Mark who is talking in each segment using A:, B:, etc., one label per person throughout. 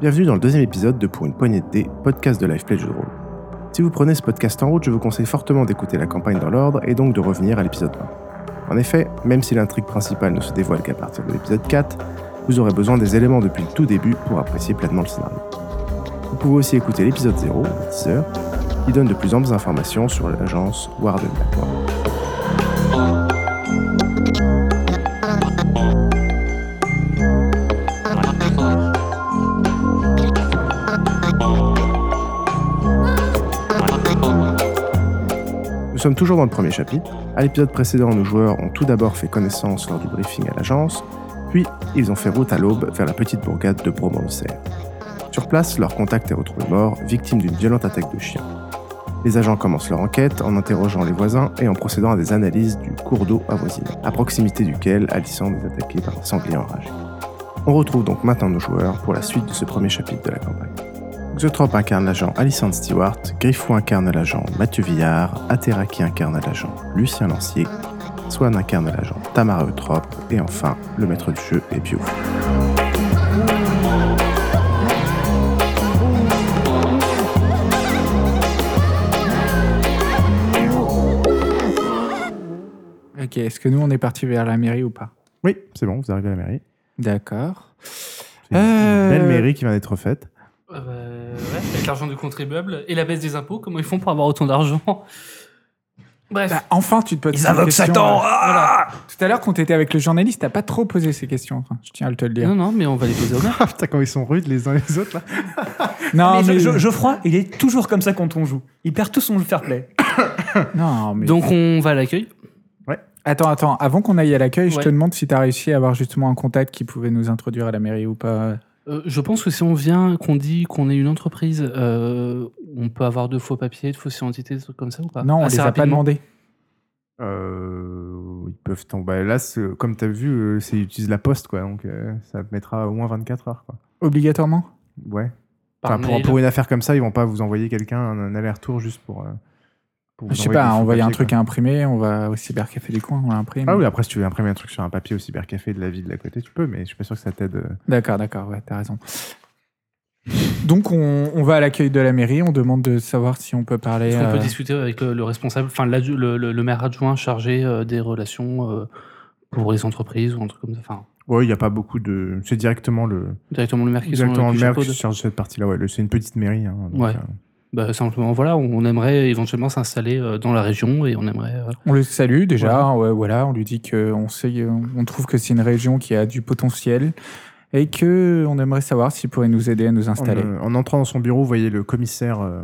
A: Bienvenue dans le deuxième épisode de Pour une poignée de dés, podcast de Live Play Jeu de rôle. Si vous prenez ce podcast en route, je vous conseille fortement d'écouter la campagne dans l'ordre et donc de revenir à l'épisode 1. En effet, même si l'intrigue principale ne se dévoile qu'à partir de l'épisode 4, vous aurez besoin des éléments depuis le tout début pour apprécier pleinement le scénario. Vous pouvez aussi écouter l'épisode 0, le teaser, qui donne de plus amples informations sur l'agence Warden.
B: Ah,
A: Nous sommes toujours dans le premier chapitre. À l'épisode précédent, nos joueurs ont tout d'abord fait connaissance lors du briefing à l'agence, puis ils ont fait route à l'aube vers la petite bourgade de Bromancerre. Sur place, leur contact est retrouvé mort, victime d'une violente attaque de chien. Les agents commencent leur enquête en interrogeant les voisins et en procédant à des analyses du cours d'eau avoisinant, à proximité duquel Alicent est attaqué par un sanglier enragé. On retrouve donc maintenant nos joueurs pour la suite de ce premier chapitre de la campagne. Xotrop incarne l'agent Alison Stewart, Griffou incarne l'agent Mathieu Villard, Ateraki incarne l'agent Lucien Lancier, Swan incarne l'agent Tamara Eutrop, et enfin, le maître du jeu est Bio.
C: Ok, est-ce que nous on est parti vers la mairie ou pas
A: Oui, c'est bon, vous arrivez à la mairie.
C: D'accord.
A: C'est une
C: Euh.
A: belle mairie qui vient d'être faite.
B: Ah bah, ouais, avec l'argent du contribuable et la baisse des impôts, comment ils font pour avoir autant d'argent Bref,
C: Bah, enfin, tu te poses
D: Ils
C: cette
D: invoquent
C: question,
D: Satan
C: là.
D: ah
C: euh, Tout à l'heure, quand t'étais avec le journaliste, t'as pas trop posé ces questions. Enfin, je tiens à te le dire.
B: non, non, mais on va les poser au maire.
A: Ah putain, quand ils sont rudes les uns les autres là.
C: Non,
D: Mais
C: mais,
D: Jo- Jo- Geoffroy, il est toujours comme ça quand on joue. Il perd tout son fair play.
C: non, mais-
B: Donc on va à l'accueil.
C: Attends, attends. Avant qu'on aille à l'accueil, je
B: Ouais.
C: te demande si t'as réussi à avoir justement un contact qui pouvait nous introduire à la mairie ou pas.
B: Euh, je pense que si on vient, qu'on dit qu'on est une entreprise, euh, on peut avoir de faux papiers, de fausses identités, des trucs comme ça ou pas
C: non, on
B: Ah, Assez
C: les a pas
B: rapidement.
C: demandés.
A: Euh, ils peuvent tomber. Là, c'est- comme tu as vu, euh, c'est- ils utilisent la poste quoi, donc euh, ça mettra au moins 24 heures quoi.
C: Obligatoirement
A: Ouais.
B: Par
A: Enfin, pour,
B: mail.
A: pour une affaire comme ça, ils vont pas vous envoyer quelqu'un un, un aller-retour juste pour. euh, pour vous
C: Je sais
A: envoyer
C: pas,
A: des
C: on
A: faux
C: va y a un
A: papiers,
C: truc
A: quoi.
C: à imprimer, on va au cybercafé du coin, on l'imprime.
A: Ah oui, après, si tu veux imprimer un truc sur un papier au cybercafé de la ville d'à côté, tu peux, mais je suis pas sûr que ça t'aide. euh.
C: D'accord, d'accord, ouais, t'as raison. Donc, on, on va à l'accueil de la mairie, on demande de savoir si on peut parler.
B: Est-ce qu'on peut
C: euh,
B: discuter avec le, le responsable, enfin l'adju- le, le- le maire adjoint chargé euh, des relations euh, pour les entreprises ou un truc comme ça Enfin,
A: Ouais, il n'y a pas beaucoup de. C'est directement le.
B: directement le maire qui
A: Directement
B: sont
A: le
B: qui
A: maire qui
B: chapeaute.
A: se charge de cette partie-là. Ouais, le- c'est une petite mairie. hein, donc,
B: Ouais.
A: euh,
B: Bah, simplement, voilà, on aimerait éventuellement s'installer euh, dans la région et on aimerait. euh,
C: On le salue déjà, ouais, voilà, on lui dit que on sait, on trouve que c'est une région qui a du potentiel et que on aimerait savoir s'il pourrait nous aider à nous
A: en,
C: installer.
A: euh, en entrant dans son bureau, vous voyez le commissaire, euh,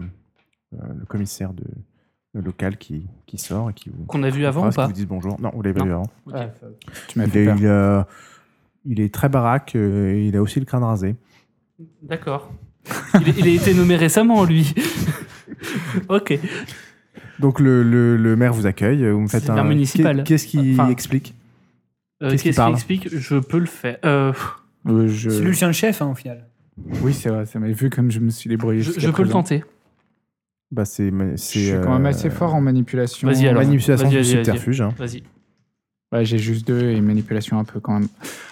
A: euh, le commissaire de, de local qui, qui sort et qui vous.
B: Qu'on a vu avant ou
A: embrasse, qui
B: pas
A: vous dit bonjour. Non, vous l'avez pas
B: Non.
A: vu avant.
C: tu m'as
A: Il
C: fait
A: est,
C: peur.
A: il a- il est très baraque, euh, et il a aussi le crâne rasé.
B: D'accord. il, est- il a été nommé récemment, lui. ok. Euh,
A: Donc le, le- le maire vous accueille, vous me faites
B: C'est le
A: un...
B: maire municipal.
A: Qu'est-ce qui
B: Enfin,
A: explique
B: Euh,
A: Qu'est-ce qu'il
B: Qu'est-ce
A: parle
B: qu'il explique Je peux le faire. Euh,
C: Euh, je-
D: C'est Lucien le chef, hein, au final.
C: Oui, c'est vrai, ça m'a vu comme je me suis débrouillé.
B: je,
C: jusqu'à
B: je peux le
C: présent.
B: tenter.
A: bah, c'est, c'est,
C: Je suis quand même
A: euh,
C: assez fort en manipulation.
B: Vas-y, alors.
A: Manipulation
B: Vas-y,
A: du
B: vas-y, vas-y.
A: subterfuge. hein.
B: Vas-y.
C: Ouais, j'ai juste deux et manipulation un peu quand même.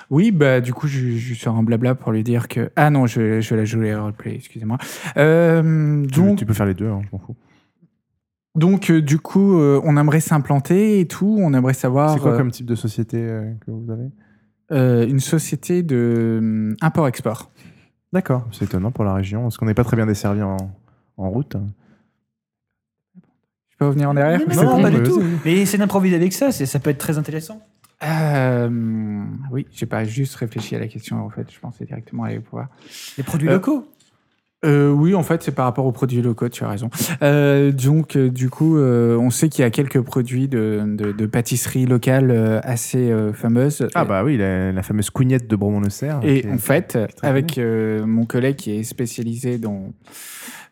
C: Oui, bah du coup, je, je sors un blabla pour lui dire que. Ah non, je, je la joue les roleplay, excusez-moi. Euh,
A: Tu-
C: donc,
A: tu peux faire les deux, hein, je m'en fous.
C: donc euh, du coup, euh, on aimerait s'implanter et tout, on aimerait savoir.
A: C'est quoi
C: euh,
A: comme type de société euh, que vous avez
C: Euh, une société de euh, import-export.
A: D'accord, c'est étonnant pour la région, parce qu'on n'est pas très bien desservi en, en route.
C: Je peux revenir en arrière
D: Non,
C: ou
D: non,
C: c'est
D: non,
C: bon
D: pas du
A: euh,
D: tout. Mais c'est d'improviser avec ça, c'est- ça peut être très intéressant.
C: Euh, Oui, j'ai pas juste réfléchi à la question en fait. Je pensais directement aller au pouvoir.
D: Les produits
C: Euh,
D: locaux.
C: Euh, oui, en fait, c'est par rapport aux produits locaux. Tu as raison. Euh, donc, euh, du coup, euh, on sait qu'il y a quelques produits de, de, de pâtisserie locale euh, assez euh, fameuses.
A: Ah bah oui, la, la fameuse cougnette de Bromont-le-Serre.
C: Et
A: qui est-
C: en fait,
A: très
C: avec euh, mon collègue qui est spécialisé dans,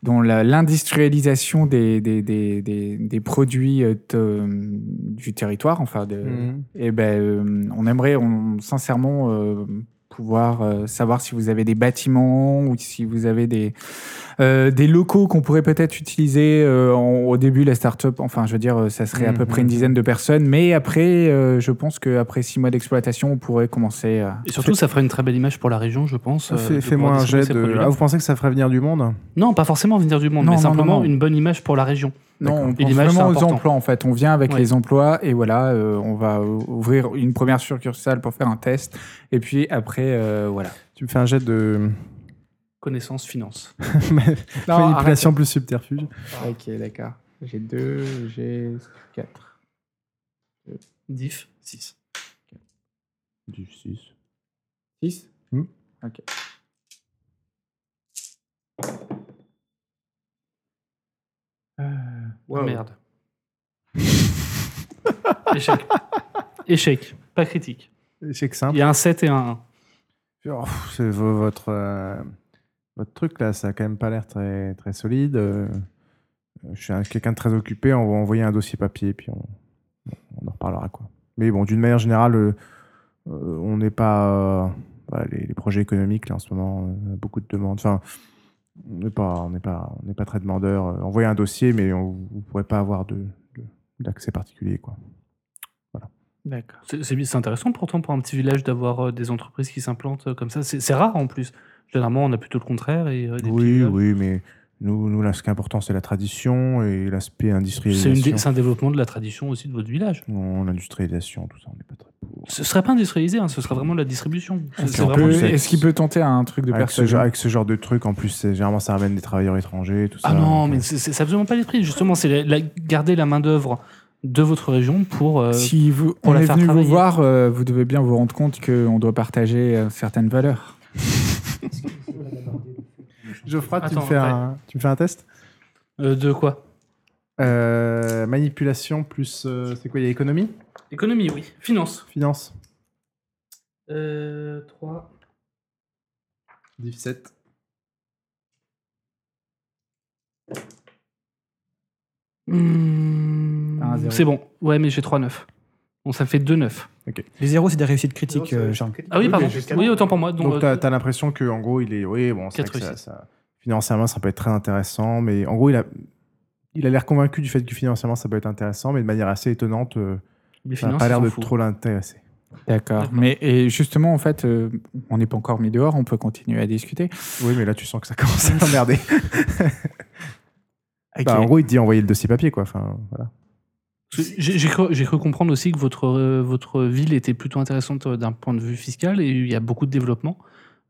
C: dans la- l'industrialisation des, des, des, des, des produits euh, te- du territoire, enfin, de,
A: Mhm.
C: eh ben, euh, on aimerait on- sincèrement euh, pouvoir euh, savoir si vous avez des bâtiments ou si vous avez des, euh, des locaux qu'on pourrait peut-être utiliser euh, en- au début la start-up. Enfin, je veux dire, euh, ça serait à peu
D: Mhm.
C: près une dizaine de personnes, mais après, euh, je pense qu'après six mois d'exploitation, on pourrait commencer à.
B: Et surtout, ça ferait une très belle image pour la région, je pense. euh,
A: Fais-
B: de
A: Fais-moi
B: pouvoir
A: un
B: distribuer
A: jet
B: ces
A: de.
B: produits-là.
A: Ah, vous pensez que ça ferait venir du monde
B: Non, pas forcément venir du monde,
C: Non,
B: mais
C: non,
B: simplement
C: non, non.
B: une bonne image pour la région.
C: Non,
A: D'accord.
C: on
B: Et
C: pense
B: l'image,
C: vraiment
B: c'est
C: aux
B: important.
C: emplois en fait. On vient avec
B: Ouais.
C: les emplois et voilà, euh, on va ou- ouvrir une première succursale pour faire un test et puis après euh, voilà.
A: Tu me fais un jet de
B: Connaissance, finance.
A: manipulation plus subterfuge.
B: ah.
C: Ok, d'accord. J'ai deux, j'ai quatre.
B: Diff, 6.
A: Du 6.
C: Six
A: Hmm.
C: Ok.
B: Euh,
C: Ah,
B: Merde. Échec. Échec. Pas critique.
A: Échec
B: Il
A: simple.
B: y a un 7 et un
A: Oh, pff, c'est vo- votre, euh, votre truc là, ça a quand même pas l'air très, très solide. Euh, je suis un- quelqu'un de très occupé, on va envoyer un dossier papier puis on, on en reparlera quoi. Mais bon, d'une manière générale, euh, euh, on n'est pas. euh, voilà, les, les projets économiques là en ce moment, on a beaucoup de demandes. Enfin, on n'est pas, on n'est pas, on n'est pas très demandeur. Euh, Envoyez un dossier, mais on, vous ne pourrez pas avoir de, de- d'accès particulier quoi.
C: D'accord.
B: C'est- C'est c'est intéressant pourtant pour un petit village d'avoir euh, des entreprises qui s'implantent euh, comme ça. C'est c'est rare en plus. Généralement, on a plutôt le contraire. Et, euh, des
A: Oui,
B: pays, euh,
A: oui, mais nous, nous là, ce qui est important, c'est la tradition et l'aspect
B: C'est une dé-
A: industrialisation.
B: c'est un développement de la tradition aussi de votre village.
A: Non, l'industrialisation, tout ça, on n'est pas très pour.
B: Ce serait pas industrialisé, hein, ce serait vraiment de la distribution. C'est-
A: Est-ce
B: c'est
A: qu'on
B: vraiment Ah,
A: peut-
B: du-
A: c'est-
C: Est-ce qu'il peut tenter un truc de
A: Avec ce,
C: personnage
A: genre, avec ce genre de truc, en plus, c'est- généralement, ça ramène des travailleurs étrangers, tout ça.
B: Ah non,
A: Donc,
B: mais
A: euh,
B: c'est c'est- c'est absolument pas l'esprit. Justement, c'est la- la- garder la main-d'œuvre de votre région pour. euh,
C: Si vous, on
B: pour la
C: est
B: faire
C: venu vous
B: travailler.
C: voir, euh, vous devez bien vous rendre compte qu'on doit partager euh, certaines valeurs.
A: euh, Geoffroy, tu, me
B: Attends,
A: fais
B: après.
A: un, tu me fais un test
B: euh, de quoi
A: Euh, Manipulation plus. euh, c'est quoi Il y a économie
B: Économie, oui. Finance.
A: Finance
B: 3.
A: 17.
C: Un, zéro.
B: Hmm, C'est bon. Ouais, mais j'ai 3-9. Bon, ça fait 2-9.
D: Les zéros, c'est des réussites critiques, euh, Charles.
B: Ah oui,
A: Oui,
B: pardon.
A: mais jusqu'à-
B: Oui, autant pour moi. Donc,
A: Donc,
B: euh,
A: t'as as, l'impression que, en gros, il est. Oui, bon, c'est
B: Quatre
A: vrai que ça,
B: réussites.
A: ça- Financièrement, ça peut être très intéressant, mais en gros, il a. Il a l'air convaincu du fait que financièrement ça peut être intéressant, mais de manière assez étonnante, euh,
B: les
A: ça n'a
B: finances,
A: pas l'air
B: ils
A: de
B: s'en foutent.
A: trop l'intéresser.
C: D'accord.
B: D'accord.
C: Mais et justement, en fait, euh, on n'est pas encore mis dehors, on peut continuer à discuter.
A: Oui, mais là tu sens que ça commence à emmerder.
C: Ok.
A: Bah, en gros, il te dit envoyer le dossier papier, quoi. Enfin, voilà.
B: Parce que J'ai j'ai cru, j'ai cru comprendre aussi que votre, euh, votre ville était plutôt intéressante euh, d'un point de vue fiscal et il y a beaucoup de développement.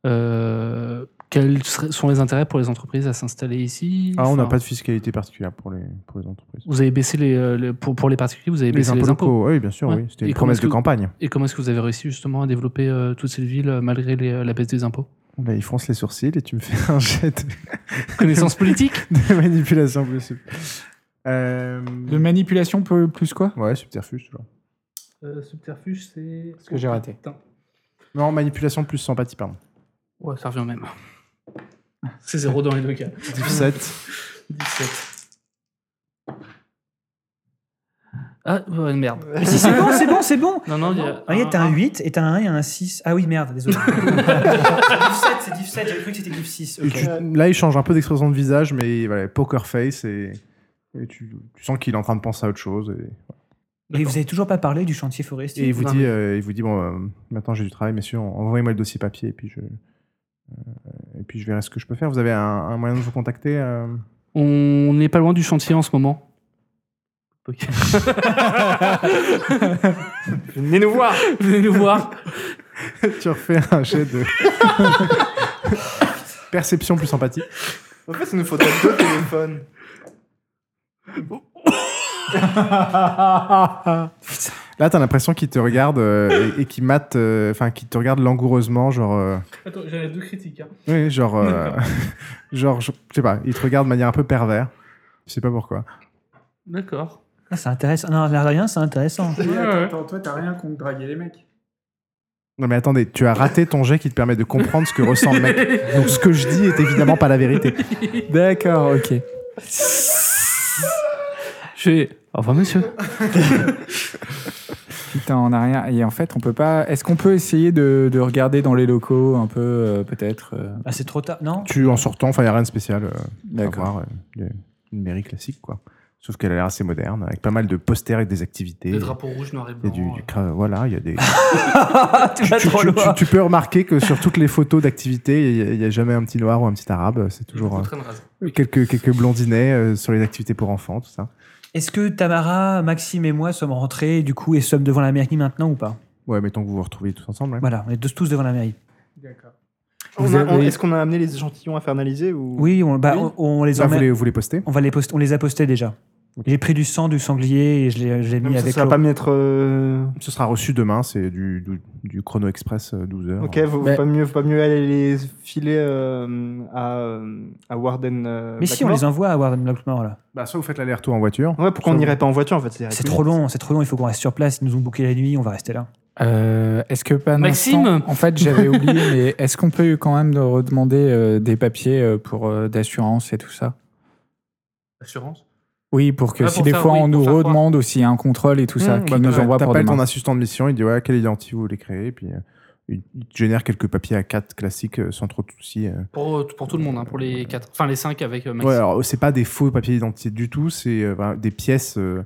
B: Euh, quels seraient- sont les intérêts pour les entreprises à s'installer ici
A: Ah, on n'a
B: Enfin,
A: pas de fiscalité particulière pour les, pour les entreprises.
B: Vous avez baissé les, euh, les- pour, pour les particuliers, vous avez baissé les impôts.
A: locaux, oui, bien sûr,
B: Ouais.
A: oui. C'était
B: Et
A: une
B: comment
A: promesse
B: est-ce
A: de
B: que-
A: campagne.
B: Et comment est-ce que vous avez réussi justement à développer euh, toute cette ville euh, malgré les, euh, la baisse des impôts
A: Là, il fronce Bah, les sourcils et tu me fais un jet de,
B: Connaissance politique
A: de manipulation plus. Euh...
C: De manipulation peu- plus quoi
A: Ouais, subterfuge, toujours.
B: Euh, Subterfuge, c'est.
C: Ce que j'ai raté.
A: Non, manipulation plus sympathie, pardon.
B: Ouais, ça revient au même. C'est zéro dans les deux cas.
A: 17.
B: 17. Ah, ouais, merde.
D: Ah, si, c'est bon, c'est bon, c'est bon.
B: Non, non, il y a.
D: Ah, oui, t'as un 8, et t'as un 1 et un 6. Ah oui, merde, désolé. div 7, c'est div 7, j'avais cru que c'était div 6.
A: Et
D: ok.
A: tu- Là, il change un peu d'expression de visage, mais voilà, poker face et, et tu, tu sens qu'il est en train de penser à autre chose. Et,
D: Mais vous avez toujours pas parlé du chantier forestier.
A: Et il vous,
B: Non,
A: dit,
B: mais-
A: euh, il vous dit bon, euh, maintenant j'ai du travail, messieurs, en- envoyez-moi le dossier papier et puis je, euh, et puis je verrai ce que je peux faire. Vous avez un, un moyen de vous contacter euh
B: On n'est pas loin du chantier en ce moment. Ok.
E: Venez nous voir
B: Venez nous voir.
A: Tu refais un jet de perception plus sympathie.
E: En fait, il nous faudrait deux téléphones.
A: Là, t'as l'impression qu'il te regarde euh, et, et qu'il mate, euh, enfin qu'il te regarde langoureusement, genre, euh,
B: Attends, j'avais deux critiques. hein.
A: oui, genre, euh, genre, je je sais pas, il te regarde de manière un peu pervers. Je sais pas pourquoi.
B: D'accord.
D: Ah, c'est intéressant. Non, l'air de rien, c'est intéressant.
C: toi, t'as rien contre draguer les mecs.
A: Non mais attendez, tu as raté ton jet qui te permet de comprendre ce que ressent le mec. Donc ce que je dis est évidemment pas la vérité.
C: D'accord, ok.
B: Je vais. Au revoir, monsieur.
C: Putain, en arrière. Et en fait, on peut pas. Est-ce qu'on peut essayer de, de regarder dans les locaux un peu, euh, peut-être euh,
D: Ah, c'est trop tard. Non
A: Tu en sortant, enfin, il n'y a rien de spécial. euh, à
C: D'accord.
A: voir. euh, il y a une mairie classique, quoi. Sauf qu'elle a l'air assez moderne, avec pas mal de posters et des activités.
B: Le drapeau rouge, noir et
A: Il y
B: blanc.
A: a du, du
B: euh,
A: cra- voilà, il y a des.
B: Ah,
D: Tu vas
A: tu,
D: trop
A: tu-
D: loin.
A: tu- tu peux remarquer que sur toutes les photos d'activités, il y a- il n'y a, jamais un petit noir ou un petit arabe. C'est toujours
B: en train de raser.
A: euh, quelques, quelques blondinets euh, sur les activités pour enfants, tout ça.
D: Est-ce que Tamara, Maxime et moi sommes rentrés du coup et sommes devant la mairie maintenant ou pas
A: Ouais, mettons que vous vous retrouvez tous ensemble. hein.
D: Voilà, on est tous- tous devant la mairie.
E: On
C: Vous
E: a- on-
C: avez-
E: Est-ce qu'on a amené les échantillons à faire analyser ou...
D: Oui, on, bah,
E: Oui.
D: on, on les
A: Ah, vous,
D: emmène.
A: les, vous les postez
D: On, va les poster, on les a postés déjà. J'ai pris du sang du sanglier et je l'ai je l'ai
E: Même
D: mis
E: si
D: avec
E: ça va
D: l'eau.
E: pas mettre. euh,
A: Ce sera reçu demain, c'est du, du, du Chrono Express euh, 12 heures.
E: Ok, vaut,
C: Mais-
E: pas mieux, vaut pas mieux aller les filer euh, à, euh, à Warden. euh,
D: Mais si, on les
E: Blackmore
D: envoie à Warden Blackmore là.
A: Bah, soit vous faites l'aller-retour en voiture.
E: Ouais, pourquoi on
A: Ça-
E: n'irait pas en voiture en fait
A: Ah,
E: C'est
D: C'est
E: ridicule.
D: trop long, c'est trop long, il faut qu'on reste sur place. Ils nous ont bouqué la nuit, on va rester là.
C: Euh, est-ce que pas
B: Maxime
C: En fait, j'avais oublié, mais est-ce qu'on peut quand même de redemander euh, des papiers euh, pour euh, d'assurance et tout ça
B: Assurance.
C: Oui, pour que
B: Ah,
C: si
B: pour
C: des
B: faire-
C: fois
B: oui,
C: on
B: pour
C: nous
B: faire croire.
C: redemande ou s'il y a un contrôle et tout ça,
E: Mmh,
C: qu'ils
A: Bah,
C: nous
A: t'appelles-
C: envoient pour
A: t'appelles ton
C: demain.
A: assistant de mission, il dit ouais, quel identité vous voulez créer, et puis euh, il il te génère quelques papiers à 4 classiques euh, sans trop de soucis. euh.
B: Pour, pour tout le monde, hein, pour les quatre. Enfin, les cinq avec euh, Maxime.
A: Ouais, alors c'est pas des faux papiers d'identité du tout, c'est euh, bah, des pièces, euh,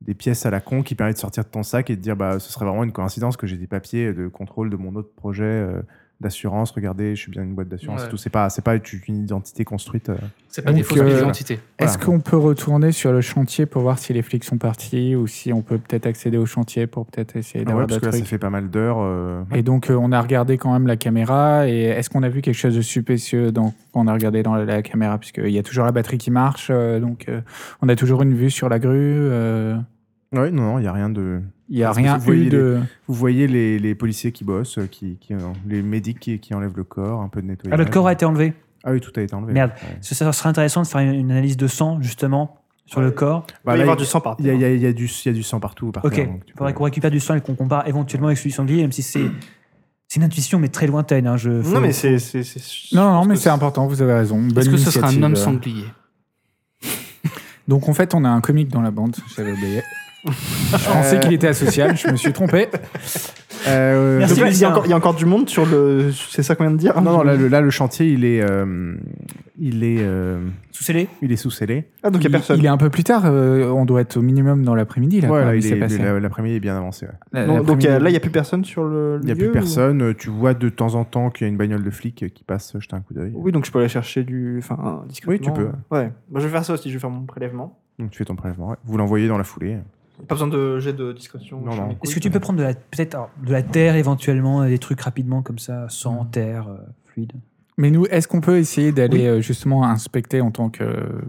A: des pièces à la con qui permettent de sortir de ton sac et de dire bah ce serait vraiment une coïncidence que j'ai des papiers de contrôle de mon autre projet euh, d'assurance. Regardez, je suis bien une boîte d'assurance.
B: Ouais.
A: et tout. C'est pas, c'est pas une une identité construite. euh.
B: C'est pas
C: Donc,
B: des fausses pièces
C: euh,
B: d'identité.
C: Est-ce
A: Voilà.
C: qu'on peut retourner sur le chantier pour voir si les flics sont partis ou si on peut peut-être accéder au chantier pour peut-être essayer
A: Ah ouais,
C: d'avoir
A: parce
C: des
A: que là, ça
C: trucs
A: fait pas mal d'heures. euh,
C: Et donc, euh, on a regardé quand même la caméra. Et est-ce qu'on a vu quelque chose de suspicieux dans, quand on a regardé dans la, la caméra Puisqu'il y a toujours la batterie qui marche. euh, donc, euh, on a toujours une vue sur la grue. euh,
A: Ouais, non, non, il y a rien de.
C: Il n'y
A: Ah,
C: a
A: Parce que
C: rien
A: vous voyez
C: eu de.
A: Vous voyez les, les policiers qui bossent, euh, qui, qui, euh, les médics qui, qui enlèvent le corps, un peu de nettoyage.
D: Ah, le corps a été enlevé.
A: Ah oui, tout a été enlevé.
D: Merde.
A: Ouais.
D: Ce- Ça serait intéressant de faire une, une analyse de sang justement sur le corps.
E: Il va
A: Bah,
E: y
A: là,
E: avoir
A: il-
E: du sang par
A: Il y a,
E: terre.
A: il y a- il y a du, il y a du sang partout. Par
D: Ok,
A: terre, donc tu
D: il faudrait
A: peux-
D: qu'on récupère du sang et qu'on compare éventuellement avec celui du sanglier, même si c'est c'est une intuition mais très lointaine. hein, je- faut-
E: Non, mais c'est. c'est- c'est-
C: Non, non, mais
E: je pense que
C: c'est important, vous avez raison. bonne
B: Est-ce que ce sera un
C: initiative. euh.
B: homme sanglier
C: Donc en fait, on a un comique dans la bande, j'avais oublié. je pensais qu'il était asocial, je me suis trompé.
A: Euh,
E: Donc
D: Merci,
E: là, Il y, a
D: Lucien.
E: encore- il y a encore du monde sur le. C'est ça qu'on vient de dire
A: non, non, là, le, là, le chantier, il est, euh, il est, euh,
D: sous scellé.
A: il est sous scellé.
E: Ah, donc il y a personne.
C: Il est un peu plus tard, euh, on doit être au minimum dans l'après-midi. Là,
A: Ouais,
C: quand
A: là, euh,
C: il
A: il
C: s'est
A: est-
C: passé.
A: la- l'après-midi est bien avancé. ouais.
C: La-
E: Non, donc
C: l'après-midi.
E: il y a- là, il n'y a plus personne sur le.
A: Il n'y a
E: lieu,
A: plus
E: ou-
A: personne. euh, Tu vois de temps en temps qu'il y a une bagnole de flic qui passe jeter un coup d'œil.
E: Oui, donc je peux aller chercher du. Enfin, discrètement.
A: Oui, tu peux.
E: Ouais. Bah, je vais faire ça aussi, je vais faire mon prélèvement.
A: Donc tu fais ton prélèvement. ouais. Vous l'envoyez dans la foulée.
E: Pas besoin de jet de discrétion.
A: Non, non.
E: je m'en couille.
D: Est-ce que tu peux prendre de la peut-être alors, de la terre éventuellement, euh, des trucs rapidement comme ça,
A: Mm.
D: sang, terre, euh, fluide.
C: Mais nous, est-ce qu'on peut essayer d'aller euh, justement inspecter en tant que,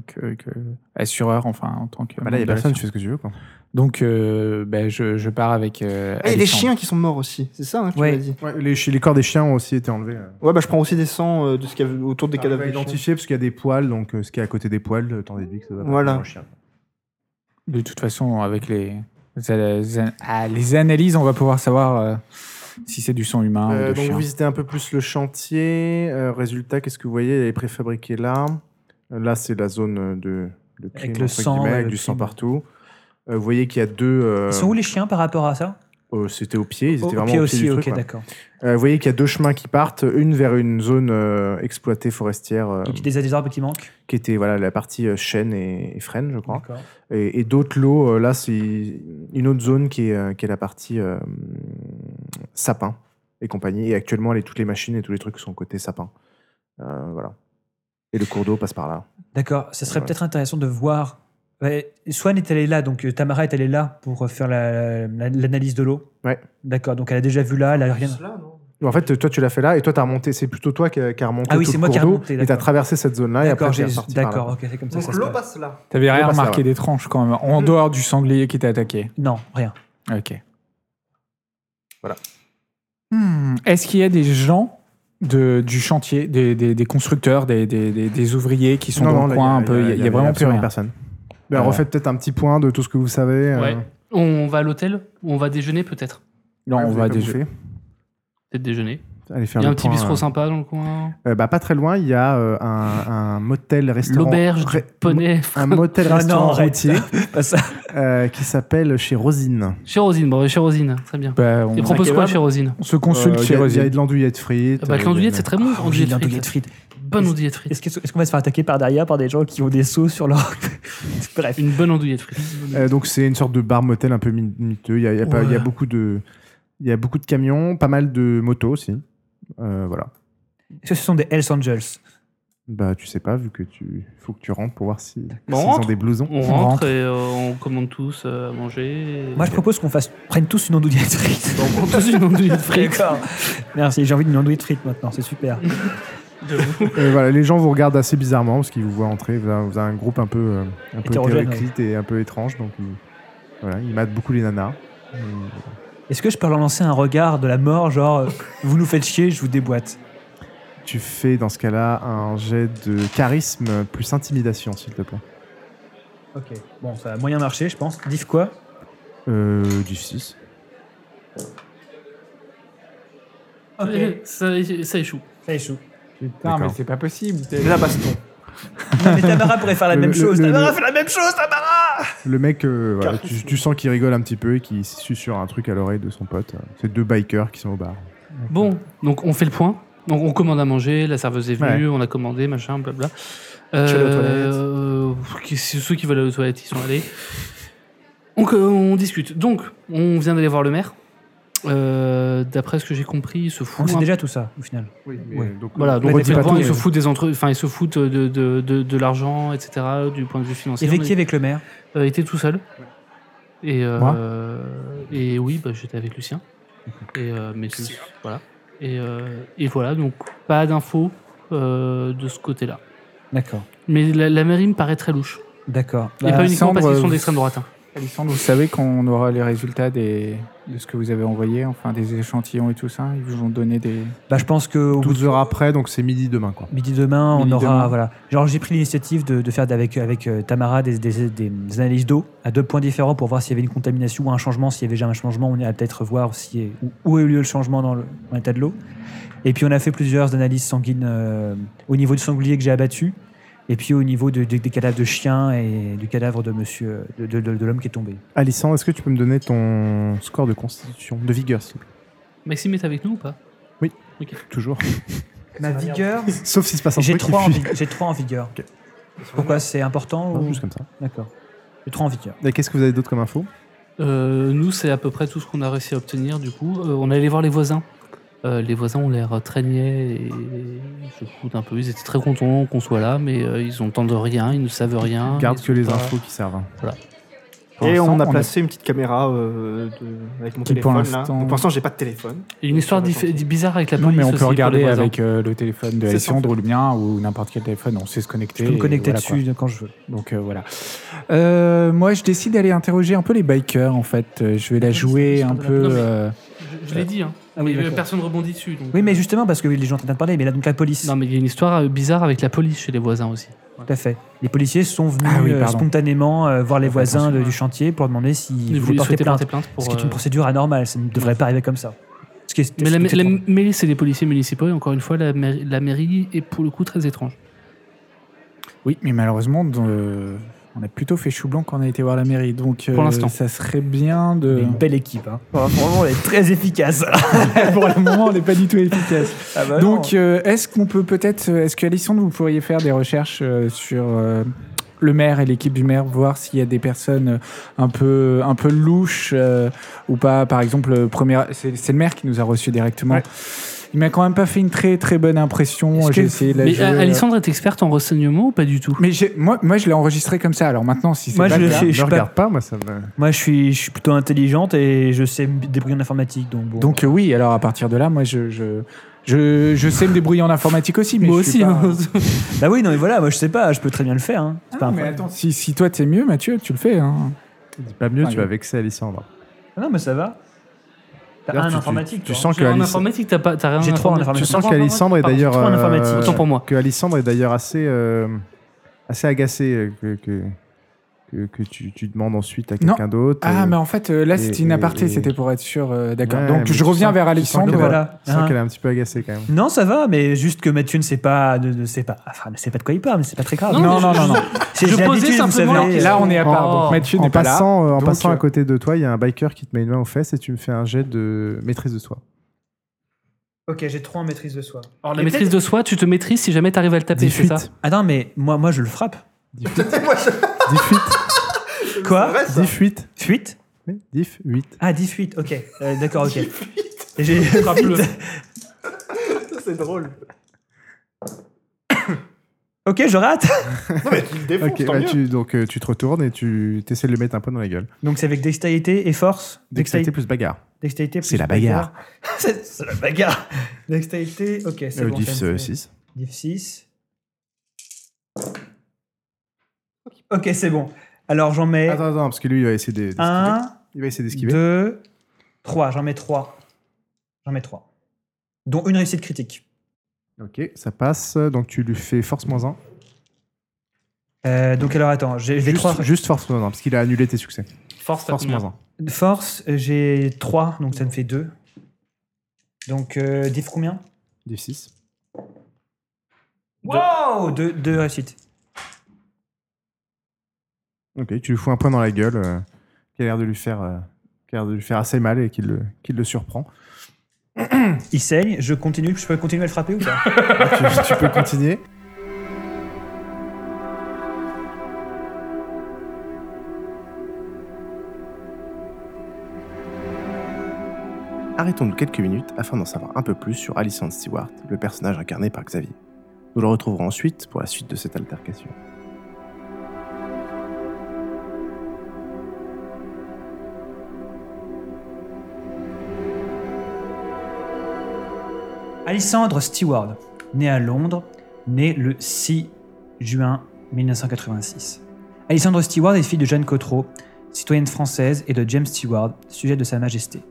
C: que- que assureur, enfin en tant que.
A: Bah, là, il n'y a
C: membre de
A: personne.
C: l'assurance
A: Tu fais ce que tu veux. Quoi.
C: Donc, euh, bah, je, je pars avec. euh,
A: Eh,
E: Ah, il y a des
C: Alexandre.
E: chiens qui sont morts aussi, c'est ça hein, tu
D: Ouais.
E: m'as dit.
A: Ouais, les, chi- les corps des chiens ont aussi été enlevés. euh.
E: Ouais, bah je prends aussi des sangs euh, de ce qu'il y avait autour des cadavres.
A: T'arrives à
E: des chiens.
A: Ah, identifier parce qu'il y a des poils. Donc euh, ce qui est à côté des poils, euh, t'en déduis que ça doit pas
E: Voilà.
A: être un chien.
C: De toute façon, avec les, les, an- ah, les analyses, on va pouvoir savoir euh, si c'est du sang humain
A: Euh,
C: ou de
A: donc
C: chien.
A: vous visitez un peu plus le chantier. Euh, résultat, qu'est-ce que vous voyez Il est préfabriqué là. Euh, Là, c'est la zone de, de crime,
D: Avec le
A: entre
D: sang,
A: guillemets,
D: ouais,
A: avec
D: le
A: du sang
D: crime.
A: partout. Euh, vous voyez qu'il y a deux. euh,
D: Ils sont où les chiens par rapport à ça
A: euh, C'était au pied. Ils étaient
D: Au- au
A: vraiment
D: pied
A: au pied
D: aussi,
A: du
D: ok,
A: truc, ouais.
D: d'accord.
A: Euh, vous voyez qu'il y a deux chemins qui partent, une vers une zone euh, exploitée forestière euh,
D: Donc il y a des- des arbres qui manquent.
A: qui était voilà la partie euh, chêne et, et frêne, je crois.
D: D'accord.
A: Et, et d'autres lots. euh, là, c'est une autre zone qui est, euh, qui est la partie euh, sapin et compagnie. Et actuellement, les, toutes les machines et tous les trucs sont côté sapin. Euh, voilà. Et le cours d'eau passe par là.
D: D'accord, ça serait
A: Voilà.
D: peut-être intéressant de voir. Ouais, Swan est allée là, donc euh, Tamara est allée là pour euh, faire la- la- l'analyse de l'eau.
A: Ouais.
D: D'accord, donc elle a déjà vu là, elle a rien.
A: En fait, toi, tu l'as fait là et toi, tu as remonté. C'est plutôt toi qui as qui as remonté
D: Ah oui,
A: tout
D: c'est
A: le
D: moi
A: cours
D: qui ai
A: d'eau
D: remonté,
A: Et tu as
D: d'accord.
A: traversé cette zone-là et après,
D: D'accord,
A: tu es
D: j'ai-
A: reparti par là.
D: d'accord, ok, c'est comme ça. que ça se passe.
E: passe là.
C: T'avais rien
A: bah, ça
C: remarqué
A: va.
C: d'étrange quand même, en
E: Mm.
C: dehors du sanglier qui t'a attaqué.
D: Non, rien.
C: Ok.
A: Voilà.
C: Hmm, Est-ce qu'il y a des gens de, du chantier, des, des- des constructeurs, des, des- des- des ouvriers qui sont
A: Non,
C: dans
A: non,
C: le
A: là,
C: coin
A: y
C: un peu Il n'y a, vraiment plus
A: absolument
C: rien.
A: personne. Ben,
C: Voilà.
A: refaites peut-être un petit point de tout ce que vous savez. euh.
B: Ouais. On va à l'hôtel On va déjeuner peut-être
C: Non, on va
A: déjà.
C: déjeuner.
B: Peut-être déjeuner.
A: Allez faire
B: Il y a
A: le
B: un petit
A: point,
B: bistrot
A: euh.
B: sympa dans le coin.
A: Euh, bah, pas très loin, il y a euh, un, un motel-restaurant.
B: L'auberge du
A: Ré-
B: poney.
A: Un motel-restaurant
D: Ah non, arrête.
A: routier
D: Pas ça.
A: euh, qui s'appelle chez Rosine.
B: Chez Rosine, bon, chez Rosine, très bien.
C: Bah, on,
B: Et propose
D: un
B: quoi
D: kebab
B: chez Rosine
C: on se consulte
A: Euh, il y
C: chez
A: a- Il y a
C: Rosine.
A: de l'andouillette frite.
B: Ah bah,
A: euh, il y
B: que
A: a
B: L'andouillette,
A: de-
B: c'est très bon.
D: J'ai
B: L'andouillette frite.
D: frites.
B: Bonne andouillette frite.
D: Est-ce que- est-ce qu'on va se faire attaquer par derrière par des gens qui ont des sauts sur leur. Bref.
B: Une bonne andouillette frite.
A: Euh, donc c'est une sorte de bar motel un peu mi- miteux. Il y a, il y a pas- il y a
D: Ouais.
A: beaucoup de, il y a beaucoup de camions, pas mal de motos aussi. Euh, voilà.
D: Est-ce que ce sont des Hells Angels
A: Bah tu sais pas vu que tu, faut que tu rentres pour voir si s'ils
B: Bon, on rentre.
A: ont des blousons.
B: On rentre et euh, on commande tous euh, à manger. et-
D: Moi, je propose qu'on fasse... prenne tous une andouillette frite.
B: On prend tous une andouillette frite.
D: D'accord. Merci, j'ai envie d'une andouille de frites maintenant, c'est super.
B: de vous.
A: Euh, voilà, les gens vous regardent assez bizarrement parce qu'ils vous voient entrer. Vous avez vous avez un groupe un peu, euh, un peu
D: Hétérogène,
A: hétéroclite et un peu étrange, donc ils, voilà, ils matent beaucoup les nanas. Euh,
D: Est-ce que je peux leur lancer un regard de la mort, genre euh, vous nous faites chier, je vous déboîte
A: Tu fais dans ce cas-là un jet de charisme plus intimidation, s'il te plaît.
D: Ok, bon, ça a moyen marché, je pense. Diff quoi
A: Euh, du 6.
D: Ok,
B: Ça, ça échoue.
D: ça échoue.
C: Putain, mais
A: D'accord.
C: c'est pas possible.
E: Déjà baston.
D: Non, mais Tamara pourrait faire la
A: Le-
D: même
A: le-
D: chose.
A: le-
D: Tamara
A: le-
D: fait la même chose, Tamara
A: Le mec, euh, voilà,
E: Charisme.
A: tu, tu sens qu'il rigole un petit peu et qu'il susurre un truc à l'oreille de son pote. C'est deux bikers qui sont au bar.
B: Bon, donc on fait le point. Donc on commande à manger, la serveuse est venue, on a commandé, machin, blabla.
E: Tu vas aux
B: Euh, qui- c'est ceux qui veulent aller aux toilettes, ils sont allés. Donc euh, on discute. Donc on vient d'aller voir le maire. Euh, D'après ce que j'ai compris, il se
D: On
B: fout.
D: sait
B: un-
D: Ah, déjà tout ça, au final.
A: Oui,
D: mais Ouais.
A: donc,
B: Voilà, donc
A: redis
B: on fait
A: pas
B: le point,
A: tout,
B: ils se
A: mais-
B: foutent des entre, enfin ils se foutent de, de, de, de l'argent, etc. Du point de vue financier.
D: C'est
B: On
D: Vecchi avec le maire.
B: est- euh, était tout seul. Et euh,
C: Moi
B: et oui, bah, j'étais avec Lucien. Et euh, mais c'est- voilà. Et, euh, et voilà, donc pas d'infos euh, de ce côté-là.
D: D'accord.
B: Mais la, la mairie me paraît très louche.
D: D'accord.
B: et
D: Bah,
B: pas uniquement
C: Sandre,
B: parce qu'ils sont
C: euh,
B: d'extrême droite. hein.
C: Alexandre, vous savez qu'on aura les résultats des, de ce que vous avez envoyé, enfin des échantillons et tout ça. Ils vous ont donné des.
D: bah, je pense qu'au bout
A: 12 heures après, donc c'est midi demain, quoi.
D: Midi demain, on
C: Midi
D: aura.
C: demain.
D: Voilà. Genre, j'ai pris l'initiative de, de faire avec, avec euh, Tamara des, des- des analyses d'eau à deux points différents pour voir s'il y avait une contamination ou un changement. S'il y avait déjà un changement, on ira peut-être voir si, où, où a eu lieu le changement dans le- dans l'état de l'eau. Et puis, on a fait plusieurs analyses sanguines euh, au niveau du sanglier que j'ai abattu. Et puis au niveau de- de- des cadavres de chiens et du cadavre de monsieur, de, de- de- de l'homme qui est tombé.
A: Alissandre, est-ce que tu peux me donner ton score de constitution, de vigueur, s'il te plaît
B: Maxime est avec nous ou pas
A: Toujours.
D: Ma vigueur
A: Sauf s'il se passe un
D: J'ai
A: truc.
D: trois, en
A: il fuit.
D: vi- j'ai trois en vigueur.
A: Ok.
D: Pourquoi C'est important
A: Non,
D: ou...
A: juste comme ça.
D: D'accord. J'ai trois en vigueur.
A: Et qu'est-ce que vous avez d'autre comme info
B: Euh, Nous, c'est à peu près tout ce qu'on a réussi à obtenir. Du coup, Euh, on est allé voir les voisins. Euh, les voisins ont l'air très niais et ils se foutent un peu. Ils étaient très contents qu'on soit là, mais euh, ils n'entendent rien, ils ne savent rien.
A: Garde
B: ils
A: que
B: sont
A: les
B: pas-
A: infos qui servent.
C: Pour
E: Et
C: l'instant,
E: on a
C: on a-
E: placé une petite caméra euh, de- avec mon
C: Qui, pour
E: téléphone là.
C: l'instant-
E: Donc, Pour l'instant, j'ai pas de téléphone.
B: Il y a Une histoire diffé-
E: Attends.
B: bizarre avec la
C: Non,
B: police.
C: mais on
B: aussi
C: peut
B: pour les
C: regarder
B: voisins.
C: avec euh, le téléphone de
E: C'est sans
C: Alexandre ou le mien ou n'importe quel téléphone. On sait se connecter.
D: Je peux me
C: et
D: connecter
C: voilà, quoi.
D: dessus quand je veux.
C: Donc euh, voilà. Euh, moi, je décide d'aller interroger un peu les bikers en fait. Euh, Je vais la
B: Ouais, Ah c'est-
C: jouer
B: c'est
C: un
B: pas de la- non,
C: peu.
B: mais-
C: euh,
B: Je, je l'ai dit, hein.
D: Ah oui,
B: Mais, euh,
D: d'accord.
B: personne rebondit dessus. donc.
D: Oui, mais justement, parce que les gens sont en train de parler, mais là, donc la police,
B: Non, mais il y a une histoire euh, bizarre avec la police chez les voisins aussi.
D: tout à fait. Les policiers sont venus
C: Ah oui,
D: euh,
C: pardon.
D: spontanément euh, voir les voisins
B: attention,
D: de-
B: ouais.
D: du chantier pour demander s'ils voulaient
B: Vous
D: porter
B: souhaitez
D: plainte.
B: porter plainte pour.
D: Ce qui est
B: euh,
D: une procédure anormale, ça ne devrait pas arriver comme ça. Ce qui est-
B: Mais
D: ce
B: la,
D: qui
B: ma-
D: est
B: la
D: étrange.
B: mairie, c'est des policiers municipaux et encore une fois, la mairie, la mairie est pour le coup très étrange.
C: Oui, mais malheureusement, euh, on a plutôt fait chou blanc quand on a été voir la mairie. Donc euh,
B: Pour l'instant.
C: ça serait bien de.
D: une belle équipe. Hein. Vraiment, elle est très efficace.
C: pour le moment, on n'est pas du tout efficace.
D: Ah bah non.
C: Donc, euh, est-ce qu'on peut peut-être, euh, est-ce que Alison, vous pourriez faire des recherches euh, sur euh, le maire et l'équipe du maire, voir s'il y a des personnes euh, un peu, un peu louches euh, ou pas. Par exemple, euh, première, c'est c'est le maire qui nous a reçus directement.
A: Ouais.
C: Il m'a quand même pas fait une très très bonne impression.
D: Est-ce
C: J'ai
D: que-
C: essayé de la
B: mais
C: jouer,
B: A-
C: euh,
B: Alexandre est experte en renseignement ou pas du tout
C: Mais j'ai- moi, moi, je l'ai enregistré comme ça. Alors maintenant, si c'est
D: Moi,
C: pas
D: je
C: le
D: le
C: cas-
D: sais.
A: Ne
D: je suis
A: regarde pas, moi ça me.
D: Moi, je suis, je suis plutôt intelligente et je sais me débrouiller en informatique. Donc, bon.
C: Donc euh, oui, alors à partir de là, moi, je, je, je, je sais me débrouiller en informatique aussi. Mais
B: Moi
C: je suis
B: aussi.
C: pas-
B: hein.
D: Bah oui, non, mais voilà, moi, je sais pas, je peux très bien le faire. hein. C'est
C: Ah,
D: pas un
C: mais
D: problème.
C: attends, si, si toi t'es mieux, Mathieu, tu le fais. Hein.
A: Dis pas mieux,
C: Ah,
A: tu
C: oui.
A: vas vexer Alissandre.
D: Ah Non, mais ça va. T'as
A: D'ailleurs,
D: un
A: tu- tu-
D: informatique,
A: Tu
D: toi.
A: sens que
B: J'ai en
A: Alice-
B: informatique, t'as pas- t'as rien.
D: J'ai
B: en
D: trois en
A: tu
D: informatique.
A: sens
D: Trois
A: qu'Alissandre est
D: pardon,
A: d'ailleurs. euh,
D: trois en informatique.
B: Autant pour moi.
A: euh, Que Alissandre est d'ailleurs assez, euh, assez agacé euh, que, que, que que, que tu, tu demandes ensuite à quelqu'un d'autre.
C: Ah,
A: euh,
C: mais en fait, euh, là, c'était
A: et-
C: une aparté,
A: et-
C: c'était pour être sûr. euh, D'accord.
A: Ouais, mais
C: Donc, je
A: tu
C: reviens
A: sens-
C: vers
A: tu sens que
C: Alexandre.
A: voilà.
D: Voilà.
A: Je sens
D: Hein.
A: qu'elle est un petit peu agacée quand même.
D: Non, ça va, mais juste que Mathieu ne sait pas, ne, ne sait pas, enfin, ne sait pas de quoi il parle, mais c'est pas très grave.
C: Non, non, non, non. non.
D: C'est
B: je
D: j'ai
B: posais
D: l'habitude, vous
B: simplement
D: savez.
B: la-
C: Là, on est à part.
B: Oh.
C: Donc, Mathieu
A: En
C: n'est pas là.
A: passant, euh, en
C: donc,
A: passant
C: euh,
A: à côté de toi, il y a un biker qui te met une main aux fesses et tu me fais un jet de maîtrise de soi.
F: Ok, j'ai 3 en maîtrise de soi.
B: Alors, la
D: Mais
B: maîtrise de soi, tu te maîtrises si jamais t'arrives à le taper, c'est ça
D: Attends, mais moi, moi, je le frappe.
A: 10 fuites.
D: Quoi
F: Vrai, Euh, ça
A: 10 fuites.
D: Fuite
A: Oui, 10 8.
D: Ah, 18, ok. Euh, D'accord, ok. Et J'ai frappe-le.
F: C'est drôle.
D: Ok, je rate.
F: Non, mais tu le défonces,
A: Ok,
F: tant
A: bah,
F: mieux.
A: tu, donc euh, tu te retournes et tu essaies de lui mettre un poing dans la gueule.
D: Donc c'est avec dextérité et force.
A: Dextérité plus bagarre.
D: dextérité plus
A: C'est la bagarre.
D: c'est c'est la bagarre. Dextérité, ok, c'est
A: Euh,
D: bon.
A: diff
D: ça me fait-
A: 6.
D: Diff 6. Ok, c'est bon. Alors j'en mets
A: Attends, attends, parce que lui, il va essayer de- d'esquiver.
D: 1,
A: Il va essayer d'esquiver.
D: 2, 3. J'en mets 3. J'en mets 3. Dont une réussite critique.
A: Ok, ça passe. Donc tu lui fais force moins 1.
D: Euh, donc alors attends, j'ai j'ai
A: Juste,
D: trois
A: juste force moins 1, parce qu'il a annulé tes succès.
B: Force,
A: Force moins 1.
D: Force, euh, j'ai 3, donc ça me fait 2. Donc, euh, diff combien
A: Diff 6.
D: Wow 2 réussites.
A: Ok, tu lui fous un poing dans la gueule euh, qui a l'air de lui faire. euh, qui a l'air de lui faire assez mal et qu'il le, qu'il le surprend.
D: Il saigne, je continue, je peux continuer à le frapper ou pas
A: tu, tu peux continuer. Arrêtons-nous quelques minutes afin d'en savoir un peu plus sur Alison Stewart, le personnage incarné par Xavier. Nous le retrouverons ensuite pour la suite de cette altercation.
D: Alessandre Stewart, né à Londres, né le 6 juin 1986. Alessandre Stewart est fille de Jeanne Cottereau, citoyenne française, et de James Stewart, sujet de Sa Majesté.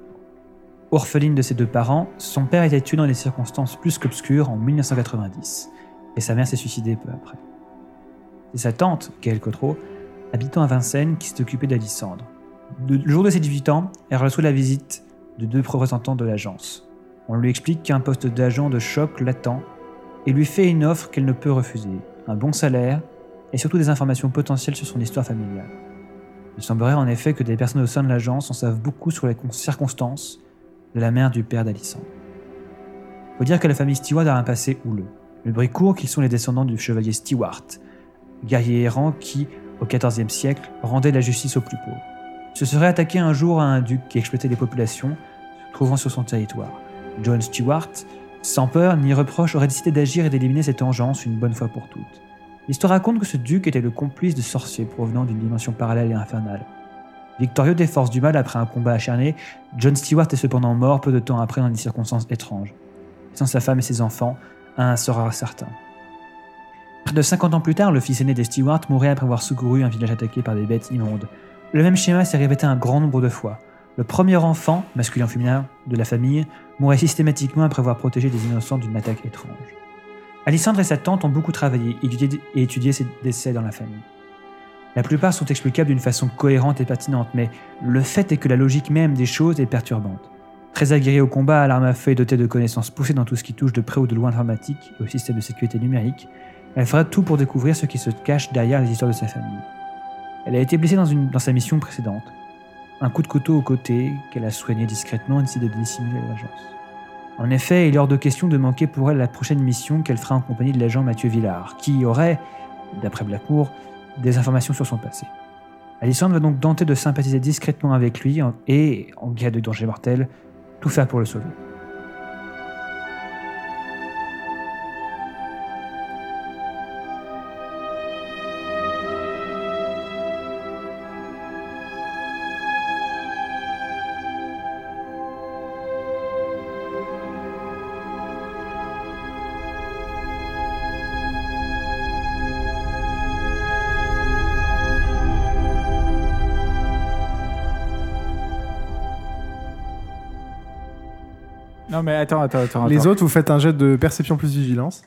D: Orpheline de ses deux parents, son père était tué dans des circonstances plus qu'obscures en 1990, et sa mère s'est suicidée peu après. C'est sa tante, Gaëlle Cottereau, habitant à Vincennes, qui s'est occupée d'Alissandre. Le le jour de ses 18 ans, elle reçoit la visite de deux représentants de l'agence. On lui explique qu'un poste d'agent de choc l'attend et lui fait une offre qu'elle ne peut refuser, un bon salaire et surtout des informations potentielles sur son histoire familiale. Il semblerait en effet que des personnes au sein de l'agence en savent beaucoup sur les con- circonstances de la mère du père d'Alissandre. Faut dire que la famille Stewart a un passé houleux. Le bruit court qu'ils sont les descendants du chevalier Stewart, guerrier errant qui, au XIVe siècle, rendait la justice aux plus pauvres. Se serait attaqué un jour à un duc qui exploitait les populations se trouvant sur son territoire. John Stewart, sans peur ni reproche, aurait décidé d'agir et d'éliminer cette engeance une bonne fois pour toutes. L'histoire raconte que ce duc était le complice de sorciers provenant d'une dimension parallèle et infernale. Victorieux des forces du mal après un combat acharné, John Stewart est cependant mort peu de temps après dans des circonstances étranges, laissant sa femme et ses enfants à un sort incertain. Près de 50 ans plus tard, le fils aîné des Stewart mourait après avoir secouru un village attaqué par des bêtes immondes. Le même schéma s'est répété un grand nombre de fois. Le premier enfant, masculin ou féminin, de la famille, mourait systématiquement après avoir protégé des innocents d'une attaque étrange. Alissandre et sa tante ont beaucoup travaillé étudié- et étudié ces décès dans la famille. La plupart sont explicables d'une façon cohérente et pertinente, mais le fait est que la logique même des choses est perturbante. Très aguerri au combat à l'arme à feu et doté de connaissances poussées dans tout ce qui touche de près ou de loin l'informatique et au système de sécurité numérique, elle fera tout pour découvrir ce qui se cache derrière les histoires de sa famille. Elle a été blessée dans, une- dans sa mission précédente, un coup de couteau au côté qu'elle a soigné discrètement et décide de dissimuler à l'agence. En effet, il est hors de question de manquer pour elle la prochaine mission qu'elle fera en compagnie de l'agent Mathieu Villard, qui aurait, d'après Blackmoor, des informations sur son passé. Alessandre va donc tenter de sympathiser discrètement avec lui en- et, en cas de danger mortel, tout faire pour le sauver.
C: Non, mais attends, attends, attends.
A: Les
C: attends.
A: autres, vous faites un jet de perception plus vigilance.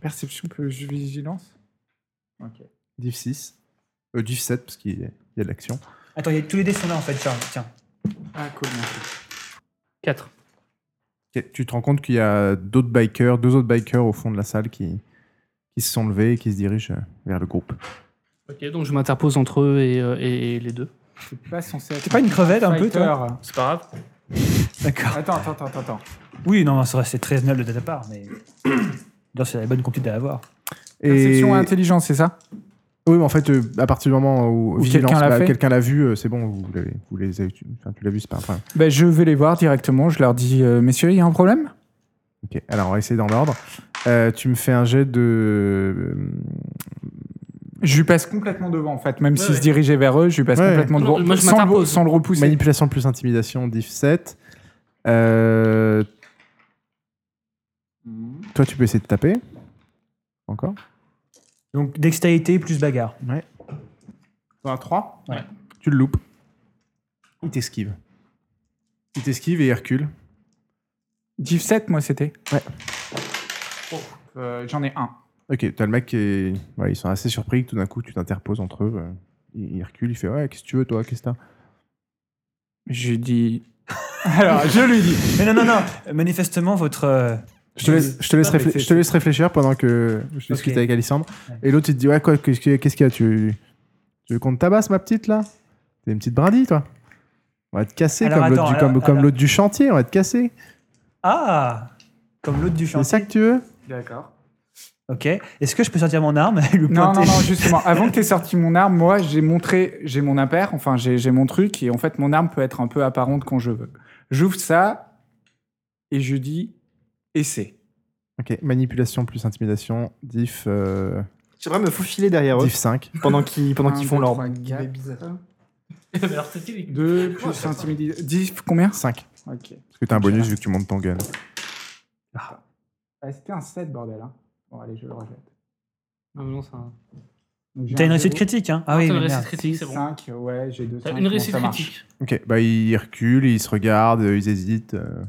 C: Perception plus vigilance.
A: Diff 6. Euh, du 7, parce qu'il y a il y a de l'action.
D: Attends, il y a- tous les dés sont là en fait, Charles. Tiens.
C: Ah, cool. merci.
B: 4.
A: Ok, Tu te rends compte qu'il y a d'autres bikers, deux autres bikers au fond de la salle qui, qui se sont levés et qui se dirigent euh, vers le groupe.
B: Ok, donc je m'interpose entre eux et, euh, et les deux.
C: C'est pas censé être.
D: T'es pas une crevette, un peu, toi
C: fighter.
B: C'est pas grave.
D: D'accord.
C: Attends, attends, attends, attends, attends.
D: Oui, non, ça aurait- c'est très noble de ta part, mais. D'ailleurs, c'est la bonne comptitude à avoir.
A: Et...
C: Perception et intelligence, c'est ça
A: Oui, mais en fait, euh, à partir du moment où,
C: Ou
A: vigilance,
C: quelqu'un l'a
A: bah,
C: fait.
A: quelqu'un l'a vu, euh, c'est bon, vous, l'avez- vous les avez- tu- enfin, tu l'as vu, c'est pas un problème.
C: ben, Je vais les voir directement. Je leur dis euh, Messieurs, il y a un problème
A: Ok, alors on va essayer dans l'ordre. Euh, tu me fais un jet de. euh,
C: Je lui passe complètement devant, en fait. Même
B: Ouais,
C: s'ils
B: ouais.
C: se dirigeaient vers eux, je lui passe
A: Ouais.
C: complètement
B: Non,
C: devant.
B: moi, je
C: sans, le,
B: m'interpose.
C: sans le repousser.
A: Manipulation plus intimidation, diff 7. Euh, Toi, tu peux essayer de taper. Encore
D: Donc, dextérité plus bagarre.
A: un 3
D: Ouais.
A: Tu le loupes. Il t'esquive. Il t'esquive et il recule.
C: Div 7, moi, c'était
A: Ouais.
C: Oh, euh, J'en ai un.
A: Ok, t'as le mec qui est... ouais, ils sont assez surpris que tout d'un coup tu t'interposes entre eux. euh, Il il recule, il fait Ouais, qu'est-ce que tu veux toi Qu'est-ce que t'as
C: Je lui dis. Alors, je lui dis.
D: Mais non, non, non Manifestement, votre. euh,
A: Je te laisse, je te laisse,
D: Non, mais
A: réflé-
D: c'est-
A: je te laisse réfléchir pendant que je discute
D: Ok.
A: avec Alissandre.
D: Ouais.
A: Et l'autre, il te dit Ouais, quoi, qu'est-ce qu'il y a- qu'est-ce qu'il y a tu... tu veux qu'on te tabasse, ma petite là T'es une petite brindille, toi On va te casser
D: Alors,
A: comme l'autre
D: attends,
A: du,
D: alors,
A: comme, comme
D: alors.
A: l'autre du chantier, on va te casser.
D: Ah Comme l'autre du
A: C'est ça
D: chantier.
A: que tu veux
C: D'accord.
D: Ok. Est-ce que je peux sortir mon arme et lui
C: Non,
D: pointer
C: non, non, justement. Avant que tu aies sorti mon arme, moi, j'ai montré, j'ai mon impair, enfin, j'ai j'ai mon truc, et en fait, mon arme peut être un peu apparente quand je veux. J'ouvre ça, et je dis, essaie.
A: Ok, manipulation plus intimidation, diff, euh,
E: J'aimerais me faufiler derrière eux
A: diff 5.
E: pendant qu'ils pendant
C: Un,
E: qu'ils
C: deux,
E: font leur.
C: trois, quatre.
B: Alors c'est qui
C: 2 plus intimidation. 10, combien
A: 5.
C: Ok.
A: Parce que t'as un bonus vu que tu montes ton gun.
C: Ah, C'était un 7, bordel. hein. Bon, allez, je le rejette.
B: Non, Ah, non, c'est un-
C: Donc, j'ai
D: T'as
C: un
D: une réussite
C: zéro,
D: critique, hein Ah oui,
B: T'as
D: mais
B: une réussite
D: merde.
B: critique,
C: six,
B: c'est bon.
C: cinq, ouais, j'ai deux,
B: T'as
C: cinq,
B: une
C: bon,
B: réussite
C: ça marche.
B: critique.
A: Ok, bah ils reculent, ils se regardent, euh, ils hésitent. euh,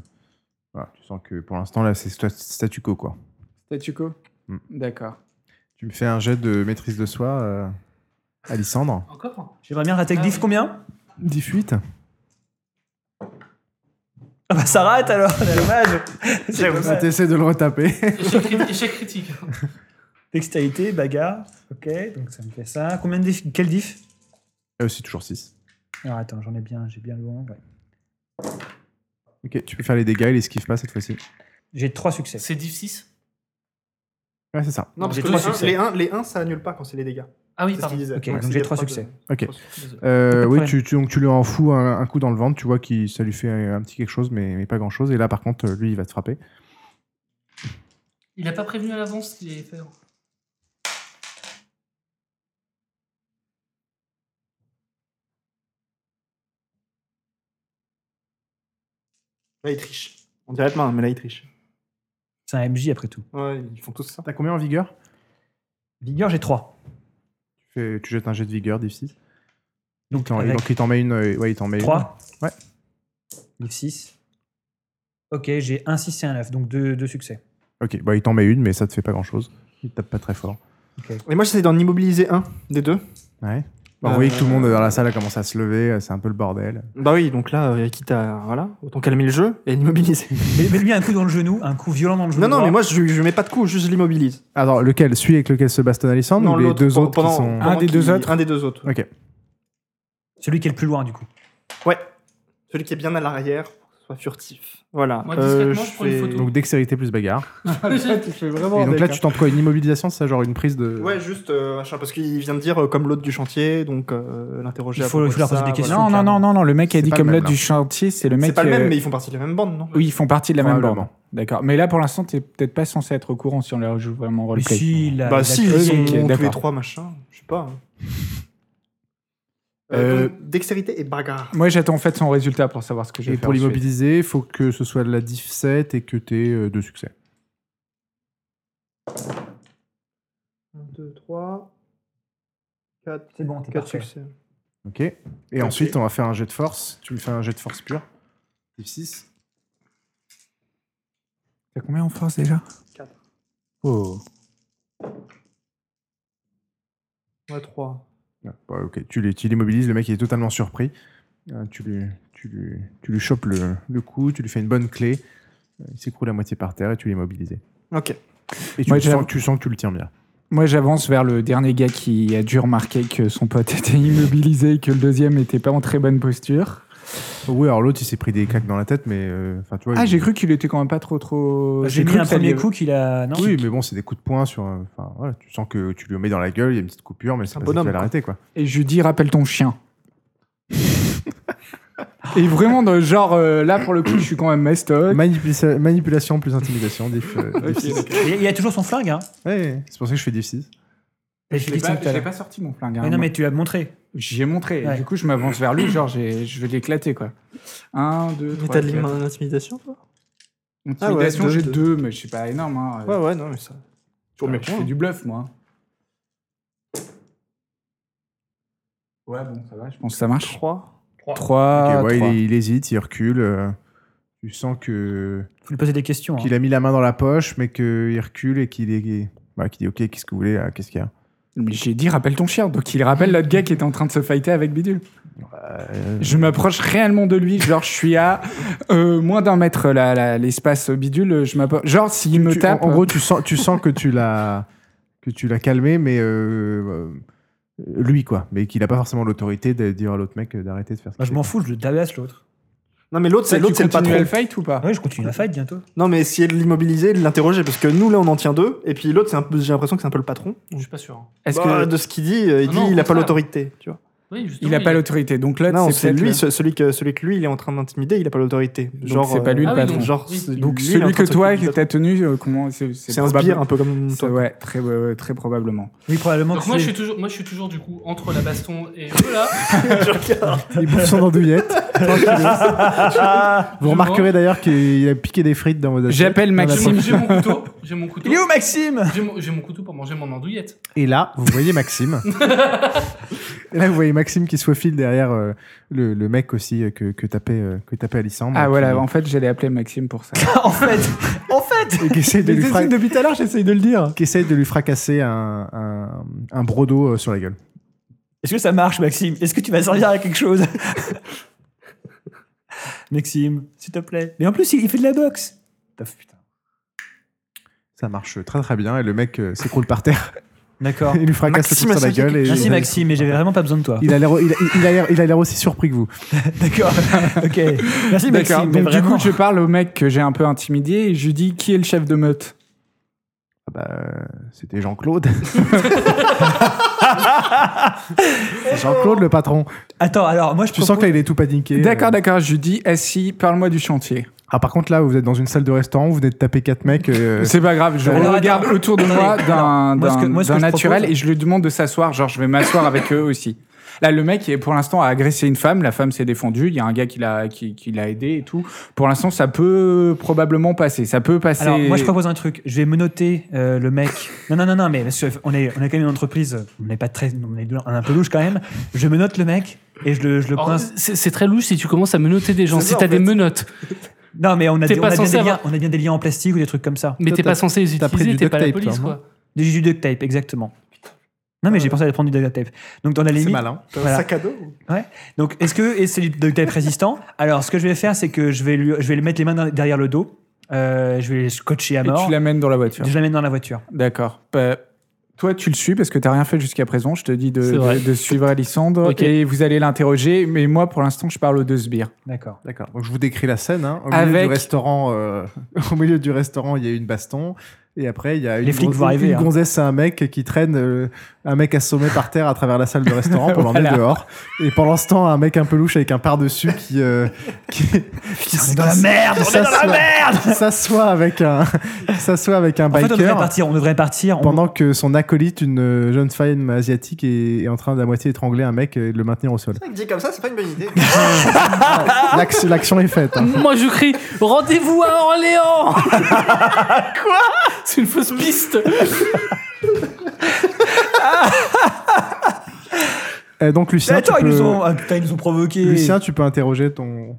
A: voilà, tu sens que pour l'instant là c'est sta- statu quo quoi.
C: Statu quo
A: Hmm.
C: D'accord.
A: Tu me fais un jet de maîtrise de soi, euh, Alissandre.
B: Encore
D: J'aimerais bien rater avec
B: Ah,
D: diff
B: oui.
D: combien
A: Diff 8.
D: Ah bah ça rate alors, dommage C'est
A: Ça
D: dommage.
A: t'essaie de le retaper.
B: Échec cri- échec critique.
D: Dextérité, bagarre, ok, donc ça me fait ça. Combien de diff Quel diff
A: Euh, c'est toujours 6.
D: Alors attends, j'en ai bien, j'ai bien loin. ouais.
A: Ok, tu peux faire les dégâts, il esquive pas cette fois-ci.
D: J'ai trois succès.
B: C'est div 6
A: Ouais, c'est ça.
B: Non, parce
D: J'ai
B: que
D: trois
B: les uns-
D: succès.
E: Les 1, les un, ça annule pas quand c'est les dégâts.
B: Ah oui,
E: C'est ce qu'il
B: pardon.
E: disait.
D: Ok,
E: Ouais,
D: donc
E: c'est
D: j'ai
E: des
D: trois
E: trois
D: succès.
A: Ok.
B: Désolé.
A: Euh,
D: Pas de
A: oui,
D: problème.
A: tu, tu- donc tu lui en fous un, un coup dans le ventre, tu vois que ça lui fait un, un petit quelque chose, mais, mais pas grand chose. Et là, par contre, euh, lui, il va te frapper.
B: Il a pas prévenu à l'avance ce qu'il allait faire.
E: Là, ils trichent. On dirait demain, mais là, ils trichent.
D: C'est un MJ après tout.
E: Ouais, ils font tous ça.
A: T'as combien en vigueur
D: Vigueur, j'ai trois.
A: tu, fais- tu jettes un jet de vigueur, diff 6.
D: Donc,
A: Non, et
D: avec
A: donc il t'en met une. euh, Ouais, il t'en met une.
D: 3
A: Ouais.
D: Diff 6. Ok, j'ai un 6 et un 9, donc deux, deux succès.
A: Ok, bah il t'en met une, mais ça te fait pas grand chose. Il te tape pas très fort.
E: Et moi, j'essaie d'en immobiliser un des deux.
A: Ouais. Bah,
E: Euh,
A: Vous voyez que tout le monde dans la salle a commencé à se lever, euh, c'est un peu le bordel.
E: Bah oui, donc là, euh, quitte à. Voilà, autant calmer le jeu et l'immobiliser.
D: Mais, mais lui, un coup dans le genou, un coup violent dans le genou.
E: non, non,
D: droit.
E: mais moi, je, lui- je lui mets pas de coup, juste je l'immobilise.
A: Alors, lequel Celui avec lequel se bastonne Alissandre ou les
E: l'autre,
A: deux
E: pe-
A: autres qui
E: pendant- Ah.
A: sont.
E: pendant
C: Un des
E: qu'il-
C: deux autres
E: Un des deux autres.
A: Ok.
D: Celui qui est le plus loin, du coup.
E: Ouais. Celui qui est bien à l'arrière, pour que ce soit furtif. Voilà.
B: Moi, discrètement, euh, je prends une photo.
A: Donc, dextérité plus bagarre.
C: tu fais vraiment.
A: Et donc là,
C: d'accord.
A: tu tentes quoi Une immobilisation, c'est ça, genre une prise de.
E: Ouais, juste euh, machin, parce qu'il vient de dire euh, comme l'autre du chantier, donc euh, l'interroger.
D: Il
E: à
D: faut-
E: propos
D: il faut
E: de
D: leur poser
E: ça,
D: des questions.
C: Non,
E: euh,
C: non, non, non, non, le mec a
A: C'est
C: dit
A: pas
C: comme
A: le même,
C: l'autre du chantier, c'est le mec.
E: hein. C'est pas le même,
C: euh,
E: mais ils font partie de la même bande, non
C: Oui, ils font partie de la même
A: Probablement.
C: bande. D'accord. Mais là, pour l'instant, t'es peut-être pas censé être au courant si on leur joue vraiment
D: Mais
C: roleplay.
D: si, il a- il
E: Bah
D: a
E: si,
D: crié.
E: ils sont
C: ok,
E: tous les
C: d'accord.
E: trois machin, je sais pas.
A: Euh,
E: Euh, donc, dextérité et bagarre.
C: Moi, j'attends en fait son résultat pour savoir ce que je vais
A: Et
C: faire.
A: pour
C: ensuite.
A: l'immobiliser, il faut que ce soit de la diff 7 et que tu aies deux succès.
E: 1, 2, 3, 4,
D: C'est bon, t'es
E: 4
D: parfait.
E: succès.
A: Ok. Et ensuite, on va faire un jet de force. Tu me fais un jet de force pur. Diff 6.
C: T'as combien en force déjà
E: Quatre.
C: Oh.
E: Ouais, 3.
A: Ouais, bah, ok. Tu l'es- tu l'immobilises, le mec il est totalement surpris. Euh, tu, lui, tu, lui, tu lui chopes le, le cou, tu lui fais une bonne clé, euh, il s'écroule à moitié par terre et tu l'es immobilisé.
E: Ok.
A: Et tu,
C: Moi,
A: le sens,
C: j'avoue-
A: tu sens que tu le tiens bien.
C: Moi, j'avance vers le dernier gars qui a dû remarquer que son pote était immobilisé et que le deuxième n'était pas en très bonne posture.
A: Oui, alors l'autre il s'est pris des claques dans la tête, mais. euh, enfin, tu vois,
C: Ah,
A: il-
C: j'ai cru qu'il était quand même pas trop trop.
D: Bah, J'ai
C: cru
D: mis un
C: que ça lui
D: premier
C: avait-
D: coup qu'il a. Non
A: Oui, mais bon, c'est des coups de poing sur. euh, Enfin, voilà, tu sens que tu lui mets dans la gueule, il y a une petite coupure, mais c'est
E: un
A: pas ça qui
E: bonhomme,
A: va
E: quoi.
A: l'arrêter, quoi.
C: Et je lui dis rappelle ton chien. et vraiment, dans le genre euh, là pour le coup, je suis quand même mestoc.
A: Manipula- manipulation plus intimidation, diff, euh, diff six.
D: Il a- il a toujours son flingue, hein.
A: Ouais, c'est pour ça que je fais diff 6.
D: Et
C: Je
D: je
C: l'ai
D: l'ai dit
C: pas,
D: tout
C: je
D: à
C: l'ai
D: l'heure.
C: pas sorti mon flingue. hein,
D: Mais non,
C: moi.
D: mais tu l'as montré.
C: J'y ai montré.
D: Ouais.
C: Du coup, je m'avance vers lui, genre j'ai- je vais l'éclater quoi. Un, deux,
F: Mais
C: trois.
F: t'as de
C: quatre.
F: l'intimidation, toi
C: Intimidation,
E: Ah ouais,
C: j'ai
E: deux,
C: deux, mais je suis pas énorme. Hein.
E: Ouais, ouais, non, mais ça.
D: Ah
E: Tu remets
C: je fais
E: point.
C: du bluff, moi. hein. Ouais, bon, ça va, je pense que ça marche.
E: 3.
C: 3,
A: Ok, ouais, il, il hésite, il recule. euh, tu sens que
D: Faut lui poser des questions. hein.
A: qu'il a mis la main dans la poche, mais qu'il recule et qu'il est, bah, qu'il dit ok, qu'est-ce que vous voulez, là qu'est-ce qu'il y a
C: J'ai dit rappelle ton chien, donc il rappelle l'autre gars qui était en train de se fighter avec Bidule. Je m'approche réellement de lui, genre je suis à euh, moins d'un mètre là, là, l'espace Bidule. Je m'approche. Genre s'il me
A: Tu- en,
C: tape.
A: en gros, tu sens, tu sens que tu l'as que tu l'as calmé, mais euh, euh, lui quoi, mais qu'il a pas forcément l'autorité de dire à l'autre mec euh, d'arrêter de faire. ce
D: Bah,
A: qu'il
D: je m'en fous, je le tabasse l'autre.
E: Non, mais l'autre,
C: ça,
E: c'est
C: tu
E: l'autre, c'est le
C: continues à
E: patron.
C: le fight ou pas
D: Ah oui, je continue la fight bientôt.
E: Non, mais essayer de l'immobiliser, et de l'interroger, parce que nous, là, on en tient deux, et puis l'autre, c'est un peu- j'ai l'impression que c'est un peu le patron.
B: Je suis pas sûr. hein.
C: Est-ce
E: Bah,
C: que
E: De ce qu'il dit, euh, il
B: Ah
E: dit,
B: non, au
E: il a pas
B: contraire.
E: l'autorité, tu vois.
B: Oui,
C: il
B: justement,
C: n'a pas l'autorité Donc là,
E: Non,
C: c'est
E: c'est
C: peut-être
E: lui,
C: le-
E: ce- celui que, celui que lui, il est en train d'intimider, il a pas l'autorité.
C: Donc,
E: Genre,
C: c'est pas lui le Ah
E: euh,
C: oui, patron. donc-
E: Genre,
B: oui.
E: c'est-
C: Donc
E: lui, il est
C: celui
E: en train
C: que
E: de se
C: toi,
E: faire
C: t'as tenu, euh, comment c'est
E: C'est un sbire, un peu comme
C: C'est-
E: toi.
C: Ouais, très, euh, très probablement.
D: Oui, probablement
B: Donc
D: que
B: moi je,
D: c'est-
B: suis toujours, moi je suis toujours du coup entre la baston et voilà.
A: Il bouffe son andouillette. tranquillou. vous remarquerez d'ailleurs qu'il a piqué des frites dans vos assiettes.
C: J'appelle
A: Dans la
C: Maxime.
B: J'ai mon couteau, j'ai mon couteau,
D: Il est où Maxime
B: j'ai mon, j'ai mon couteau pour manger mon andouillette.
A: Et là, vous voyez Maxime. Et là, vous voyez Maxime qui se faufile derrière euh, le, le mec aussi euh, que, que tapait, euh, que tapait Alissandre.
C: Ah
A: Qui-
C: voilà, en fait, j'allais appeler Maxime pour ça.
D: En fait, en fait
A: Et qui essaie de, lui fra-
C: depuis tout à l'heure, j'essaye de le dire.
A: qui essaie de lui fracasser un, un, un brodo euh, sur la gueule.
D: Est-ce que ça marche, Maxime Est-ce que tu vas servir à quelque chose Maxime, s'il te plaît. Mais en plus, il il fait de la boxe. Taf, putain.
A: Ça marche très très bien et le mec euh, s'écroule par terre.
D: D'accord.
A: Il lui fracasse le
E: Maxime
A: truc sur
E: a
A: la
E: sorti
A: gueule. Et
D: Merci Maxime, mais j'avais vraiment pas besoin de toi.
A: Il a l'air il a- il a l'air- il a l'air aussi surpris que vous.
D: D'accord. Ok. Merci
C: D'accord. Donc
D: Maxime. Bah, mais
C: du
D: vraiment.
C: coup, je parle au mec que j'ai un peu intimidé et je lui dis qui est le chef de meute.
A: Ah bah, c'était Jean-Claude. C'est Jean-Claude le patron.
D: Attends, alors moi je
A: Tu sens que là il est tout paniqué. euh.
C: D'accord,
D: euh,
C: d'accord. Je lui dis assis, parle-moi du chantier.
A: Ah, par contre, là, vous êtes dans une salle de restaurant, vous venez de taper quatre mecs. euh,
C: C'est pas grave. Je
D: alors, attends.
C: regarde autour de moi
D: Attendez,
C: d'un
D: alors, moi, ce que-
C: d'un-
D: moi, ce
C: d'un
D: que je
C: naturel
D: propose-
C: et je lui demande de s'asseoir. Genre, je vais m'asseoir avec eux aussi. Là, le mec, il est- pour l'instant, a agressé une femme. La femme s'est défendue. Il y a un gars qui l'a qui, qui l'a aidé et tout. Pour l'instant, ça peut probablement passer. Ça peut passer.
D: Alors, moi, je propose un truc. Je vais me noter euh, le mec. Non, non, non, non, mais parce que on est, on est quand même une entreprise. On n'est pas très. On est un peu louche quand même. Je me note le mec et je le, je le
B: Alors,
D: coince.
B: C'est c'est très louche si tu commences à menoter des gens,
E: C'est
B: si
E: ça,
B: t'as
E: en
B: des
E: fait.
B: menottes,
D: Non, mais on a,
B: T'es
D: des, on,
B: pas
D: a bien
B: censé
D: des liens,
B: avoir-
D: on a bien des liens en plastique ou des trucs comme ça.
B: mais
A: Toi,
B: t'es
A: t'as-
B: pas censé les
A: t'as pris
B: utiliser,
A: du
B: t'es pas la
A: duct tape,
B: police
A: toi,
B: quoi.
D: Du, du duct tape, exactement. Non, mais j'ai pensé à prendre du duct tape. Donc, dans la
A: C'est
D: limite.
A: malin.
E: T'as
D: Voilà.
E: un sac à dos ou-
D: Donc, est-ce que et c'est du duct tape résistant Alors, ce que je vais faire, c'est que je vais, lui, je vais lui mettre les mains derrière le dos. Euh, je vais le scotcher à
C: Et
D: mort.
C: tu l'amènes dans la voiture.
D: Je l'amène dans la voiture.
C: D'accord. Bah, toi, tu le suis parce que t'as rien fait jusqu'à présent. Je te dis de,
B: C'est vrai.
C: de, de suivre Alissandre
B: Ok.
C: et vous allez l'interroger. Mais moi, pour l'instant, je parle aux deux sbires.
D: D'accord.
A: D'accord. Donc, je vous décris la scène. hein. Au, milieu
C: Avec-
A: du restaurant, euh, au milieu du restaurant, il y a une baston. Et après, il y a une,
D: Les flics
A: gon-
D: vont arriver,
A: une
D: hein.
A: gonzesse à un mec qui traîne euh, un mec assommé par terre à travers la salle de restaurant pour l'emmener
C: Voilà.
A: dehors. Et pendant ce temps, un mec un peu louche avec un par-dessus qui, euh, qui, qui
D: On est dans la merde
A: qui
D: On est dans la
A: s'assoit-
D: merde
A: qui s'assoit avec un, qui s'assoit avec un
D: En fait, on devrait
A: biker.
D: partir. On devrait partir. On-
A: pendant que son acolyte, une euh, jeune femme asiatique, est, est en train d'à moitié étrangler un mec et de le maintenir au sol.
E: C'est vrai que dit comme ça, c'est pas une bonne idée.
D: Ah
A: L'action l'action est faite. hein.
B: Moi je crie rendez-vous à Orléans Quoi C'est une fausse piste
A: Euh, donc Lucien,
D: Mais attends,
A: tu
D: ils
A: peux-
D: nous ont, ah, putain, ils nous ont provoqué.
A: Lucien, tu peux interroger ton.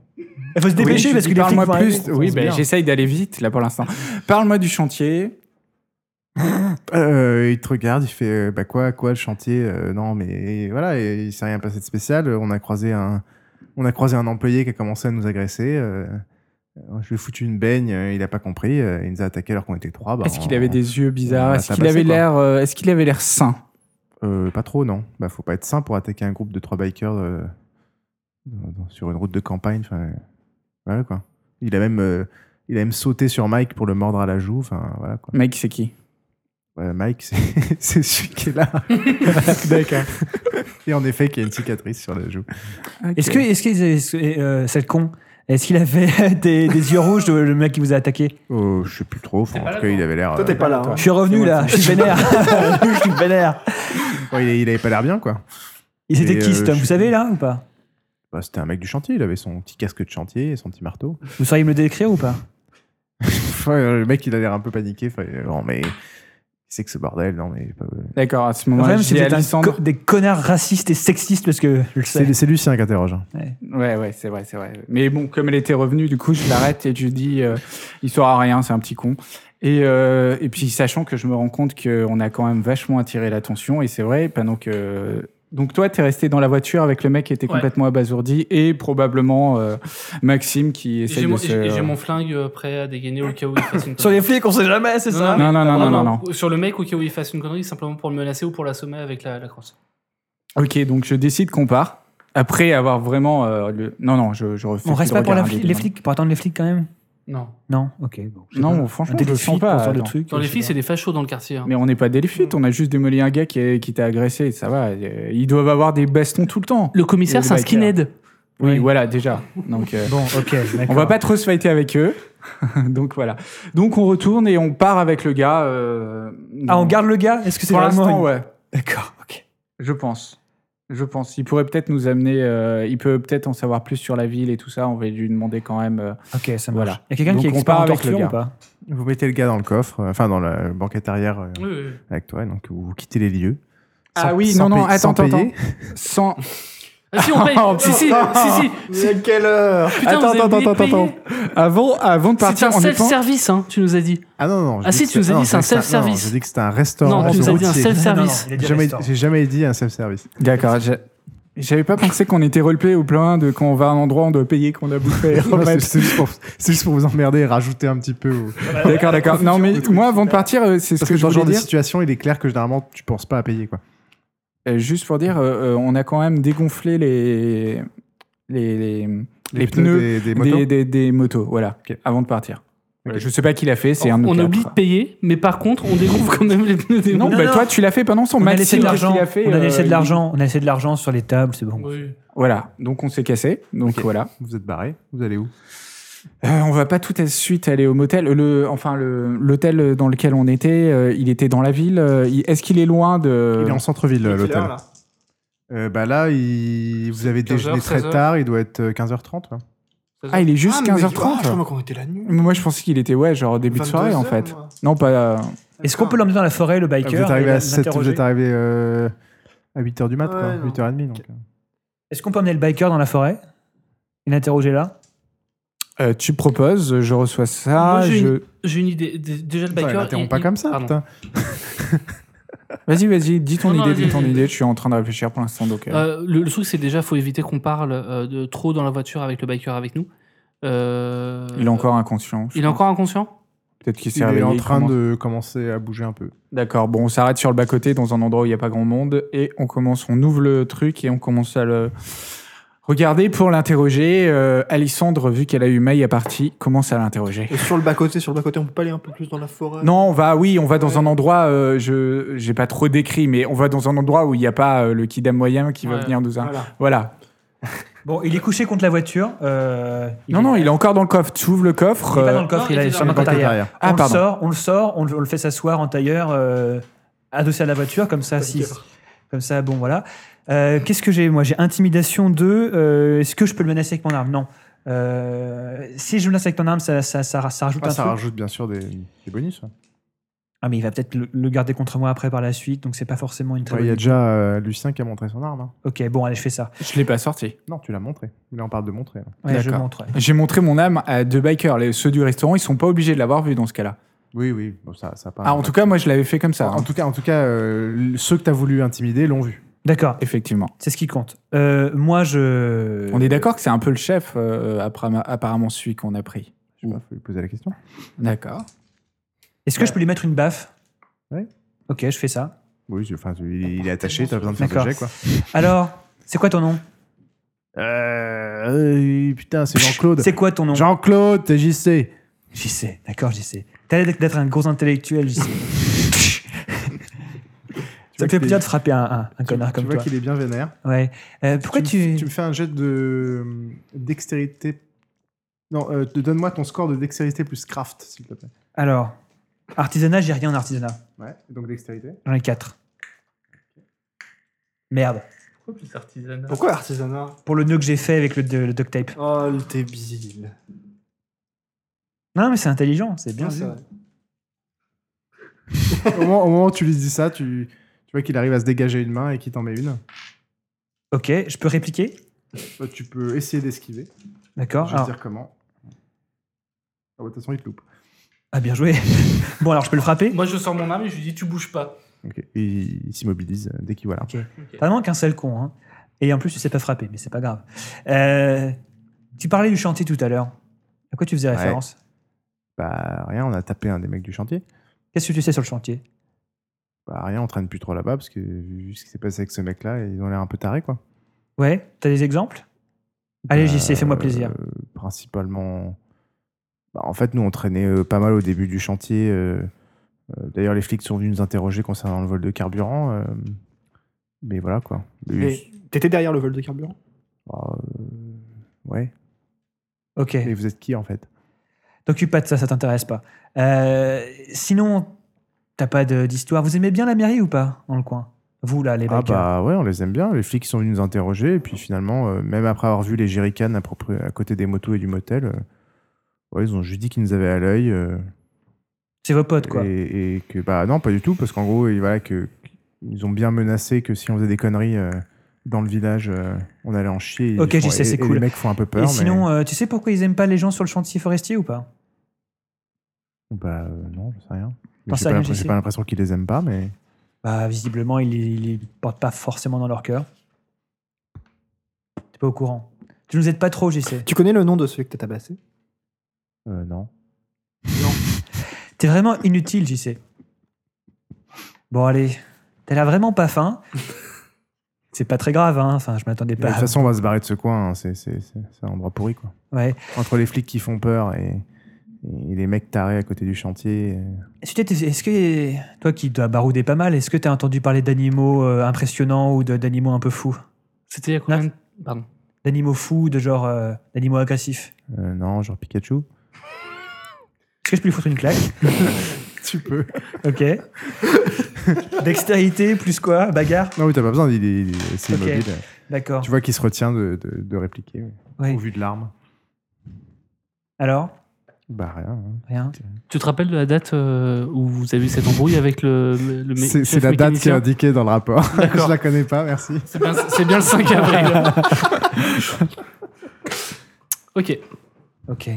D: il faut se dépêcher parce que les flics
C: parle-moi
D: vont
C: plus.
D: arriver.
C: Oui,
A: C'est
C: ben,
A: bien.
C: j'essaye d'aller vite là pour l'instant. Parle-moi du chantier.
A: Euh, il te regarde, il fait euh, bah quoi, quoi le chantier Euh, Non, mais voilà, et il s'est rien passé de spécial. On a croisé un, on a croisé un employé qui a commencé à nous agresser. euh, je lui ai foutu une baigne, euh, il a pas compris. euh, il nous a attaqué alors qu'on était trois. bah,
C: Est-ce qu'il
A: on-
C: avait des yeux
A: on
C: bizarres
A: l'a
C: Est-ce qu'il
A: tabassé,
C: avait
A: quoi.
C: l'air euh, Est-ce qu'il avait l'air sain
A: Euh, Pas trop, non. Bah faut pas être sain pour attaquer un groupe de trois bikers euh, dans- dans- sur une route de campagne. Enfin, voilà quoi. Il a même, euh, il a même sauté sur Mike pour le mordre à la joue. Enfin voilà quoi.
C: Mike, c'est qui
A: Ouais, Euh, Mike, c'est c'est celui qui est là.
C: D'accord.
A: Et en effet, qui a une cicatrice sur la joue.
D: Est-ce que, est-ce qu'ils- est-ce que, euh, cette con, est-ce qu'il avait des, des yeux rouges, le le mec qui vous a attaqué
A: Oh, je sais plus trop. Enfin,
B: T'es
A: en
B: pas
A: tout
B: là,
A: cas,
B: toi.
A: il avait l'air.
E: Toi,
A: euh,
E: t'es pas là.
C: toi.
E: hein.
D: Je suis revenu là, je suis vénère. je suis vénère.
A: bon, il, il avait pas l'air bien, quoi.
D: Et c'était
A: Et,
D: qui,
A: euh,
D: cet homme
A: je-
D: Vous savez là ou pas
A: Bah, C'était un mec du chantier. Il avait son petit casque de chantier et son petit marteau.
D: Vous sauriez me le décrire ou pas
A: Enfin, euh, le mec, il a l'air un peu paniqué. Enfin, euh, non, mais. C'est que ce bordel, non, mais. pas- euh,
C: D'accord, à ce
D: Le
C: moment-là,
D: problème,
C: je
D: c'est
C: dis
D: que vous êtes un
C: Alexandre.
D: co- des connards racistes et sexistes parce que je le sais.
A: C'est c'est Lucien qui interroge. hein.
C: Ouais, ouais, c'est vrai, c'est vrai. Mais bon, comme elle était revenue, du coup, je l'arrête et je lui dis euh, il saura rien, c'est un petit con. Et, euh, et puis, sachant que je me rends compte qu'on a quand même vachement attiré l'attention, et c'est vrai, pendant que. Donc, toi, t'es resté dans la voiture avec le mec qui était
B: Ouais.
C: complètement abasourdi et probablement euh, Maxime qui
B: Et
C: essaye
B: J'ai
C: de
B: mon,
C: se.
B: et j'ai mon flingue euh, prêt à dégainer au cas où il fasse une connerie.
D: Sur les flics, on sait jamais, c'est ça
C: Non, non, non, non, non,
B: Vraiment,
C: non.
B: Sur le mec, au cas où il fasse une connerie, simplement pour le menacer ou pour l'assommer avec la, la crosse.
C: Ok, donc je décide qu'on part. Après avoir vraiment. euh, le... Non, non, je, je refuse.
D: On reste
C: le
D: pas pour la
C: regard
D: fli-
C: indéfiniment.
D: les flics, pour attendre les flics quand même
B: Non.
D: Non, ok. Bon, je sais
C: Non,
D: pas.
C: franchement,
D: Un
C: je le
D: téléfilm
C: sens pas.
D: pour faire le
C: attends.
D: truc.
B: Dans les
D: je sais
B: filles,
D: pas.
B: c'est des fachos dans le quartier. hein.
C: Mais on n'est pas des fuites, on a juste démoli un gars qui, est- qui t'a agressé, ça va. euh, Ils doivent avoir des bastons tout le temps.
B: Le commissaire,
C: Et
B: c'est un
C: le biker.
B: skinhead.
C: Oui,
D: Oui.
C: voilà, déjà. Donc, euh,
D: Bon, ok.
C: on
D: d'accord.
C: va pas trop se fighter avec eux. Donc voilà. Donc on retourne et on part avec le gars. euh,
D: Ah, on
C: dans-
D: garde le gars Est-ce que c'est
C: Pour
D: vraiment
C: l'instant,
D: une-
C: ouais.
D: D'accord, ok.
C: Je pense. Je pense. Il pourrait peut-être nous amener. euh, il peut peut-être en savoir plus sur la ville et tout ça. On va lui demander quand même. euh,
D: Ok, ça marche.
C: Voilà.
D: Voilà. Il y a quelqu'un
C: Donc,
D: qui est
C: on
D: expert
C: part
D: en
C: avec le
D: torture
C: gars.
D: ou pas
A: Vous mettez le gars dans le coffre, euh, enfin, dans la banquette arrière euh,
B: Oui, oui, oui.
A: avec toi, donc vous quittez les lieux.
C: Ah oui, non, non,
A: paye- sans
C: attends, attends,
A: payer.
C: Sans.
B: Ah si, on paye Si, si, si, si.
E: Mais à quelle heure
B: Putain,
A: Attends,
B: vous avez
A: attends,
B: oublié de
A: attends,
B: payer.
A: attends.
C: Avant, avant de
B: C'est
C: partir,
B: un
C: on dépend.
B: self-service, hein, tu nous as dit.
A: Ah non, non. je
B: Ah
A: dis
B: si,
A: que
B: tu nous as
A: non,
B: dit, c'est un
A: je dis que non,
B: self-service.
A: Je dis que c'est un restaurant.
B: non, tu nous as dit un
A: routier.
B: self-service.
A: J'ai jamais- J'ai jamais dit un self-service.
C: D'accord. j'a- J'avais pas pensé qu'on était roleplay au plein de quand on va à un endroit, on doit payer, qu'on a bouffé.
A: Non, c'est- C'est juste, pour- c'est juste pour vous emmerder et rajouter un petit peu. au-
C: D'accord, d'accord. Non, mais moi, avant de partir, euh, c'est ce
A: Parce
C: que
A: que
C: je
A: dans ce
C: voulais
A: genre de
C: dire.
A: situation, il est clair que généralement, tu penses pas à payer. quoi.
C: Euh, juste pour dire, euh, euh, on a quand même dégonflé les, les, les, les pneus
A: des, des
C: des,
A: motos.
C: des, des motos, voilà,
A: Ok.
C: avant de partir.
A: Ok.
C: Euh, Je sais pas qui l'a fait, c'est un de nous
B: On
C: quatre.
B: oublie de payer, mais par contre, on découvre quand même les pneus des
C: Non,
B: motos.
C: bah,
D: non.
C: toi, tu l'as fait pendant son
D: On a
C: maxi,
D: laissé de
C: qu'est-ce qu'il
D: l'argent.
C: a fait
D: On a
C: euh,
D: laissé de
C: il-
D: l'argent. On a laissé de l'argent sur les tables, c'est bon.
B: Oui.
C: Voilà, donc on s'est cassé. Donc
A: Ok.
C: voilà.
A: Vous êtes barré. Vous allez où
C: Euh, on va pas tout de suite aller au motel. Le, enfin, le- l'hôtel dans lequel on était, euh, il était dans la ville. euh, il- est-ce qu'il est loin de.
B: Euh,
A: Il est en centre-ville,
E: Il est
A: l'hôtel.
E: là, Ah, là.
A: Euh, bah là, il- vous avez
B: 15 heures,
A: déjeuné très
B: 16 heures.
A: tard. Il doit être euh, 15h30. ouais.
C: Ah, il est juste
E: Ah, mais- ah, je
C: 15h30.
E: crois qu'on était la nuit.
C: Moi, je pensais qu'il était, ouais, genre début de soirée, en
E: 22h,
C: fait.
E: moi.
C: Non, pas. euh,
D: Est-ce qu'on peut l'emmener dans la forêt, le biker
A: Ah, Vous êtes arrivé
D: et
A: à, 7, vous
D: l'interroger
A: êtes arrivé, euh, à 8h du mat,
E: Ouais,
A: quoi,
E: non.
A: 8h30.
B: Bah,
A: Donc. euh.
D: Est-ce qu'on peut emmener le biker dans la forêt et l'interroger là
C: euh, tu proposes, je reçois ça.
B: Moi, j'ai
C: je-
B: une- J'ai une idée. Dé- Déjà, le
A: Attends, il
B: biker.
A: m'interrompt
B: il-
A: pas
B: il-
A: comme ça,
B: Pardon.
A: putain.
C: Vas-y, vas-y, dis ton
B: Non, non,
C: idée, dis
B: vas-y,
C: ton
B: vas-y.
C: idée. Je suis en train de réfléchir pour l'instant, donc. euh,
B: Euh, le, le truc, c'est déjà, faut éviter qu'on parle euh, de trop dans la voiture avec le biker avec nous. Euh,
C: il est encore inconscient. je
B: Il est
C: pense.
B: encore inconscient
C: Peut-être qu'il s'est
A: Il est
C: réveillé,
A: en
C: il
A: train
C: commence-
A: de commencer à bouger un peu.
C: D'accord, bon, on s'arrête sur le bas-côté dans un endroit où il n'y a pas grand monde et on commence, on ouvre le truc et on commence à le regarder pour l'interroger. Euh, Alissandre, vu qu'elle a eu mail à partie, commence à l'interroger.
E: Et sur le bas-côté, sur le bas-côté, on peut pas aller un peu plus dans la forêt
C: Non, on va, oui, on va dans
E: Ouais.
C: un endroit, euh, je j'ai pas trop décrit, mais on va dans un endroit où il n'y a pas euh, le kidam moyen qui va
B: Ouais,
C: venir nous. un-
E: Voilà.
C: Voilà.
D: Bon, il est couché contre la voiture. euh,
C: non, non,
D: est-
C: il est encore dans le coffre. Tu ouvres le coffre.
D: il est pas
C: euh,
D: dans le coffre,
B: Non,
D: il
B: il est
D: est sur
B: dans
D: le
B: le
D: compte
A: Côté
D: arrière.
A: arrière.
C: Ah,
D: on le
C: pardon.
D: sort, on le sort, on le, on le fait s'asseoir en tailleur, euh, adossé à la voiture, comme ça, si, comme ça, bon voilà. Euh, Qu'est-ce que j'ai Moi, j'ai intimidation 2. euh, Est-ce que je peux le menacer avec mon arme Non. Euh, si je le menace avec ton arme, ça, ça, ça, ça rajoute
A: Ah,
D: un
A: ça
D: truc.
A: rajoute bien sûr des, des bonus. hein. ouais.
D: Ah, mais il va peut-être le, le garder contre moi après par la suite, donc c'est pas forcément une très
A: Ouais, Il y
D: bonne
A: a
D: idée.
A: déjà euh, Lucien qui a montré son arme. hein.
D: Ok, bon, allez, je fais ça.
C: Je l'ai pas sorti.
A: Non, tu l'as montré. Il en parle de montrer. là.
D: Ouais, je
C: D'accord.
D: montre. ouais.
C: J'ai montré mon âme à deux bikers. Les, ceux du restaurant, ils sont pas obligés de l'avoir vu dans ce cas-là.
A: Oui, oui. Bon, ça, ça a pas-
C: Ah, en tout cas, moi, je l'avais fait comme ça. hein.
A: en tout cas, en tout cas, euh, ceux que t'as voulu intimider l'ont vu.
D: D'accord,
C: Effectivement.
D: c'est ce qui compte. Euh, moi, je.
C: On est d'accord que c'est un peu le chef, euh, apparemment apparemment, celui qu'on a pris.
A: Je sais pas, faut lui poser la question.
C: D'accord.
D: Est-ce que je peux lui mettre une baffe
A: Ouais.
D: Ok, je fais ça.
A: Oui, je- enfin, il il est attaché, t'as besoin de faire
D: D'accord.
A: ce jet, quoi.
D: Alors, c'est quoi ton nom
A: Euh, euh, putain, c'est Jean-Claude.
D: C'est quoi ton nom
A: Jean-Claude, t'es JC.
D: J'y sais, d'accord, j'y sais. T'as l'air d'être un gros intellectuel, j'y sais. Ça
A: vois
D: me fait
A: qu'il
D: plaisir
A: est-
D: de frapper un, un- un connard
A: tu
D: comme
A: vois
D: toi.
A: qu'il est bien vénère.
D: Ouais. Euh, pourquoi
A: me-
D: tu.
A: Tu me fais un jet de euh, dextérité. Non, euh, te- donne-moi ton score de dextérité plus craft, s'il te plaît.
D: Alors, artisanat, j'ai rien en artisanat.
A: Ouais, donc dextérité.
D: J'en ai 4. Merde.
B: Pourquoi plus artisanat
E: Pourquoi artisanat
D: Pour le nœud que j'ai fait avec le, le duct tape.
E: Oh, le débile.
D: Non, mais c'est intelligent, c'est bien
E: Bien
D: vu.
E: ça.
A: au, moment, au moment où tu lui dis ça, tu, tu vois qu'il arrive à se dégager une main et qu'il t'en met une.
D: Ok, je peux répliquer
A: Toi, tu peux essayer d'esquiver.
D: D'accord.
A: je vais te
D: alors-
A: dire comment. Ah ouais, de toute façon, il te loupe.
D: Ah, bien joué. bon, alors je peux le frapper
B: Moi, je sors mon arme et je lui dis tu bouges pas.
A: Ok. Et il il s'immobilise euh, dès qu'il voit l'arme.
D: T'as vraiment qu'un seul con. Hein. Et en plus, tu sais pas frapper, mais c'est pas grave. Euh, tu parlais du chantier tout à l'heure. À quoi tu faisais référence
A: Bah rien, on a tapé un des mecs du chantier.
D: Qu'est-ce que tu sais sur le chantier
A: Bah rien, on traîne plus trop là-bas parce que vu ce qui s'est passé avec ce mec-là, ils ont l'air un peu tarés, quoi.
D: Ouais, t'as des exemples Allez,
A: Bah,
D: JC, fais-moi plaisir.
A: euh, principalement. bah, en fait, nous, on traînait euh, pas mal au début du chantier. euh, euh, D'ailleurs, les flics sont venus nous interroger concernant le vol de carburant. euh, mais voilà, quoi. Mais,
E: Et T'étais derrière le vol de carburant
A: bah, euh, ouais.
D: Ok.
A: Mais vous êtes qui, en fait
D: T'occupes pas de ça, ça t'intéresse pas. Euh, sinon, t'as pas de- d'histoire. Vous aimez bien la mairie ou pas dans le coin Vous là, les
A: Ah,
D: bacs. euh,
A: bah ouais, on les aime bien. Les flics sont venus nous interroger. Et puis finalement, euh, même après avoir vu les jerrycans à, propri- à côté des motos et du motel, euh, ouais, ils ont juste dit qu'ils nous avaient à l'œil. euh,
D: C'est vos potes quoi.
A: Et, et que bah non, pas du tout, parce qu'en gros, il- voilà, que ils ont bien menacé que si on faisait des conneries euh, dans le village, euh, on allait en chier. Ils
D: Ok,
A: font-
D: j'y sais,
A: et-
D: c'est
A: et
D: cool.
A: Les mecs font un peu peur.
D: Et
A: mais-
D: sinon, euh, tu sais pourquoi ils aiment pas les gens sur le chantier forestier ou pas
A: bah euh, non, je sais rien. Mais J'ai
D: T'en sais
A: pas,
D: rien,
A: l'impression-
D: j'y
A: j'ai
D: sais.
A: pas l'impression qu'ils les aiment pas, mais
D: Bah visiblement, ils, ils, ils portent pas forcément dans leur cœur. T'es pas au courant. Tu nous aides pas trop, JC.
E: Tu connais le nom de celui que t'as tabassé
A: euh, non.
D: T'es vraiment inutile, JC. Bon allez, t'as l'air vraiment pas faim. C'est pas très grave, hein. Enfin, je m'attendais
A: Mais
D: pas.
A: de
D: à-
C: Bah,
A: toute façon, on va se barrer de ce coin. hein, C'est c'est- c'est- c'est un endroit pourri, quoi.
D: Ouais.
A: Entre les flics qui font peur et, et les mecs tarés à côté du chantier. euh,
D: Est-ce que t'es- est-ce que, toi qui dois barouder pas mal, est-ce que t'as entendu parler d'animaux euh, impressionnants ou de- d'animaux un peu fous
B: C'était il y a combien de... Pardon.
D: D'animaux fous, de genre euh, d'animaux agressifs
A: euh, non, genre Pikachu.
D: Est-ce que je peux lui foutre une claque
A: tu peux.
D: Ok. Dextérité plus quoi Bagarre
A: Non, mais t'as pas besoin. Il est, il est- c'est
D: Ok.
A: immobile.
D: D'accord.
A: Tu vois qu'il se retient de, de- de répliquer. oui.
D: Oui.
A: Au vu de l'arme.
D: Alors
A: Bah rien. hein.
D: Rien.
B: Tu te rappelles de la date euh, où vous avez eu cette embrouille avec le, le, le mé-
A: C'est c'est
B: chef
A: la date qui est
B: mécanicien
A: indiquée dans le rapport.
B: D'accord.
A: Je la connais pas, merci.
B: C'est bien, c'est bien le 5 avril. ok.
D: Ok.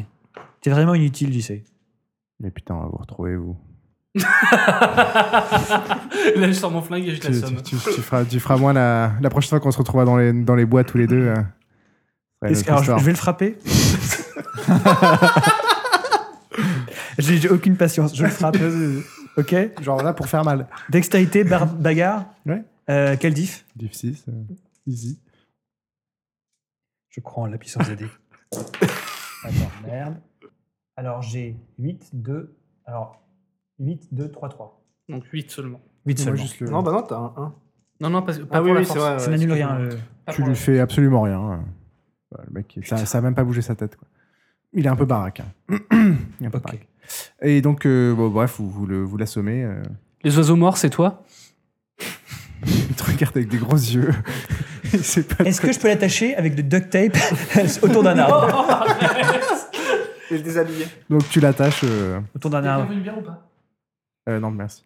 D: T'es vraiment inutile, tu sais.
A: Mais putain, on va vous retrouver, vous.
B: Là, je sors mon flingue et je
A: Tu, tu- tu- tu feras, tu feras moins la, la prochaine fois qu'on se retrouvera dans les, dans les bois tous les deux. euh, ouais,
D: Est-ce-
A: notre
D: Alors, je,
A: histoire.
D: je vais le frapper J'ai j'ai aucune patience, je le frappe. Ok
A: Genre là, pour faire mal.
D: Dextérité, bar- bagarre
A: Ouais.
D: Euh, quel diff
A: Diff 6, euh, easy.
D: Je crois en la puissance des dés. Attends, merde. Alors j'ai 8, 2. Alors 8, 2, 3, 3.
B: Donc 8 seulement.
D: 8
A: Moi,
D: seulement.
A: juste le-
E: Non, bah non, t'as un 1.
B: Non, non, parce que pas
E: Ah
B: pour
E: oui,
B: la
E: oui,
B: force.
E: c'est vrai.
D: Ça
E: ouais,
D: n'annule
E: excuse-moi.
D: rien. euh.
B: Pas
A: Tu
B: pour
A: lui
B: la-
A: fais absolument rien. hein. Bah, le mec, ça, ça a même pas bougé sa tête. Quoi. Il est un peu baraque. hein. Il est un peu
D: Ok.
A: baraque. Et donc, euh, bon, bref, vous, vous le- vous l'assommez. euh,
B: Les oiseaux morts, c'est toi
A: il te regarde avec des gros yeux. Il sait pas
D: Est-ce que je peux l'attacher avec du duct tape autour d'un arbre
E: Et le déshabiller.
A: Donc tu l'attaches. Euh...
D: Autour d'un arbre.
B: une bière ou pas
A: euh, non, merci.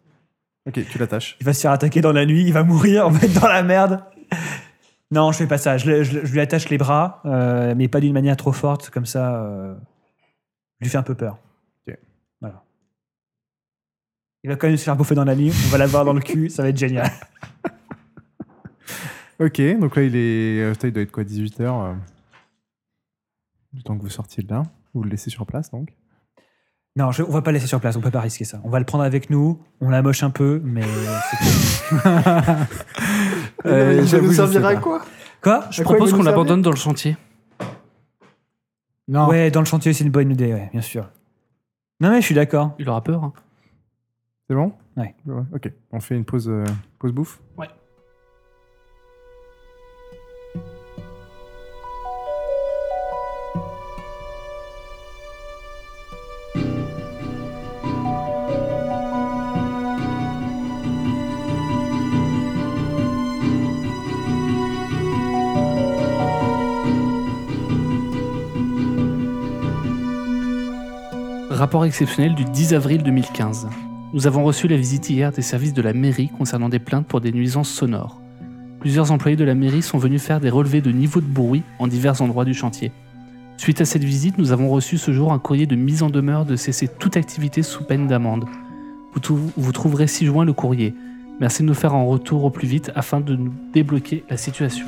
A: Ok, tu l'attaches.
D: Il va se faire attaquer dans la nuit, il va mourir, on va être dans la merde. Non, je fais pas ça. Je, le- je le- je lui attache les bras, euh, mais pas d'une manière trop forte, comme ça. euh, je lui fais un peu peur.
A: Ok.
D: Voilà. Il va quand même se faire bouffer dans la nuit. On va l'avoir dans le cul. Ça va être génial.
A: Ok, donc là, il est. euh, putain, il doit être quoi, 18h Du temps que vous sortiez de là. Vous le laissez sur place, donc.
D: Non, je- on va pas le laisser sur place. On peut pas risquer ça. On va le prendre avec nous. On l'amoche un peu, mais. c'est tout.
C: Euh,
E: mais ça
C: j'avoue,
E: nous
C: je
E: servira
C: sais
E: à
C: pas.
E: quoi
D: Quoi
B: Je
E: À
B: propose
E: quoi il veut
B: qu'on
E: nous servir
B: l'abandonne dans le chantier.
C: Non.
D: Ouais, dans le chantier, c'est une bonne idée, ouais, bien sûr. Non, mais je suis d'accord.
B: Il aura peur. hein.
A: C'est bon
D: Ouais.
A: Ok, on fait une pause, euh, pause bouffe
B: Rapport exceptionnel du 10 avril 2015. Nous avons reçu la visite hier des services de la mairie concernant des plaintes pour des nuisances sonores. Plusieurs employés de la mairie sont venus faire des relevés de niveau de bruit en divers endroits du chantier. Suite à cette visite, nous avons reçu ce jour un courrier de mise en demeure de cesser toute activité sous peine d'amende. Vous, trou- vous trouverez ci-joint le courrier. Merci de nous faire un retour au plus vite afin de nous débloquer la situation.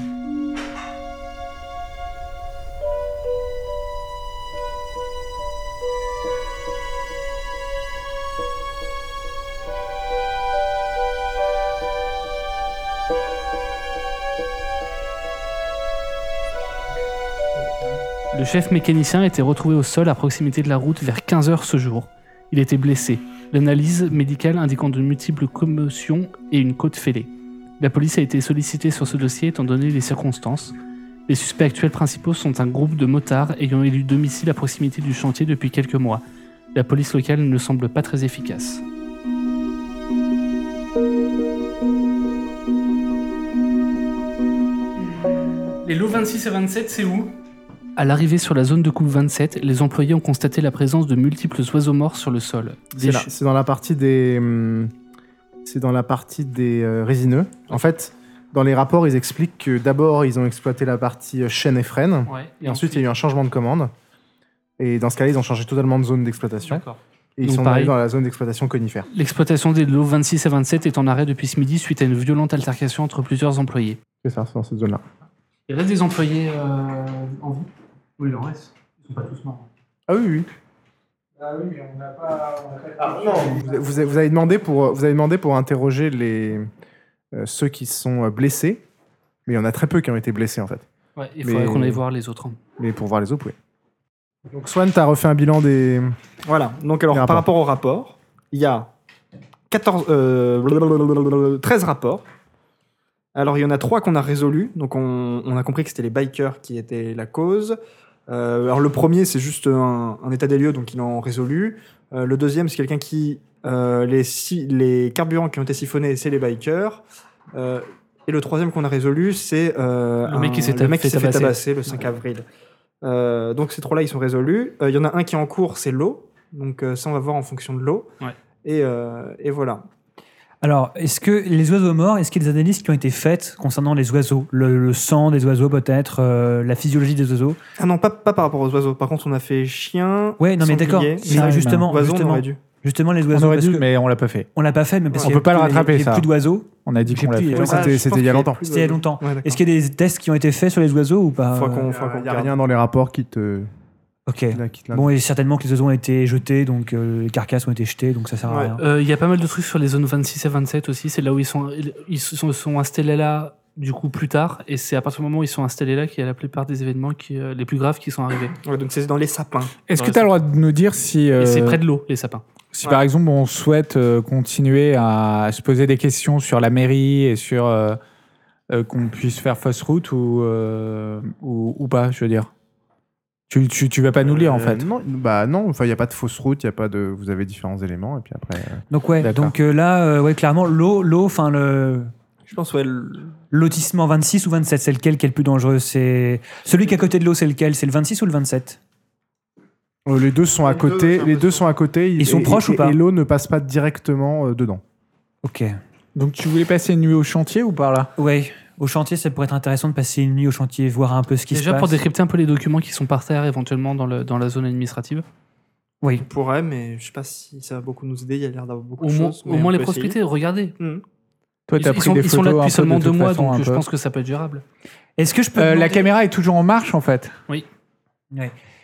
B: Le chef mécanicien a été retrouvé au sol à proximité de la route vers 15h ce jour. Il était blessé. L'analyse médicale indiquant de multiples commotions et une côte fêlée. La police a été sollicitée sur ce dossier étant donné les circonstances. Les suspects actuels principaux sont un groupe de motards ayant élu domicile à proximité du chantier depuis quelques mois. La police locale ne semble pas très efficace. Les lots 26 et 27, c'est où à l'arrivée sur la zone de coupe 27, les employés ont constaté la présence de multiples oiseaux morts sur le sol.
A: C'est là- c'est dans la partie des. hum, C'est dans la partie des euh, résineux. En fait, dans les rapports, ils expliquent que d'abord, ils ont exploité la partie euh, chaîne et frêne.
B: Ouais,
A: Et ensuite, il y a eu un changement de commande. Et dans ce cas-là, ils ont changé totalement de zone d'exploitation. Et ils
B: Donc,
A: sont
B: pareil.
A: allés dans la zone d'exploitation conifère.
B: L'exploitation des lots 26 et 27 est en arrêt depuis ce midi suite à une violente altercation entre plusieurs employés.
A: C'est ça, c'est dans cette zone-là.
B: Il reste des employés euh, en vie Oui, il en reste. Ils sont pas tous morts.
A: Ah oui, oui. Vous, vous- vous avez demandé pour, euh, vous avez demandé pour interroger les, euh, ceux qui sont euh, blessés. Mais il y en a très peu qui ont été blessés, en fait.
B: Ouais, il
A: Mais-
B: faudrait qu'on aille voir les autres. hein.
A: Mais pour voir les autres, oui. Donc, Swan, t'as refait un bilan des.
E: Voilà. Donc, alors,
A: Les
E: par
A: rapports.
E: rapport au rapport, il y a 14, euh, blablabla, 13 rapports. Alors, il y en a 3 qu'on a résolus. Donc, on, on a compris que c'était les bikers qui étaient la cause. Euh, alors, le premier, c'est juste un, un état des lieux, donc ils l'ont résolu. Euh, le deuxième, c'est quelqu'un qui. euh, les, si- les carburants qui ont été siphonnés, c'est les bikers. Euh, et le troisième qu'on a résolu, c'est euh,
B: Le mec qui
E: un-
B: s'est
E: le mec
B: fait
E: qui s'est fait
B: tabasser.
E: tabasser le 5 avril. Euh, donc ces trois-là, ils sont résolus. Euh, Il y en a un qui est en cours, c'est l'eau. Donc euh, ça, on va voir en fonction de l'eau.
B: Ouais.
E: Et, euh, et voilà.
D: Alors, est-ce que les oiseaux morts, est-ce qu'il y a des analyses qui ont été faites concernant les oiseaux le, le sang des oiseaux, peut-être, euh, la physiologie des oiseaux
E: Ah non, pas, pas par rapport aux oiseaux. Par contre, on a fait chien.
D: Ouais, non, mais d'accord.
E: sanglier,
D: Mais
C: Ça,
E: singe,
D: justement,
E: oiseau, on
D: justement,
E: aurait dû.
D: justement, les
C: On
D: oiseaux.
C: aurait
D: parce
C: dû,
D: que
C: mais on l'a pas fait.
D: on l'a pas fait, mais parce
C: On
D: qu'il y a
C: peut pas le
D: plus- il y a-
C: rattraper,
D: Il y a
C: ça.
D: plus d'oiseaux.
C: On a dit
D: J'ai
C: qu'on l'a
D: plus-
C: fait.
D: Ouais,
E: Ouais,
D: ça,
E: je
A: c'était-
E: pense
A: c'était
E: qu'il
A: il y a
E: avait
A: longtemps.
E: plus
D: C'était il y a
E: d'oiseaux.
D: longtemps.
E: Ouais, d'accord.
D: Est-ce qu'il y a des tests qui ont été faits sur les oiseaux ou pas
E: Faut qu'on-
A: Il
E: faut qu'on
A: n'y a
E: regarde.
A: rien dans les rapports qui te.
D: Ok.
A: qui te- qui te
D: Bon, et certainement que les oiseaux ont été jetés, donc euh, les carcasses ont été jetées, donc ça sert à
E: Ouais.
D: rien.
B: Euh, Il y a pas mal de trucs sur les zones 26 et 27 aussi. C'est là où ils sont, ils se sont, sont installés là, du coup, plus tard. Et c'est à partir du moment où ils sont installés là qu'il y a la plupart des événements qui, euh, les plus graves qui sont arrivés.
E: Ouais, donc c'est dans les sapins.
C: Est-ce que
B: Ouais,
C: tu as
B: ça-
C: le droit de nous dire si, euh,
B: Et c'est près de l'eau, les sapins.
C: si par exemple on souhaite euh, continuer à se poser des questions sur la mairie et sur euh, euh, qu'on puisse faire fausse route ou, euh, ou, ou pas, je veux dire tu, tu, tu vas pas nous lire en
A: Euh,
C: fait.
A: non, bah non, enfin il n'y a pas de fausse route, il y a pas de vous avez différents éléments et puis après euh,
D: Donc ouais,
C: D'accord.
D: donc euh, là, euh, ouais, clairement, l'eau, l'eau, enfin le
E: Je pense, ouais. le-
D: lotissement 26 ou 27, c'est lequel qui est le plus dangereux C'est celui qui est à côté de l'eau, c'est lequel C'est le 26 ou le 27
A: euh, les deux sont à
E: deux,
A: côté,
E: j'ai
A: les deux
E: l'impression.
A: sont à côté,
D: Ils sont
A: et-
D: proches
A: et-
D: ou pas
A: Et l'eau ne passe pas directement euh, dedans.
D: Ok.
C: Donc tu voulais passer une nuit au chantier ou par là
D: Ouais. Au chantier, ça pourrait être intéressant de passer une nuit au chantier, voir un peu ce qui se
B: Déjà
D: passe.
B: pour décrypter un peu les documents qui sont par terre éventuellement dans, le, dans la zone administrative.
D: Oui.
E: On pourrait, mais je sais pas si ça va beaucoup nous aider. Il y a l'air d'avoir beaucoup
B: Au,
E: de
B: moins-
E: choses.
B: au
E: mais
B: moins
E: on
B: les
E: peut essayer.
B: prospecter, regardez.
E: Mhm.
C: Toi,
B: Ils,
C: t'as
B: ils
C: pris
B: sont,
C: des
B: ils
C: photos
B: sont là
C: un
B: depuis
C: peu
B: seulement
C: de
B: deux
C: toute
B: mois,
C: façon,
B: donc
C: un
B: je
C: peu.
B: pense que ça peut être gérable.
D: Est-ce que je peux
C: Euh, la
D: demander-
C: caméra est toujours en marche en fait.
D: Ouais.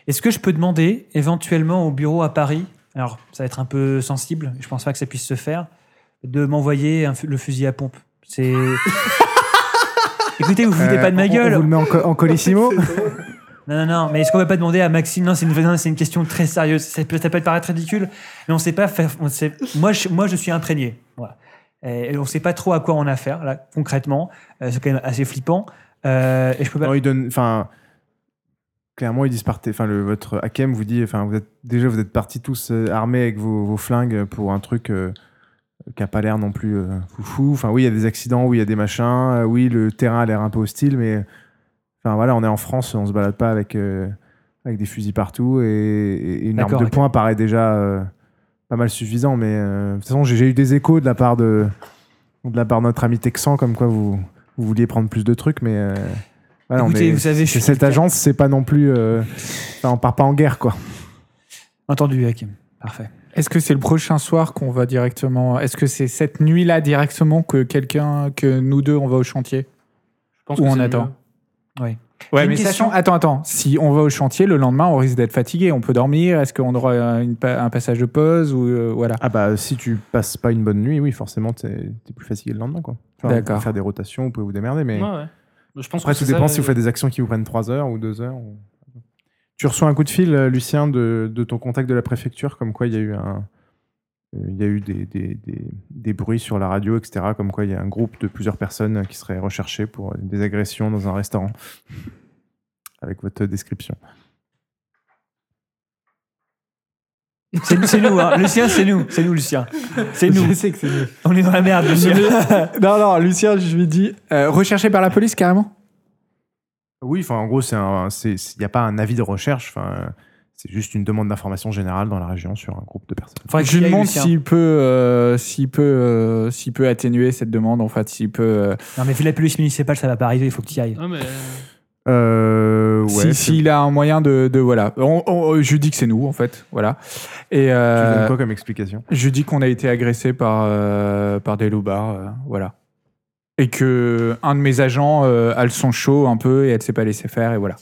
D: Est-ce que je peux demander éventuellement au bureau à Paris, alors ça va être un peu sensible, je pense pas que ça puisse se faire, de m'envoyer un fu- le fusil à pompe C'est. Écoutez, vous vous foutez
G: Euh,
D: pas de
G: on-
D: ma
G: on
D: gueule
G: vous le met en, co- en colissimo
D: Non, non, non, mais est-ce qu'on va pas demander à Maxime Non, c'est une, non, c'est une question très sérieuse. Ça peut, ça peut paraître ridicule, mais on sait pas faire. on sait- moi, je, moi, je suis imprégné. Voilà. Et on sait pas trop à quoi on a affaire, là, concrètement. Euh, c'est quand même assez flippant. Euh, et je peux pas.
G: Non, ils donnent. Enfin, clairement, ils disent partez. Enfin, le- votre Hakem vous dit. Enfin, vous êtes déjà vous êtes partis tous euh, armés avec vos, vos flingues pour un truc euh, qui a pas l'air non plus euh, foufou. Enfin, oui, il y a des accidents, oui, il y a des machins. euh, oui, le terrain a l'air un peu hostile, mais enfin voilà, on est en France, on se balade pas avec euh, avec des fusils partout et, et une arme
D: D'accord,
G: de
D: ok.
G: poing paraît déjà euh, pas mal suffisant. Mais euh, de toute façon, j'ai- j'ai eu des échos de la part de de la part de notre ami Texan, comme quoi vous vous vouliez prendre plus de trucs, mais euh,
C: Ah
G: voilà,
D: Écoutez,
G: mais
D: vous savez, je
G: c'est-
D: suis
G: cette
D: quelqu'un-
G: agence, c'est pas non plus. euh, enfin, on part pas en guerre, quoi.
D: Entendu, Hakim. Parfait.
C: Est-ce que c'est le prochain soir qu'on va directement Est-ce que c'est cette nuit-là directement que quelqu'un, que nous deux, on va au chantier
B: Je pense
C: Ou
B: que
C: on
B: c'est
C: attend.
B: mieux.
C: Ouais,
D: Une
C: mais
D: question.
C: sachant, attends, attends. Si on va au chantier, le lendemain, on risque d'être fatigué. On peut dormir. Est-ce qu'on aura euh, une pa- un passage de pause ou euh, voilà
G: Ah bah, si tu passes pas une bonne nuit, oui, forcément, t'es t'es plus fatigué le lendemain, quoi. Enfin,
C: D'accord.
G: Vous pouvez faire des rotations, vous pouvez vous démerder, mais
B: Ouais, ouais. Je pense
G: après,
B: que
G: tout
B: c'est
G: dépend
B: ça, euh,
G: si vous faites des actions qui vous prennent 3 heures ou 2 heures. ou- Tu reçois un coup de fil, euh, Lucien, de, de ton contact de la préfecture, comme quoi il y a eu un. euh, Il y a eu des, des, des, des bruits sur la radio, etc. Comme quoi il y a un groupe de plusieurs personnes qui seraient recherchées pour euh, des agressions dans un restaurant. Avec votre description.
D: C'est c'est nous, hein. Lucien, c'est nous. C'est nous, Lucien. C'est nous.
C: Je sais que c'est mieux.
D: On est dans la merde, Lucien.
C: Euh, non, non, Lucien, je lui dis euh, recherché par la police carrément.
G: Oui, enfin, en gros, c'est un- c'est- c'est- il n'y a pas un avis de recherche. Enfin, euh, c'est juste une demande d'information générale dans la région sur un groupe de personnes.
D: Faudrait que
C: je
D: j'y
C: lui
D: aille,
C: demande
D: Lucien.
C: s'il peut, euh, s'il peut, euh, s'il peut atténuer cette demande. En fait, s'il peut. euh,
D: Non, mais vu la police municipale, ça va pas arriver. Il faut que tu y ailles.
B: euh, ouais, mais, euh,
G: Euh, ouais,
C: si-
G: c'est-
C: s'il a un moyen de, de- voilà. On- on- je lui dis que c'est nous en fait, voilà. Et
G: tu
C: euh,
G: donnes quoi comme explication
C: je lui dis qu'on a été agressé par euh, par des loupards, euh, voilà. Et que un de mes agents euh, a le son chaud un peu et elle s'est pas laissée faire et voilà.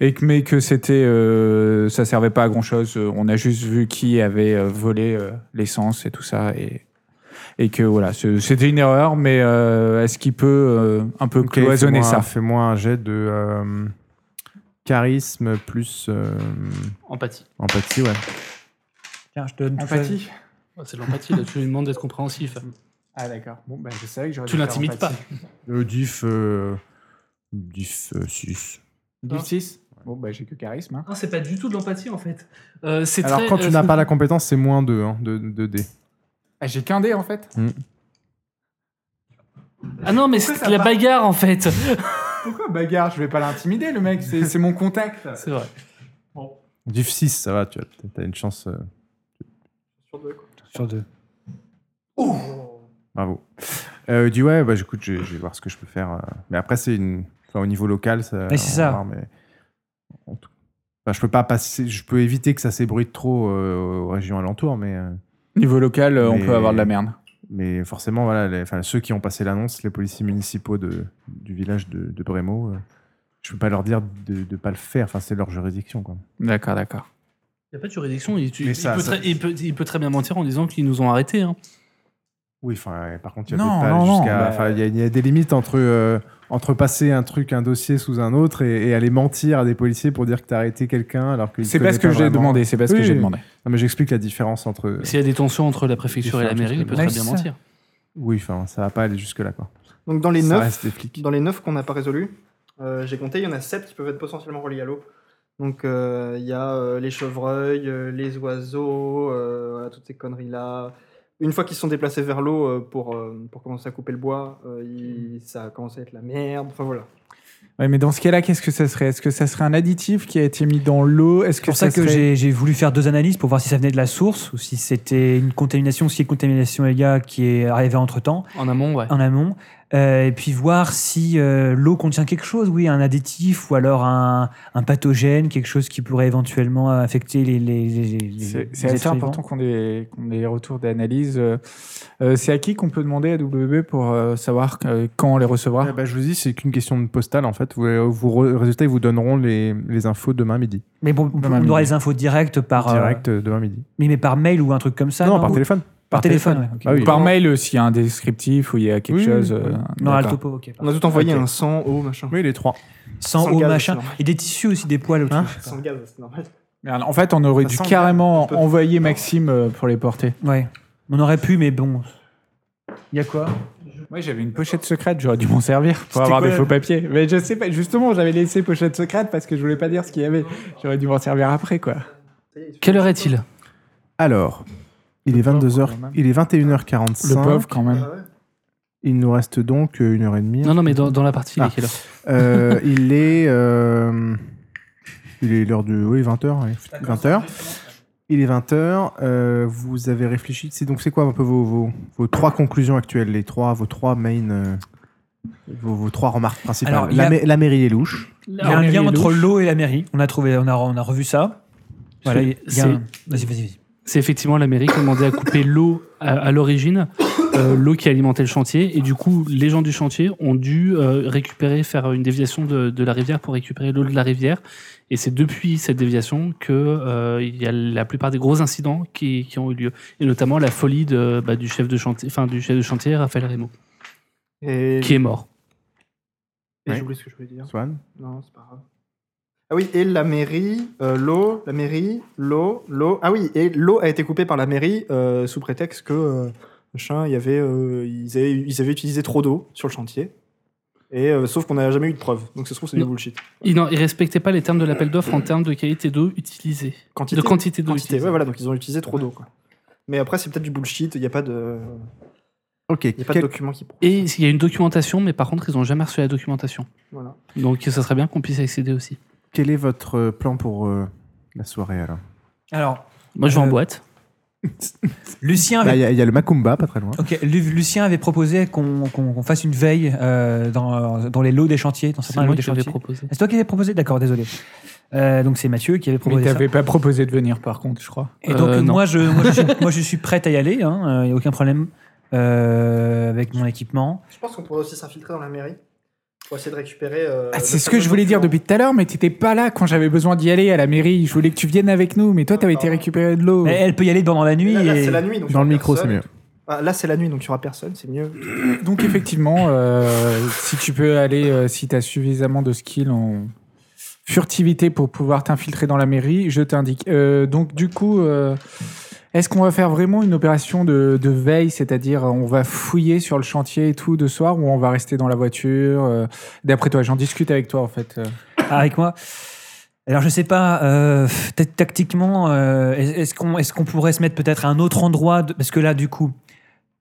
C: Et que, mais que c'était, euh, ça servait pas à grand chose. On a juste vu qui avait euh, volé euh, l'essence et tout ça et et que voilà, c'est- c'était une erreur. Mais euh, est-ce qu'il peut euh, un peu
G: Ok,
C: cloisonner
G: fais-moi un-
C: ça
G: Fais-moi un jet de euh, charisme plus euh,
B: empathie.
G: empathie, ouais.
D: Tiens, je te donne tout ça.
B: Ouais, C'est de l'empathie, là. Tu lui demandes d'être compréhensif.
C: Ah d'accord. Bon ben je savais que j'aurais.
B: Tu l'intimides pas.
G: Euh, diff, euh, diff 6.
B: Du
C: 6 Bon ben j'ai que charisme.
B: Non, c'est pas du tout de l'empathie, en fait. Euh, c'est
G: Alors,
B: très,
G: quand tu
B: euh,
G: n'as pas la compétence, c'est moins 2, hein, 2, d
C: Ah, j'ai qu'un dé en fait.
B: Ah non, mais c'est
C: Pourquoi ça
B: la
C: part
B: bagarre, en fait.
C: Pourquoi bagarre Je vais pas l'intimider le mec, c'est c'est mon contact.
B: C'est vrai.
G: Diff 6, ça va, tu as, une chance. euh,
D: Sur deux.
G: Bravo. Euh, il dit ouais, bah, j'écoute, je, je vais voir ce que je peux faire. euh. Mais après, c'est une. enfin, au niveau local, ça.
D: Mais c'est
G: on
D: ça.
G: va voir, mais... en tout- Enfin, je peux pas passer. Je peux éviter que ça s'ébruite trop euh, aux régions alentours, mais. euh,
C: Niveau local, euh, on
G: Mais-
C: peut avoir de la merde.
G: Mais forcément, voilà, les- enfin, ceux qui ont passé l'annonce, les policiers municipaux de, du village de, de Brémo, euh, je peux pas leur dire de ne pas le faire. Enfin, c'est leur juridiction, quoi.
C: D'accord, d'accord.
B: Il n'y a pas de juridiction. Il, tu-
G: Mais
B: il
G: ça,
B: peut
G: ça-
B: très, il peut- il peut très bien mentir en disant qu'ils nous ont arrêtés. hein.
G: Oui, enfin, ouais, par contre, il y a
C: Non,
G: des pas
C: non, non,
G: jusqu'à-
C: bah-
G: enfin, il y a- il y a des limites entre, euh, entre passer un truc, un dossier sous un autre et, et aller mentir à des policiers pour dire que t'as arrêté quelqu'un alors que.
C: C'est pas ce que j'ai demandé, c'est pas ce
G: Oui,
C: que j'ai
G: oui.
C: demandé.
G: Non, mais j'explique la différence entre.
B: S'il y a des tensions entre la préfecture et la
G: Différentes
B: mairie, il peut très
G: choses.
C: Ouais,
B: bien
C: c'est ça.
B: mentir.
G: Oui, enfin, ça va pas aller jusque-là, quoi.
E: Donc dans les
G: ça
E: 9,
G: reste des flics.
E: dans les neuf qu'on n'a pas résolus, euh, j'ai compté, il y en a 7 qui peuvent être potentiellement reliés à l'eau. Donc euh, il y a euh, les chevreuils, euh, les oiseaux, euh, voilà, toutes ces conneries-là. Une fois qu'ils se sont déplacés vers l'eau euh, pour, euh, pour commencer à couper le bois, euh, il- ça a commencé à être la merde. Enfin voilà.
C: Ouais, mais dans ce cas-là, qu'est-ce que ça serait Est-ce que ça serait un additif qui a été mis dans l'eau Est-ce
D: C'est
C: que
D: pour ça,
C: ça,
D: que
C: serait-
D: j'ai- j'ai voulu faire deux analyses pour voir si ça venait de la source ou si c'était une contamination, si une contamination il y a qui est arrivée entre temps,
B: En amont, ouais.
D: en amont. Euh, et puis voir si euh, l'eau contient quelque chose, oui, un additif ou alors un, un pathogène, quelque chose qui pourrait éventuellement affecter les. les, les- les-
C: C'est
D: les
C: c'est assez
D: êtres vivants.
C: important qu'on ait, qu'on ait les retours d'analyse. Euh, euh, c'est à qui qu'on peut demander à WB pour euh, savoir que- quand on les recevra
G: Ah bah, je vous dis, c'est qu'une question de postale en fait. Vous, vous re- le résultat, ils vous donneront les, les infos demain midi.
D: Mais bon,
C: Non,
D: on
C: mais-
D: aura les infos directes par. euh,
G: Direct euh, demain midi.
D: mais, mais par mail ou un truc comme ça.
G: non, par téléphone.
D: Par téléphone, ouais, ok.
G: Ah oui.
C: Par mail, euh, s'il y a un descriptif ou il y a quelque
G: Oui,
C: chose.
G: oui, oui.
C: euh,
D: On aura le
C: d'accord.
D: topo, ok.
E: On a tout envoyé
C: Ok.
E: un sang, eau, machin.
G: Oui, les trois.
D: Sans,
E: Sans
D: eau,
E: gaz, Hein
D: machin.
E: sinon.
D: Et des tissus aussi, des poils. ou
B: Hein
D: autre chose, je sais
E: Sans gaz, c'est normal.
C: Merde, en fait, on aurait
E: Ça
C: dû
E: sent bien,
C: carrément
E: un peu.
C: envoyer Maxime euh, pour les porter.
D: pas. Ouais. On aurait pu, mais bon. Il y a quoi
C: Moi, j'avais une pochette secrète, j'aurais dû m'en servir pour
D: C'était
C: avoir
D: quoi,
C: des
D: là
C: faux papiers. Mais je sais pas, justement, j'avais laissé pochette secrète parce que je voulais pas dire ce qu'il y avait. J'aurais dû m'en servir après, quoi.
B: Quelle heure est-il
A: Alors, il est,
C: pauvre,
A: 22 heures,
C: quand même.
A: il est
C: Le
A: 21h45.
C: pauvre, quand
E: Ah
C: même.
A: Il nous reste donc euh, une heure et demie.
B: Non, non, mais dans, dans la partie, il est
A: Ah.
B: quelle heure
A: Euh, il est. euh, il est l'heure de. Oui, 20h. 20h. Il est 20h. vous avez réfléchi. C'est donc c'est quoi un peu vos, vos, vos trois conclusions actuelles, les trois, vos trois main. euh, vos, vos trois remarques principales.
D: Alors, il y
A: la,
D: a-
A: ma- la mairie est louche.
D: Il y a un lien entre l'eau et la mairie. On a trouvé, on a, on a revu ça. Voilà, il y a- il y a
B: C'est-
D: un- Vas-y, vas-y, vas-y.
B: C'est effectivement l'Amérique qui demandait à couper l'eau à, à l'origine, euh, l'eau qui alimentait le chantier. Et du coup, les gens du chantier ont dû euh, récupérer, faire une déviation de, de la rivière pour récupérer l'eau de la rivière. Et c'est depuis cette déviation que euh, il y a la plupart des gros incidents qui, qui ont eu lieu, et notamment la folie de, bah, du chef de chantier, enfin du chef de chantier Raphaël Remo,
E: Et,
B: qui est mort.
E: et
A: Ouais.
E: j'ai oublié ce que je voulais dire.
A: Swan.
E: Non, c'est pas grave. Ah oui, et la mairie, euh, l'eau, la mairie, l'eau, l'eau. Ah oui, et l'eau a été coupée par la mairie euh, sous prétexte que euh, machin, il y avait, euh, ils, avaient, ils avaient utilisé trop d'eau sur le chantier. Et euh, sauf qu'on n'a jamais eu de preuve. Donc ça se trouve, c'est du
B: Non.
E: bullshit.
B: Il ne respectait pas les termes de l'appel d'offres en termes de qualité d'eau utilisée,
E: Quantité.
B: de quantité d'eau
E: Quantité,
B: utilisée.
E: ouais, voilà, donc ils ont utilisé trop d'eau. quoi. Mais après, c'est peut-être du bullshit, il n'y a pas de,
A: Ok.
E: y a pas
A: quel-
E: de document qui prouve.
B: Et il y a une documentation, mais par contre, ils n'ont jamais reçu la documentation.
E: Voilà.
B: Donc, ça serait bien qu'on puisse accéder aussi.
A: Quel est votre euh, plan pour euh, la soirée alors
D: Alors,
B: Moi, je vais en
D: Euh,
B: boîte.
D: Lucien
A: Bah,
D: avait
A: Il y, a- il y a le Macumba, pas très
F: Bah,
A: loin.
D: Ok, Lu- Lucien avait proposé qu'on qu'on- qu'on fasse une veille euh, dans, dans les lots des chantiers, dans
B: C'est
D: certains
B: moi
D: lots des
B: qui l'avais
D: chantiers.
B: proposé.
D: Ah, C'est toi qui avais proposé D'accord, désolé. Euh, donc c'est Mathieu qui avait
C: Mais
D: proposé ça.
C: t'avais pas proposé de venir, par contre, je crois.
D: Et donc
B: Euh, non.
D: moi, je, moi, je suis, moi, je suis prête à y aller, il hein, n'y a aucun problème euh, avec mon équipement.
F: Je pense qu'on pourrait aussi s'infiltrer dans la mairie pour essayer de récupérer. euh,
C: Ah, c'est ce que je voulais dire depuis tout à l'heure, mais t'étais pas là quand j'avais besoin d'y aller à la mairie. Je voulais que tu viennes avec nous, mais toi, t'avais été récupérer de l'eau.
D: Mais Elle peut y aller pendant la nuit.
F: Oh. Là,
D: et-
F: c'est la nuit. Donc
A: Dans le micro, c'est mieux.
E: Ah, là, c'est la nuit, donc il n'y aura personne, c'est mieux.
C: Donc effectivement, euh, si tu peux aller, euh, si tu as suffisamment de skills en furtivité pour pouvoir t'infiltrer dans la mairie, je t'indique. Euh, donc du coup, euh, est-ce qu'on va faire vraiment une opération de, de veille, c'est-à-dire euh, on va fouiller sur le chantier et tout de soir, ou on va rester dans la voiture euh, D'après toi, j'en discute avec toi en fait. euh.
D: Ah, avec moi. Alors je sais pas, euh, peut-être tactiquement, euh, est- est-ce qu'on est-ce qu'on pourrait se mettre peut-être à un autre endroit de- Parce que là, du coup,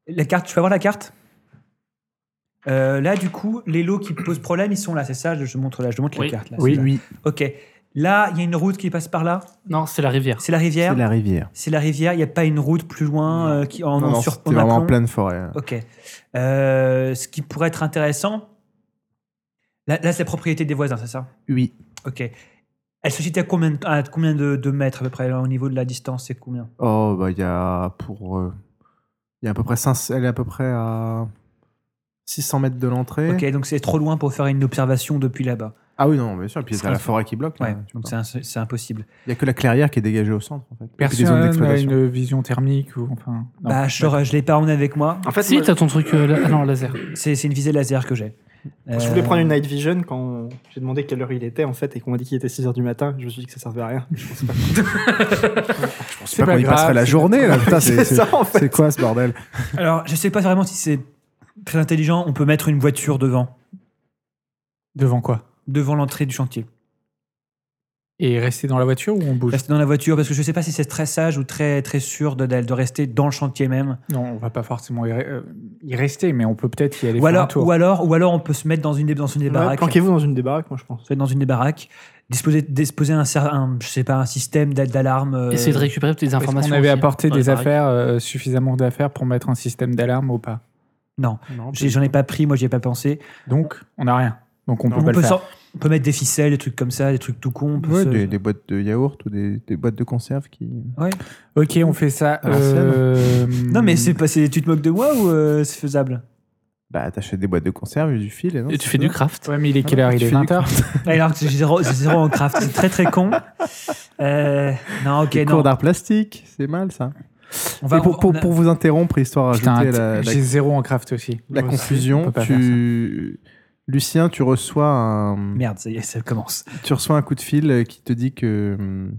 D: la carte, tu peux avoir la carte Euh, Là, du coup, les lots qui posent problème, ils sont là, c'est ça je, je montre là, je te montre
B: Oui.
D: la carte. Là,
A: Oui,
D: c'est là.
A: oui.
D: Ok. Là, il y a une route qui passe par là.
B: Non, c'est la rivière.
D: C'est la rivière.
A: C'est la rivière.
D: C'est la rivière. Il n'y a pas une route plus loin euh, qui en
A: Non, non,
D: sur
A: c'était vraiment en
D: aplomb.
A: pleine forêt. hein.
D: Ok. Euh, ce qui pourrait être intéressant. Là, là c'est la propriété des voisins, c'est ça
A: Oui.
D: Ok. Elle se situe à combien, de- à combien de, de mètres à peu près là, au niveau de la distance C'est combien
A: Oh, bah, il y a pour. euh, Il y a à peu près 500 elle est à peu près à 600 mètres de l'entrée.
D: Ok, donc c'est trop loin pour faire une observation depuis là-bas.
A: Ah oui, non, bien sûr. Et puis,
D: C'est
A: t'as la
D: un-
A: forêt qui bloque. là,
D: Ouais,
A: tu
D: donc
A: vois.
D: c'est un- c'est impossible.
A: Il n'y a que la clairière qui est dégagée au centre, en fait. Et puis des zones
C: Personne n'a
A: d'exploitation.
C: une vision thermique ou enfin. non.
D: bah, je ne l'ai pas emmené avec moi.
E: En fait,
B: Si,
E: moi,
B: t'as ton truc. euh, là- ah non, laser.
D: C'est c'est une visée laser que j'ai.
E: je
D: Euh,
E: voulais prendre une night vision quand j'ai demandé quelle heure il était, en fait, et qu'on m'a dit qu'il était 6h du matin. Je me suis dit que ça servait à rien. Je pensais pas.
A: C'est pas qu'on y
C: grave,
A: passerait la
C: c'est-
A: journée, là. Putain,
E: c'est
A: c'est- c'est
E: ça, en fait.
A: c'est quoi ce bordel
D: Alors, je sais pas vraiment si c'est très intelligent. On peut mettre une voiture devant,
C: Devant quoi
D: devant l'entrée du chantier.
C: Et rester dans la voiture ou on bouge
D: Rester dans la voiture parce que je sais pas si c'est très sage ou très très sûr de, de rester dans le chantier même.
C: Non, on va pas forcément y, re- euh, y rester, mais on peut peut-être y aller
D: Ou
C: faire un
D: alors,
C: tour.
D: ou alors, ou alors, on peut se mettre dans une des, dans une des
E: Ouais,
C: hein.
D: baraques.
E: Planquez-vous dans une des baraques, moi, je pense.
D: se mettre dans une des baraques, disposer, disposer un, cer- un- je sais pas, un système d'a- d'alarme. euh,
B: Essayer de récupérer toutes les
C: Est-ce
B: informations.
C: qu'on avait
B: aussi
C: apporté
B: dans les
C: des
B: baraques.
C: affaires, euh, suffisamment d'affaires pour mettre un système d'alarme ou pas
D: Non,
B: Non,
D: j'ai- j'en ai pas pris, moi j'y ai pas pensé.
C: Donc, on n'a rien. Donc, on peut
D: On
C: pas
D: peut,
C: le faire.
D: s'en- on peut mettre des ficelles, des trucs comme ça, des trucs tout con. on peut
G: Ouais,
D: se-
G: des, des boîtes de yaourt ou des, des boîtes de conserve qui.
C: Ok, on fait ça.
G: À l'ancienne.
C: euh,
D: Non, mais c'est pas, c'est- tu te moques de moi ou euh, c'est faisable
G: Bah, t'achètes des boîtes de conserve, et du fil. Et non,
B: Et tu fais du craft.
C: Ouais, mais
D: Ah
C: il est quelle heure Il
G: Tu
C: est
G: fais du
C: 20h
D: Alors que j'ai zéro, j'ai zéro en craft, c'est très très con. Euh, non, ok,
G: Des
D: non.
G: cours d'art plastique, c'est mal ça.
D: On va,
G: Et pour,
D: on-
G: pour,
D: on a-
G: pour vous interrompre, histoire à ajouter la, la-
C: j'ai zéro en craft aussi.
G: la
C: Moi aussi, on
G: confusion,
C: peut pas faire ça.
G: tu... Lucien, tu reçois, un,
D: Merde, ça y est, ça commence.
G: tu reçois un coup de fil euh, qui te dit que hum,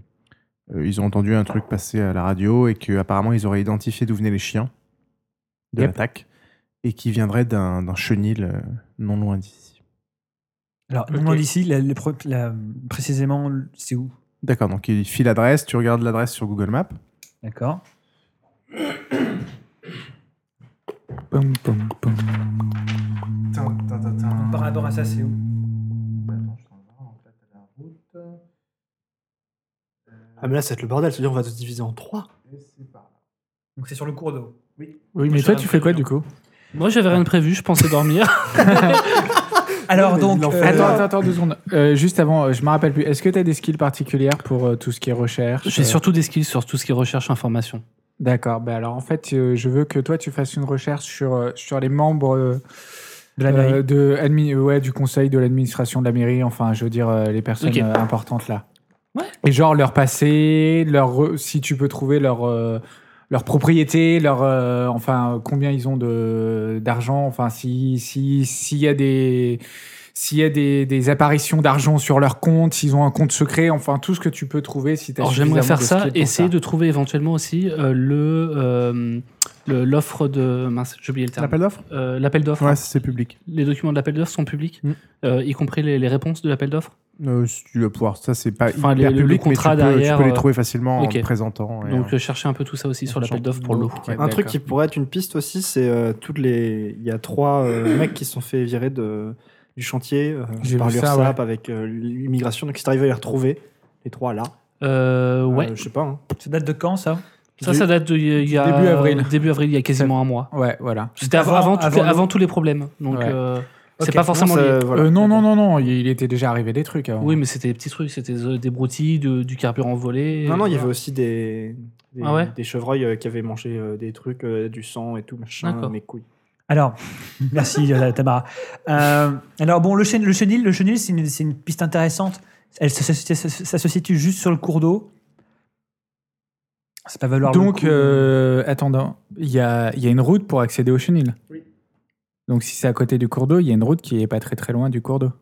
G: euh, ils ont entendu un truc passer à la radio et qu'apparemment ils auraient identifié d'où venaient les chiens de
C: Yep.
G: l'attaque et qui viendrait d'un d'un chenil euh, non loin d'ici.
D: Alors, non, d'ici, la- le pro- la- précisément, c'est où
G: D'accord, donc il file l'adresse, tu regardes l'adresse sur Google Maps.
D: D'accord.
C: Pom, pom, pom.
G: Euh,
D: Par rapport à ça, c'est où
E: Ah, mais là, ça va être le bordel. C'est-à-dire, on va se diviser en trois.
D: Donc, c'est sur le cours d'eau.
C: Oui, mais toi, tu fais quoi du coup
B: Moi, j'avais rien de prévu, je pensais dormir.
D: Alors, donc. euh,
C: Attends, attends, attends deux secondes. Euh, juste avant, euh, je me rappelle plus. Est-ce que tu as des skills particulières pour euh, tout ce qui est recherche
B: J'ai
C: euh,
B: surtout des skills sur tout ce qui est recherche information.
C: D'accord. Bah alors en fait, euh, je veux que toi tu fasses une recherche sur euh, sur les membres euh,
D: De la mairie.
C: euh, de admi- ouais, du conseil de l'administration de la mairie. Enfin, je veux dire euh, les personnes
B: Ok.
C: euh, importantes là.
B: Ouais.
C: Et genre leur passé, leur re- si tu peux trouver leur euh, leur propriété, leur euh, enfin combien ils ont de d'argent. Enfin, si si s'il y a des s'il y a des, des apparitions d'argent sur leur compte, s'ils ont un compte secret, enfin tout ce que tu peux trouver si tu as
B: Alors, j'aimerais faire ça, essayer de trouver éventuellement aussi euh, le euh, le- l'offre de. Mince, j'ai oublié le terme.
G: L'appel d'offres
B: Euh, L'appel d'offres.
G: Ouais, c'est public.
B: Les documents de l'appel d'offres sont publics,
G: Mm.
B: euh, y compris les, les réponses de l'appel d'offres.
G: Euh, si tu veux pouvoir, ça c'est pas
B: Enfin,
G: hyper
B: les- le
G: public, mais tu
B: contrat
G: peux, tu peux
B: derrière,
G: les
B: euh,
G: trouver facilement
B: ok.
G: en te présentant. et en-
B: Donc, euh, chercher un peu tout ça aussi sur l'appel d'offres pour l'eau.
E: Un truc qui pourrait être une piste aussi, c'est euh, toutes les. Il y a trois euh, mecs qui se sont fait virer de, du chantier euh,
C: J'ai
E: par
C: vu ça,
E: l'URSSAF avec euh, l'immigration. Donc, si t'arrives à les retrouver, les trois là,
B: Euh,
E: euh,
B: ouais.
E: je sais pas. hein.
D: Ça date de quand, ça
B: ça, ça date de. il y a-
C: Début avril.
B: Début avril, il y a quasiment un mois.
C: Ouais, voilà.
B: C'était avant,
D: Avant-
B: avant, toutes
D: avant
B: les-
D: l'eau.
B: avant tous les problèmes. Donc,
C: Ouais.
B: euh, c'est
D: Ok,
B: pas forcément
E: Non, ça,
B: lié.
E: voilà.
C: Euh, non, non, non, non, il il était déjà arrivé des trucs hein. avant.
B: Oui, mais c'était des petits trucs. C'était euh, des broutilles, de- du carburant volé.
E: Non, non, il y
B: Voilà.
E: avait aussi des, des,
B: Ah ouais
E: des chevreuils euh, qui avaient mangé euh, des trucs, euh, du sang et tout, machin,
B: D'accord.
E: mes couilles.
D: Alors, merci euh, Tamara. Euh, alors bon, le, chêne- le chenil, le chenil, c'est une, c'est une piste intéressante. Elle se, se- se- ça se situe juste sur le cours d'eau. C'est pas valoir le
C: Donc,
D: coup.
C: euh, attendant, il y a, il y a une route pour accéder au chenil.
F: Oui.
C: Donc, si c'est à côté du cours d'eau, il y a une route qui est pas très très loin du cours d'eau.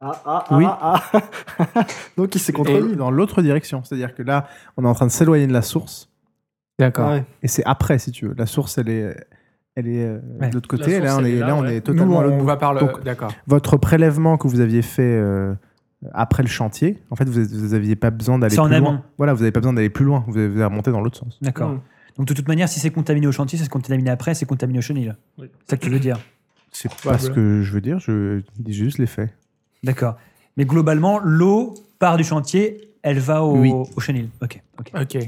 E: Ah, ah, ah,
C: Oui.
E: ah, ah. Donc, il s'est
G: Et
E: contredit.
G: dans l'autre direction. C'est-à-dire que là, on est en train de s'éloigner de la source.
C: D'accord.
E: Ouais.
G: Et c'est après, si tu veux. La source, elle est, elle est euh,
D: Ouais.
G: de l'autre
B: La
G: côté.
B: source,
G: là, on
B: elle
G: est,
B: est là,
G: là, on
B: ouais.
G: est
C: Nous,
G: totalement à l'autre
C: on va parler.
G: Donc-
C: D'accord.
G: bout. Votre prélèvement que vous aviez fait euh, après le chantier, en fait, vous êtes- vous n'aviez pas besoin d'aller
D: C'est en
G: plus
D: amont.
G: loin. Voilà, vous n'avez pas besoin d'aller plus loin. Vous avez, vous avez remonté dans l'autre sens.
D: D'accord.
E: Mm.
D: Donc de toute manière, si c'est contaminé au chantier, c'est contaminé après, c'est contaminé au chenil.
B: Oui.
D: C'est ça que tu veux dire.
G: C'est pas ce que je veux dire. Je dis juste les faits.
D: D'accord. Mais globalement, l'eau part du chantier, elle va au,
G: Oui.
D: au chenil. Ok. ok.
C: Ok.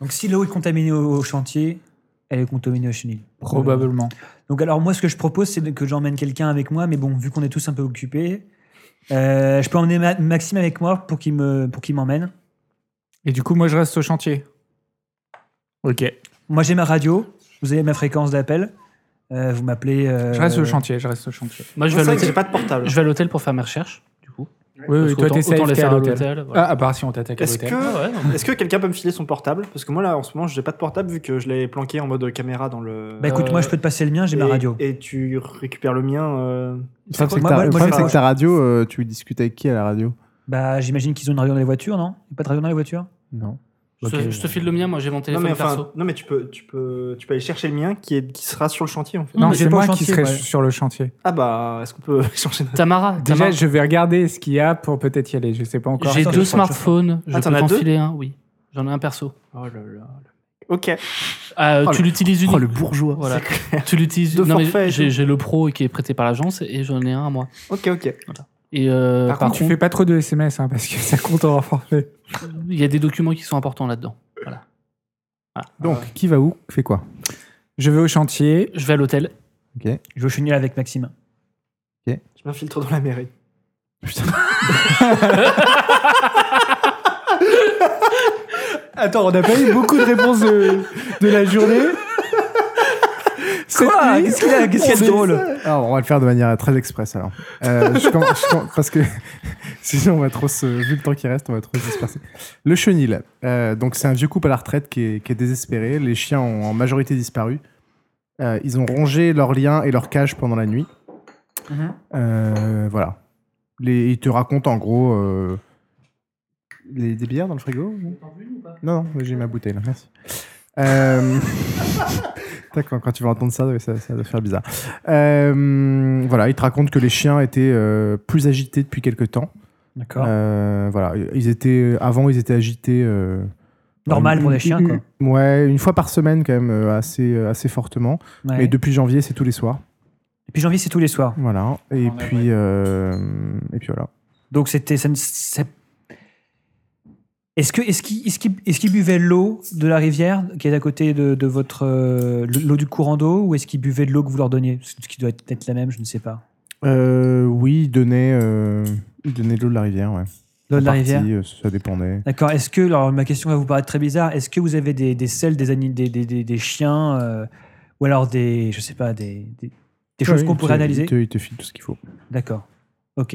D: Donc si l'eau est contaminée au, au chantier, elle est contaminée au chenil.
C: Probablement.
D: Donc alors moi, ce que je propose, c'est que j'emmène quelqu'un avec moi, mais bon, vu qu'on est tous un peu occupés, euh, je peux emmener Ma- Maxime avec moi pour qu'il me pour qu'il m'emmène.
C: Et du coup, moi, je reste au chantier. Ok.
D: Moi, j'ai ma radio, vous avez ma fréquence d'appel, euh, vous m'appelez. euh,
C: Je reste au chantier. Je reste au chantier.
B: Moi, je
E: C'est
B: vais à
E: vrai que j'ai
B: l'hôtel-
E: pas de portable.
B: je vais à l'hôtel pour faire mes recherches. Du coup.
C: Oui,
B: Parce
C: oui. Toi,
B: qu'autant-
C: t'es
B: autant
C: safe.
B: les
C: t'es à
B: faire à
C: l'hôtel.
B: l'hôtel. voilà.
C: Ah, à part si on t'attaque à
E: Est-ce
C: l'hôtel.
E: que,
B: Ah ouais, non.
E: est-ce que quelqu'un peut me filer son portable Parce que moi, là, en ce moment, j'ai pas de portable vu que je l'ai planqué en mode caméra dans le.
D: Bah écoute, moi, je peux te passer le mien, j'ai ma
E: Et-
D: radio.
E: Et tu récupères le mien. euh,
G: Le problème, c'est que
D: moi-
G: ta-
D: moi,
G: le
D: je
G: problème,
D: vais
G: c'est
D: pas-
G: que ta radio, euh, tu discutes avec qui à la radio
D: Bah j'imagine qu'ils ont une radio dans les voitures, non Y a Pas de radio dans les voitures
G: Non.
B: Je te- je te file le mien, moi j'ai mon
E: Non
B: téléphone
E: mais, enfin,
B: perso.
E: non mais tu peux, tu peux, tu peux aller chercher le mien qui est, qui sera sur le chantier en fait.
C: Non,
D: mais
C: c'est
D: c'est pas au
C: moi qui
D: chantier,
C: serai
D: ouais.
C: sur le chantier.
E: Ah bah, est-ce qu'on peut changer de...
B: Tamara,
C: Déjà,
B: Tamara,
C: je vais regarder ce qu'il y a pour peut-être y aller. Je sais pas encore.
B: j'ai
D: attends,
B: deux
D: je prends le
B: smartphones. Je
E: Ah, t'en
B: peux
E: as
B: t'en
E: deux
B: filer un, oui. J'en ai un perso.
E: Oh là là. là. Ok.
B: Ah,
E: Oh,
B: tu l'utilises une.
E: Oh le bourgeois.
B: Voilà. Tu l'utilises.
E: De
B: Non, mais
E: forfait et
B: j'ai
E: tout.
B: j'ai le pro qui est prêté par l'agence et j'en ai un à moi.
E: Ok ok.
B: Et euh,
C: Par, contre, tu fais pas trop de SMS hein, parce que ça compte en forfait.
B: il y a des documents qui sont importants là-dedans.
G: Donc, qui va où Fait quoi
C: Je vais au chantier.
B: Je vais à l'hôtel.
A: Ok.
D: Je joue au chenil avec Maxime.
E: Je m'infiltre dans la mairie.
A: Putain.
E: Attends, on n'a pas eu beaucoup de réponses de, de la journée.
D: Quoi Ah, Qu'est-ce qu'il y a, qu'est-ce qu'il y a de drôle
A: Alors, Ah, on va le faire de manière très express alors. Euh, je com- je com- parce que sinon, on va trop se. Vu le temps qui reste, on va trop se disperser. Le chenil. Euh, donc, c'est un vieux couple à la retraite qui est, qui est désespéré. Les chiens ont en majorité disparu. Euh, ils ont rongé leurs liens et leurs cages pendant la nuit.
D: Mhm.
A: Euh, voilà. Les, ils te racontent en gros. euh, les, des bières dans le frigo Non, non, j'ai ma bouteille là, merci. Euh, Putain, Quand, quand tu vas entendre ça, ça, ça doit faire bizarre. Euh, voilà, ils te racontent que les chiens étaient euh, plus agités depuis quelques temps.
D: D'accord.
A: Euh, voilà, ils étaient avant, ils étaient agités. euh,
D: Normal
A: une-
D: pour des chiens, quoi.
A: Ouais, une fois par semaine quand même, euh, assez euh, assez fortement.
D: Ouais.
A: Mais depuis janvier, c'est tous les soirs.
D: Et puis janvier, c'est tous les soirs.
A: Voilà. Et
D: Ah,
C: On a-
A: puis euh, et puis voilà.
D: Donc c'était. ça ne- ça- Est-ce que est-ce qu'il est-ce qu'il- est-ce qu'il buvait l'eau de la rivière qui est à côté de, de votre euh, l'eau du courant d'eau ou est-ce qu'il buvait de l'eau que vous leur donniez Ce qui doit être peut-être la même, je ne sais pas.
A: Euh, oui, ils donnaient, euh, ils donnaient de l'eau de la rivière. Ouais.
D: L'eau de la
A: En
D: rivière.
A: partie, euh, ça dépendait.
D: D'accord. Est-ce que alors ma question va vous paraître très bizarre. Est-ce que vous avez des, des selles des, ani- des, des, des, des chiens euh, ou alors des je sais pas des des, des choses
A: Ouais,
D: qu'on
A: ils
D: pourrait
A: te-
D: analyser
A: Ils te, ils te filent tout ce qu'il faut.
D: D'accord. Ok.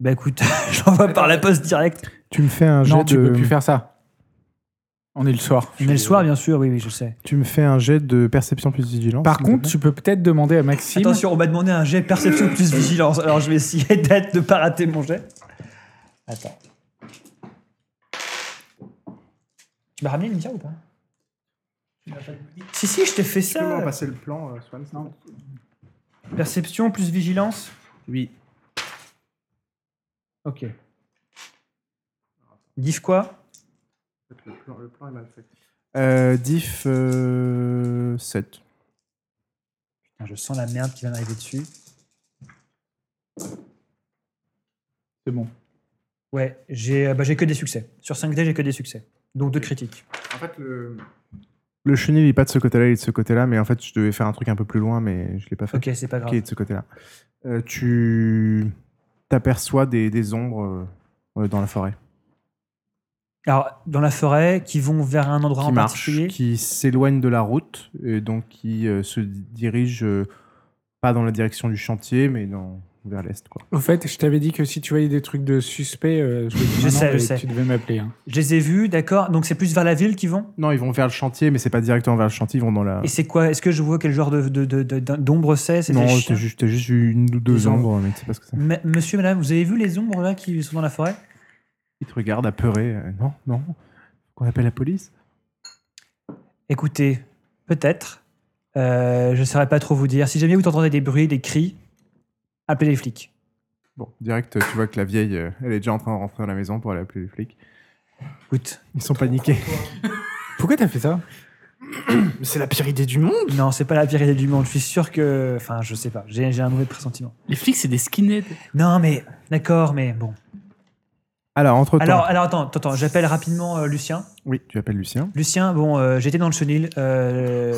D: Bah écoute, j'envoie par la poste directe.
A: Tu me fais un jet
C: Non, tu
A: de.
C: peux plus faire ça. On est le soir.
D: Mais le soir, bien sûr, oui, oui, je sais.
A: Tu me fais un jet de perception plus vigilance.
C: Par
A: s'il te
C: contre,
A: plaît.
C: tu peux peut-être demander à Maxime.
D: Attention, on m'a demandé un jet perception plus vigilance. Alors je vais essayer d'être de pas rater mon jet. Attends. Tu m'as ramené une bière ou pas Si si, je t'ai fait ça.
A: passer le plan,
E: euh.
A: Swan
D: Perception plus vigilance.
A: Oui.
D: Ok. Diff quoi
A: Le plan, est mal fait. diff 7.
D: Putain, Ah, Je sens la merde qui va m'arriver dessus.
C: C'est bon.
D: Ouais, j'ai euh, bah, j'ai que des succès. Sur 5D, j'ai que des succès. Donc deux critiques.
A: En fait, le. Le chenil, il est pas de ce côté-là, il est de ce côté-là, mais en fait, je devais faire un truc un peu plus loin, mais je l'ai pas fait.
D: Ok, c'est pas grave.
A: qui est de ce côté-là. Euh, tu t'aperçois des, des ombres euh, euh, dans la forêt
D: Alors, dans la forêt, qui vont vers un endroit
A: qui
D: en
A: marchent,
D: particulier
A: qui s'éloignent de la route et donc qui euh, se dirigent euh, pas dans la direction du chantier, mais dans, vers l'est. Quoi.
C: Au fait, je t'avais dit que si tu voyais des trucs de suspects, euh, je, le dis
D: Je
C: maintenant,
D: sais, je
C: mais
D: sais.
C: tu devais m'appeler. hein.
D: Je les ai vus, d'accord. Donc c'est plus vers la ville qu'ils vont
A: Non, ils vont vers le chantier, mais c'est pas directement vers le chantier, ils vont dans la.
D: Et c'est quoi Est-ce que je vois quel genre de- de- de- de- d'ombre c'est C'est
A: non,
D: des
A: t'as
D: chiens
A: juste, t'as juste eu une ou deux
D: Des
A: ombres, mais tu sais pas ce que c'est.
D: M- Monsieur, madame, vous avez vu les ombres là qui sont dans la forêt
A: Ils te regardent apeurés. euh, non, non. Qu'on appelle la police
D: Écoutez, peut-être. Euh, je ne saurais pas trop vous dire. Si jamais vous entendez des bruits, des cris, appelez les flics.
A: Bon, direct, tu vois que la vieille, euh, elle est déjà en train de rentrer dans la maison pour aller appeler les flics.
D: Écoute,
A: Ils sont paniqués.
C: Pourquoi t'as fait ça
E: Mais C'est la pire idée du monde.
D: non, c'est pas la pire idée du monde. Je suis sûr que. Enfin, je sais pas. J'ai j'ai un mauvais pressentiment.
B: Les flics, c'est des skinheads.
D: Non, mais. D'accord, mais bon.
A: Alors, entre-temps,
D: Alors, alors attends, attends, attends, j'appelle rapidement euh, Lucien.
A: oui, tu appelles Lucien.
D: Lucien, bon, euh, j'étais dans le chenil. euh,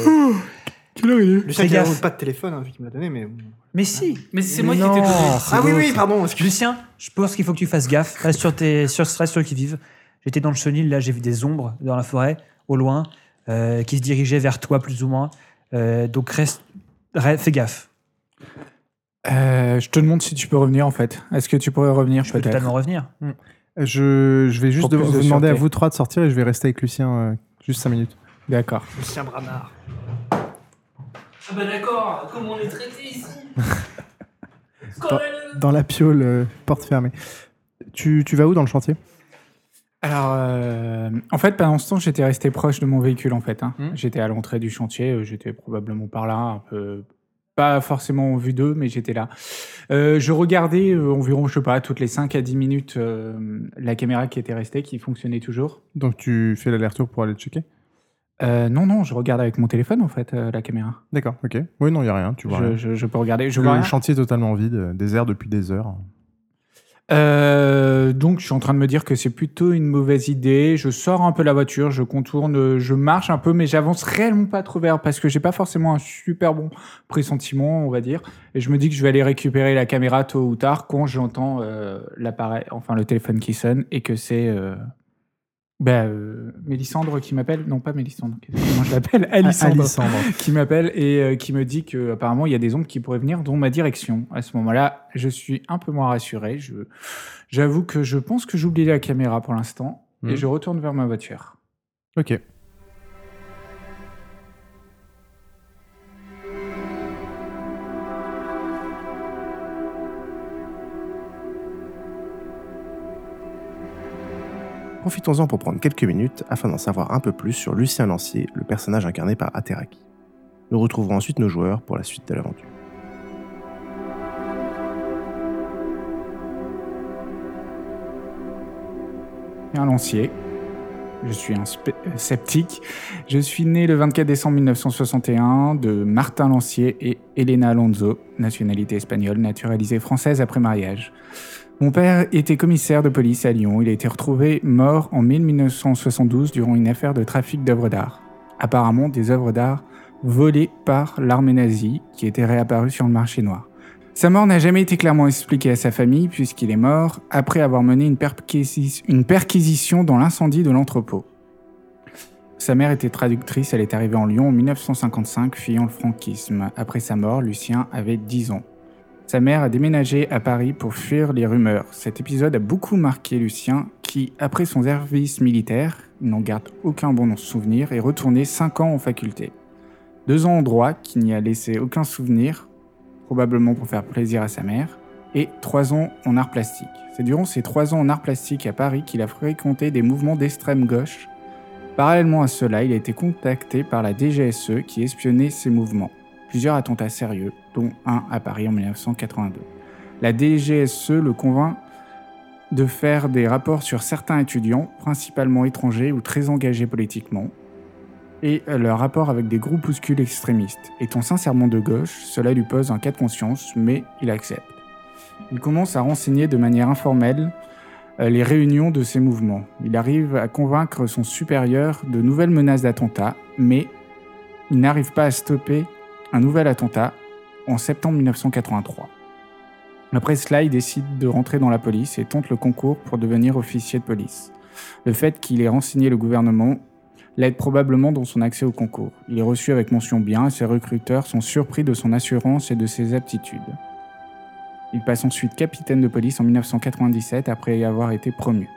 E: Lucien qui a
D: gaffe.
E: pas de téléphone, hein, vu qu'il me l'a donné, mais.
D: mais si
B: Mais c'est
D: Mais
B: moi qui
D: non.
B: t'ai donné.
E: Ah oui, oui, pardon, excuse
D: Lucien, je pense qu'il faut que tu fasses gaffe. Reste sur, tes, sur, reste sur qui vivent. J'étais dans le chenil, là j'ai vu des ombres dans la forêt, au loin, euh, qui se dirigeaient vers toi plus ou moins. Euh, donc reste, re- fais gaffe.
C: Euh, Je te demande si tu peux revenir en fait. Est-ce que tu pourrais revenir
D: Je peux
C: peut-être
D: totalement revenir.
A: Je, je vais juste
C: Pour
A: de-
C: plus de
A: vous demander à
C: sûreté.
A: vous trois de sortir et je vais rester avec Lucien euh, juste 5 minutes.
C: D'accord.
E: Lucien Bramard.
B: Ah bah d'accord, comment on est traité ici
A: Dans la piole, euh, porte fermée. Tu, tu vas où dans le chantier
C: Alors, euh, en fait, pendant ce temps, j'étais resté proche de mon véhicule, en fait. hein.
A: Hmm.
C: J'étais à l'entrée du chantier, euh, j'étais probablement par là, un peu... Pas forcément en vue d'eux, mais j'étais là. Euh, je regardais euh, environ, je sais pas, toutes les 5 à 10 minutes, euh, la caméra qui était restée, qui fonctionnait toujours.
A: Donc tu fais l'aller-retour pour aller le checker
C: Euh, non, non, je regarde avec mon téléphone, en fait, euh, la caméra.
A: D'accord, ok. Oui, non, il n'y a rien, tu vois.
C: je,
A: rien.
C: je- je peux regarder. Je
A: le
C: vois rien.
A: chantier est totalement vide, euh, désert depuis des heures.
C: Euh, donc, je suis en train de me dire que c'est plutôt une mauvaise idée. Je sors un peu la voiture, je contourne, euh, je marche un peu, mais j'avance réellement pas trop vers parce que j'ai pas forcément un super bon pressentiment, on va dire. Et je me dis que je vais aller récupérer la caméra tôt ou tard quand j'entends euh, l'appareil, enfin le téléphone qui sonne et que c'est euh, bah, euh, Mélissandre qui m'appelle. Non, pas Mélissandre. Comment je l'appelle Alissandre
G: Alissandre.
C: qui m'appelle et euh, qui me dit que apparemment il y a des ombres qui pourraient venir dans ma direction. À ce moment-là, je suis un peu moins rassuré. Je, j'avoue que je pense que j'oublie la caméra pour l'instant
G: Mhm.
C: et je retourne vers ma voiture.
G: Ok.
A: Profitons-en pour prendre quelques minutes afin d'en savoir un peu plus sur Lucien Lancier, le personnage incarné par Ateraki. Nous retrouverons ensuite nos joueurs pour la suite de l'aventure.
C: un lancier. Je suis un spé- euh, sceptique. Je suis né le 24 décembre 1961 de Martin Lancier et Elena Alonso, nationalité espagnole, naturalisée française après mariage. Mon père était commissaire de police à Lyon. Il a été retrouvé mort en 1972 durant une affaire de trafic d'œuvres d'art. Apparemment des œuvres d'art volées par l'armée nazie qui étaient réapparues sur le marché noir. Sa mort n'a jamais été clairement expliquée à sa famille puisqu'il est mort après avoir mené une, perquisi- une perquisition dans l'incendie de l'entrepôt. Sa mère était traductrice, elle est arrivée en Lyon en 1955 fuyant le franquisme. Après sa mort, Lucien avait 10 ans. Sa mère a déménagé à Paris pour fuir les rumeurs. Cet épisode a beaucoup marqué Lucien qui, après son service militaire, il n'en garde aucun bon souvenir, est retourné 5 ans en faculté. Deux ans en droit qui n'y a laissé aucun souvenir probablement pour faire plaisir à sa mère, et trois ans en art plastique. C'est durant ces trois ans en art plastique à Paris qu'il a fréquenté des mouvements d'extrême gauche. Parallèlement à cela, il a été contacté par la DGSE E qui espionnait ces mouvements. Plusieurs attentats sérieux, dont un à Paris en 1982. La DGSE E le convainc de faire des rapports sur certains étudiants, principalement étrangers ou très engagés politiquement, et leur rapport avec des groupuscules extrémistes. Étant sincèrement de gauche, cela lui pose un cas de conscience, mais il accepte. Il commence à renseigner de manière informelle euh, les réunions de ces mouvements. Il arrive à convaincre son supérieur de nouvelles menaces d'attentats, mais il n'arrive pas à stopper un nouvel attentat en septembre 1983. Après cela, il décide de rentrer dans la police et tente le concours pour devenir officier de police. Le fait qu'il ait renseigné le gouvernement l'aide probablement dans son accès au concours. Il est reçu avec mention bien et ses recruteurs sont surpris de son assurance et de ses aptitudes. Il passe ensuite capitaine de police en 1997 après y avoir été promu.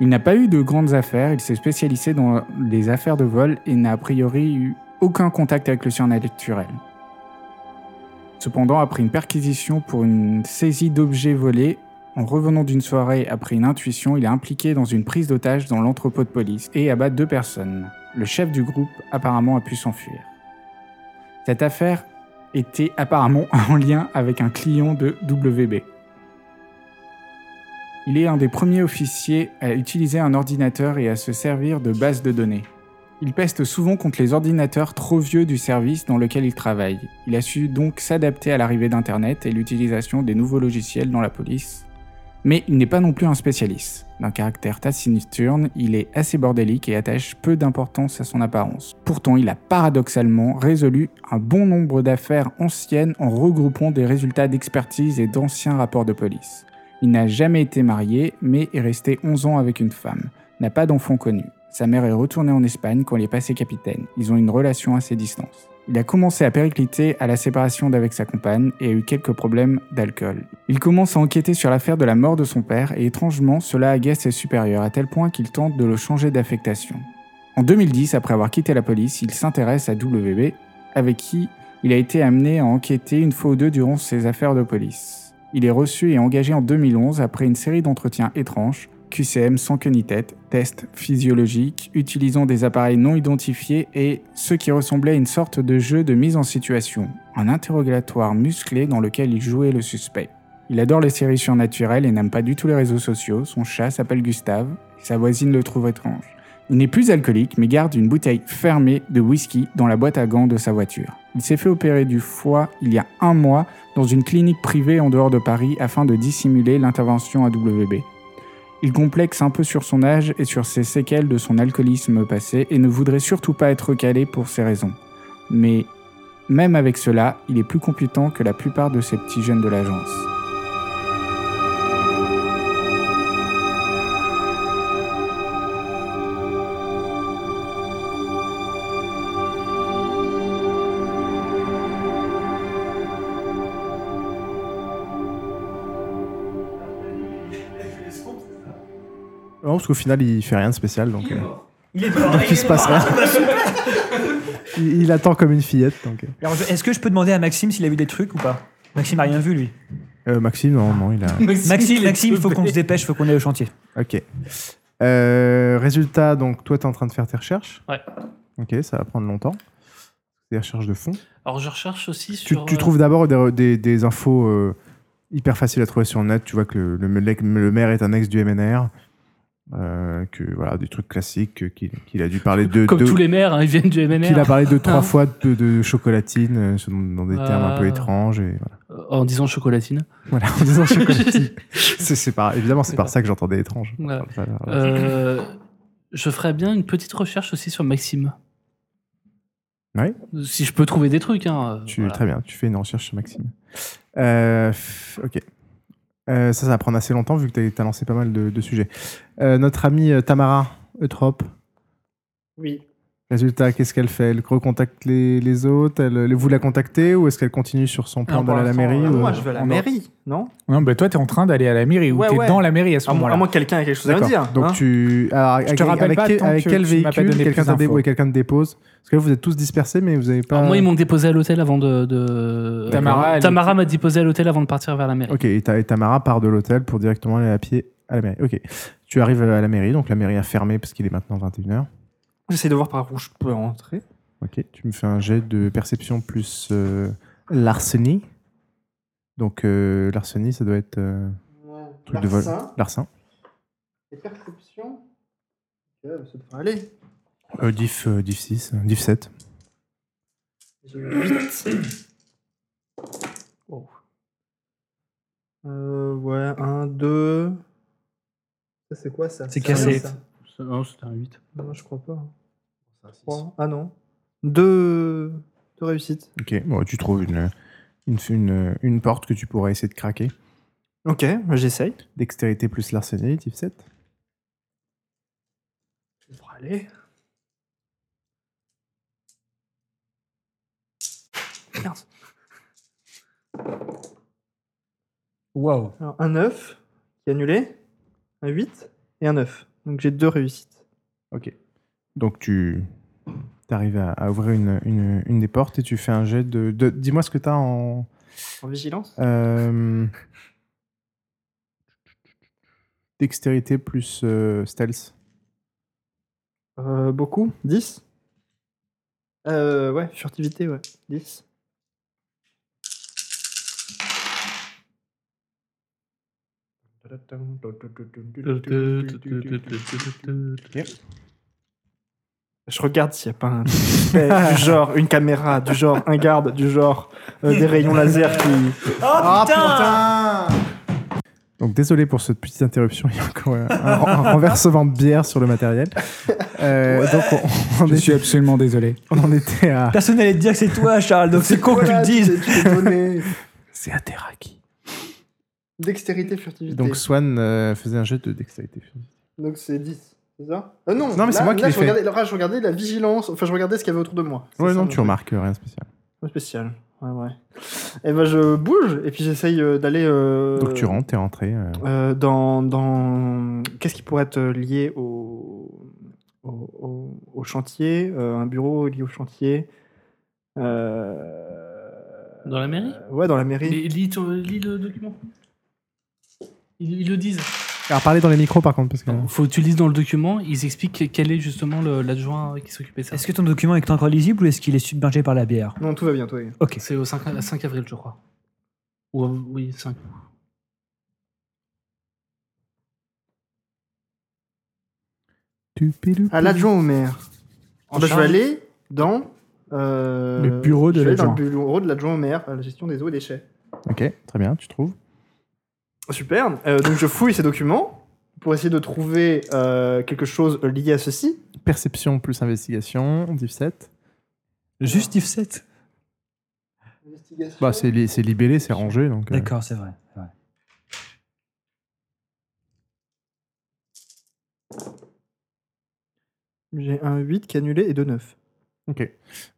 C: Il n'a pas eu de grandes affaires, il s'est spécialisé dans les affaires de vol et n'a a priori eu aucun contact avec le surnaturel. Cependant, après une perquisition pour une saisie d'objets volés, en revenant d'une soirée après une intuition, il est impliqué dans une prise d'otage dans l'entrepôt de police et abat deux personnes. Le chef du groupe apparemment a pu s'enfuir. Cette affaire était apparemment en lien avec un client de WB. Il est un des premiers officiers à utiliser un ordinateur et à se servir de bases de données. Il peste souvent contre les ordinateurs trop vieux du service dans lequel il travaille. Il a su donc s'adapter à l'arrivée d'Internet et l'utilisation des nouveaux logiciels dans la police mais il n'est pas non plus un spécialiste. D'un caractère taciturne, il est assez bordélique et attache peu d'importance à son apparence. Pourtant, il a paradoxalement résolu un bon nombre d'affaires anciennes en regroupant des résultats d'expertise et d'anciens rapports de police. Il n'a jamais été marié, mais est resté 11 ans avec une femme. N'a pas d'enfant connu. Sa mère est retournée en Espagne quand il est passé capitaine. Ils ont une relation assez distance. Il a commencé à péricliter à la séparation d'avec sa compagne et a eu quelques problèmes d'alcool. Il commence à enquêter sur l'affaire de la mort de son père et étrangement, cela agace ses supérieurs à tel point qu'il tente de le changer d'affectation. En 2010, après avoir quitté la police, il s'intéresse à WB, avec qui il a été amené à enquêter une fois ou deux durant ses affaires de police. Il est reçu et engagé en 2011 après une série d'entretiens étranges, QCM sans queue ni tête, tests physiologiques, utilisant des appareils non identifiés et ce qui ressemblait à une sorte de jeu de mise en situation, un interrogatoire musclé dans lequel il jouait le suspect. Il adore les séries surnaturelles et n'aime pas du tout les réseaux sociaux. Son chat s'appelle Gustave. Sa voisine le trouve étrange. n'est plus alcoolique, mais garde une bouteille fermée de whisky dans la boîte à gants de sa voiture. Il s'est fait opérer du foie il y a un mois dans une clinique privée en dehors de Paris afin de dissimuler l'intervention AWB. Il complexe un peu sur son âge et sur ses séquelles de son alcoolisme passé et ne voudrait surtout pas être recalé pour ces raisons. Mais même avec cela, il est plus compétent que la plupart de ces petits jeunes de l'agence.
A: Non, parce qu'au final, il fait rien de spécial, donc euh,
F: Il est mort.
A: il se passe rien. il, il attend comme une fillette, donc. euh.
D: Alors, je- est-ce que je peux demander à Maxime s'il a vu des trucs ou pas Maxime a rien vu, lui.
A: Euh, Maxime, non, non, il a.
D: Maxime, Maxime, il faut qu'on se dépêche, faut qu'on aille au chantier.
A: Ok. Euh, résultat, donc toi, tu es en train de faire tes recherches
B: Ouais.
A: Ok, ça va prendre longtemps. Des recherches de fond.
B: Alors, je recherche aussi
A: Tu,
B: sur.
A: tu
B: euh,
A: trouves d'abord des, des- des infos euh, hyper faciles à trouver sur le net. Tu vois que le, le, mec- le maire est un ex du MNR. euh, que voilà, des trucs classiques euh, qu'il qu'il a dû parler de.
B: Comme
A: de-
B: tous les maires, hein, ils viennent du MNR.
A: qu'il a parlé deux, trois fois de, de chocolatine euh, selon- dans des
B: Ah.
A: termes un peu étranges. Et voilà.
B: Euh, En disant chocolatine.
A: Voilà, en disant chocolatine. c'est, c'est par- évidemment, c'est par ça que j'entendais étrange.
B: Ouais.
A: Voilà.
B: Ah. Euh, je ferais bien une petite recherche aussi sur Maxime.
A: Ouais.
B: Si je peux trouver des trucs. Hein, euh,
A: Tu,
B: voilà.
A: Très bien, tu fais une recherche sur Maxime. Euh, f- ok. Euh, ça, ça va prendre assez longtemps vu que tu as lancé pas mal de, de sujets. Euh, notre amie euh, Tamara Eutrope,
F: Oui.
A: résultat, qu'est-ce qu'elle fait Elle recontacte les, les autres elle, elle- Vous la contactez ou est-ce qu'elle continue sur son plan
B: Non, pour
A: d'aller à la
B: l'instant,
A: mairie
B: euh,
A: ou-
E: Moi, je vais à la
C: on a-
E: mairie, non
C: Non, bah toi, t'es en train d'aller à la mairie ou
E: Ouais,
C: t'es
E: ouais.
C: dans la mairie à ce
E: À moins à
C: moment-là.
E: moins que quelqu'un ait quelque chose à me
A: D'accord.
E: dire.
A: Donc
E: hein.
A: tu. alors, avec,
C: te rappelle
A: avec
C: pas
A: quel,
C: tant
A: avec
C: que
A: quel
C: tu m'as pas
A: véhicule
C: donné
A: quelqu'un
C: plus
A: te dé-
C: d'infos.
A: ouais, quelqu'un te dépose Parce que là, vous êtes tous dispersés, mais vous n'avez pas.
B: Alors, moi, ils m'ont déposé à l'hôtel avant de. de-
C: Tamara, elle
B: Tamara m'a déposé à l'hôtel avant de partir vers la mairie.
A: Ok, et, Ta- et Tamara part de l'hôtel pour directement aller à pied à la mairie. Ok, tu arrives à la mairie, donc la mairie a fermé parce qu'il est maintenant 21h.
E: J'essaie de voir par où je peux rentrer.
A: Ok, tu me fais un jet de perception plus euh, larcenie. Donc euh, larcenie, ça doit être euh, truc de vol.
F: Larcin
A: Larcin.
F: et perception. Euh, Ça devrait aller.
A: Euh, diff, euh, diff 6, euh, diff 7.
F: J'ai eu 8.
E: Oh. Euh, ouais, un, deux.
F: Ça, c'est quoi ça
D: C'est cassé.
F: ça.
B: Non, c'était un 8.
E: Non, je crois pas. Trois. Ah non. Deux. Deux réussites.
A: Ok, bon, tu trouves une, une, une, une porte que tu pourrais essayer de craquer.
E: Ok, j'essaye.
A: Dextérité plus larcenie, diff 7.
F: Ça devrait aller.
D: Waouh.
E: Alors, un 9 qui est annulé, un 8 et un 9. Donc j'ai deux réussites.
A: Ok. Donc tu arrives à, à ouvrir une, une- une des portes et tu fais un jet de... de- Dis-moi ce que tu as en...
E: En vigilance
A: euh, dextérité plus euh, stealth.
E: euh, Beaucoup 10 euh, Ouais, furtivité, ouais. 10. Je regarde s'il n'y a pas un suspect, du genre une caméra, du genre un garde, du genre euh, des rayons laser qui.
D: Oh
E: Ah,
A: Donc désolé pour cette petite interruption, il y a encore un, un renversement de bière sur le matériel. Euh, Donc on, on
C: Je suis
A: était,
C: absolument désolé.
A: on en était à...
D: Personne n'allait te dire que c'est toi, Charles, donc c'est con que tu le dises.
A: C'est à Teraki.
F: Dextérité, furtivité.
A: Donc Swan euh, faisait un jet de dextérité.
F: Donc c'est 10. C'est ça
E: Ah
F: Euh, Non,
A: Non, mais c'est
F: là-
A: moi qui
F: là,
A: l'ai
F: je
A: fait.
F: regardais, Laura, je regardais la vigilance. Enfin, je regardais ce qu'il y avait autour de moi. C'est
A: Ouais,
F: ça,
A: non,
F: mon
A: tu
F: truc.
A: remarques euh, rien de spécial.
E: Pas spécial. Ouais, ouais. Et ben je bouge et puis j'essaye euh, d'aller. euh,
A: Donc tu rentres, t'es rentré. euh,
E: Euh, dans, dans... qu'est-ce qui pourrait être euh, lié au, au, au- au chantier, euh, un bureau lié au chantier euh,
B: Dans la mairie
E: euh, Ouais, dans la mairie.
B: Mais lis, ton- lis le document. Ils, ils le disent.
A: Alors parlez dans les micros par contre parce que...
B: Faut que tu lises dans le document, ils expliquent quel est justement le- l'adjoint qui s'occupait de ça.
D: Est-ce que ton document est encore lisible ou est-ce qu'il est submergé par la bière
E: Non, tout va bien, tout va bien.
B: C'est au 5, à 5 avril, je crois. Ou, euh, oui, 5.
H: Tupiloupi.
E: à l'adjoint au maire.
I: En
E: Bah, je vais
I: charge.
E: aller dans. euh,
C: Le bureau de
E: je vais aller dans
C: l'adjoint.
E: le bureau de l'adjoint au maire, à la gestion des eaux et déchets.
A: Ok, très bien, tu trouves.
E: Super. Euh, donc je fouille ces documents pour essayer de trouver euh, quelque chose lié à ceci.
A: Perception plus investigation, 17.
D: Juste Yves 7
A: Bah, c'est li- c'est libellé, c'est rangé, donc. euh,
D: D'accord, c'est vrai. c'est vrai.
E: J'ai un 8 qui est annulé et deux 9.
A: Ok.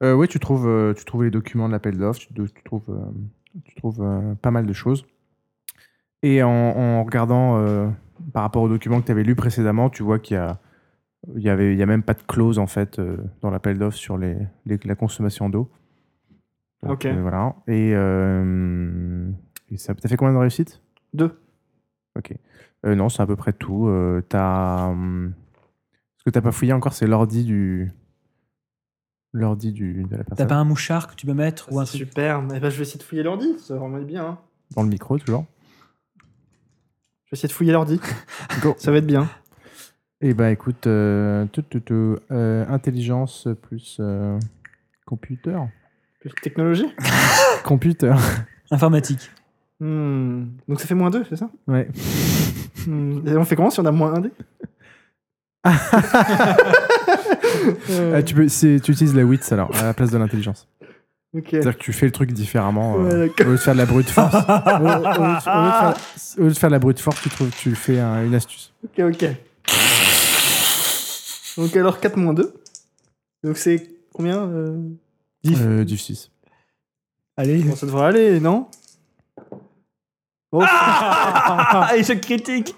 A: Euh, oui, tu trouves, euh, tu trouves les documents de l'appel d'offres, tu, tu trouves, euh, tu trouves euh, pas mal de choses. Et en, en regardant euh, par rapport aux documents que tu avais lus précédemment, tu vois qu'il y a, il y avait, il y a même pas de clause en fait euh, dans l'appel d'offres sur les, les- la consommation d'eau. Donc,
E: Ok.
A: euh, voilà. Et, euh, et ça, t'as fait combien de réussites
E: Deux.
A: Ok. Euh, non, c'est à peu près tout. Euh, t'as, hum, ce que t'as pas fouillé encore, c'est l'ordi du, l'ordi du de la
D: T'as
A: personne.
D: pas un mouchard que tu peux mettre ou un truc
E: Super. Eh ben, je vais essayer de fouiller l'ordi. Ça va vraiment être bien. hein.
A: Dans le micro toujours.
E: Je vais essayer de fouiller l'ordi.
A: Go.
E: Ça va être bien.
A: Eh ben écoute, euh, tout, tout, tout, euh, intelligence plus euh, computer.
E: Plus de technologie.
A: Computer.
D: informatique
E: Hmm. Donc ça fait moins 2, c'est ça
A: Ouais.
E: Hmm. Et on fait comment si on a moins 1 dé
A: Ah, tu peux, c'est- tu utilises la wits alors à la place de l'intelligence.
E: Ok.
A: C'est-à-dire que tu fais le truc différemment. euh,
E: Ouais, d'accord.
A: au lieu de faire de la brute force, au, au- au lieu de- au lieu de faire- au lieu de faire de la brute force, tu trouves, tu fais un- une astuce.
E: Ok, ok. Donc alors 4 moins 2. Donc c'est combien euh
A: Euh, du 6.
D: Allez,
E: Bon, ça devrait aller, non Oh,
D: Ah, échec critique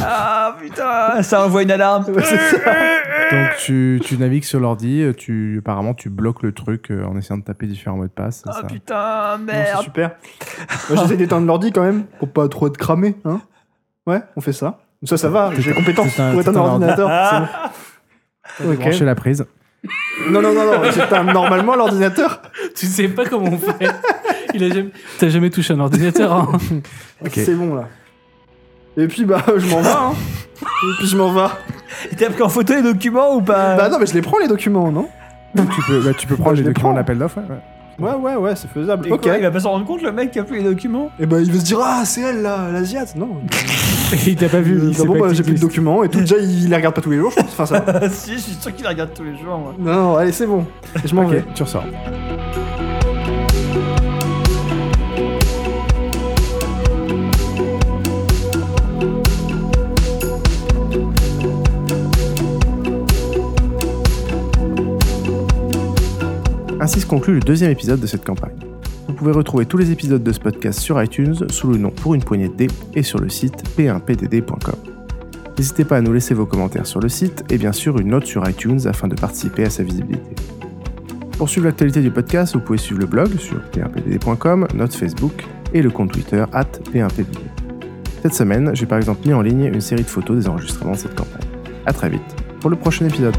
D: Ah, putain Ah, Ça envoie une alarme
E: ouais, c'est ça.
A: Donc tu, tu navigues sur l'ordi, euh, tu apparemment tu bloques le truc euh, en essayant de taper différents mots de passe.
D: Ah,
A: ça-
D: putain,
E: Non, c'est
D: merde
E: super. Moi, j'essaie d'éteindre l'ordi quand même pour pas trop être cramé, hein Ouais, on fait ça. Ça, ça va, j'ai les compétences
A: t'es un-
E: pour
A: t'es
E: éteindre
A: un ordi.
D: Ah
E: l'ordinateur. c'est bon.
A: Brancher
E: Ok.
A: la prise.
E: Non, non, non, non, j'éteins normalement l'ordinateur.
B: Tu sais pas comment on fait. Il a jamais... T'as jamais touché un ordinateur. hein.
A: Ok.
E: C'est bon là. Et puis bah je m'en vais. Hein. Et puis je m'en vais.
D: T'as pris en photo les documents ou pas
E: Bah non mais je les prends les documents, non
A: tu, peux, bah, tu peux prendre
E: je
A: les
E: les
A: documents
E: prends.
A: de l'appel d'offres. ouais, ouais.
E: Ouais ouais ouais c'est faisable.
D: Et
E: ok.
D: quoi, Il va pas s'en rendre compte, le mec qui a pris les documents
E: Et bah il va se dire ah c'est elle là l'asiate non.
C: Il t'a pas vu.
E: Euh,
C: il sait
E: bon
C: pas
E: bah
C: que
E: j'ai plus de
C: t'existes.
E: documents et tout déjà il, il les regarde pas tous les jours je pense. Enfin ça. va.
D: Si, je suis sûr qu'il la regarde tous les jours, moi.
E: Non, non allez c'est bon. Je m'en
A: Ok,
E: vais.
A: tu ressors. Ainsi se conclut le deuxième épisode de cette campagne. Vous pouvez retrouver tous les épisodes de ce podcast sur iTunes sous le nom Pour une poignée de dés et sur le site p1pdd.com. N'hésitez pas à nous laisser vos commentaires sur le site et bien sûr une note sur iTunes afin de participer à sa visibilité. Pour suivre l'actualité du podcast, vous pouvez suivre le blog sur p1pdd.com, notre Facebook et le compte Twitter at p1pdd. Cette semaine, j'ai par exemple mis en ligne une série de photos des enregistrements de cette campagne. À très vite pour le prochain épisode.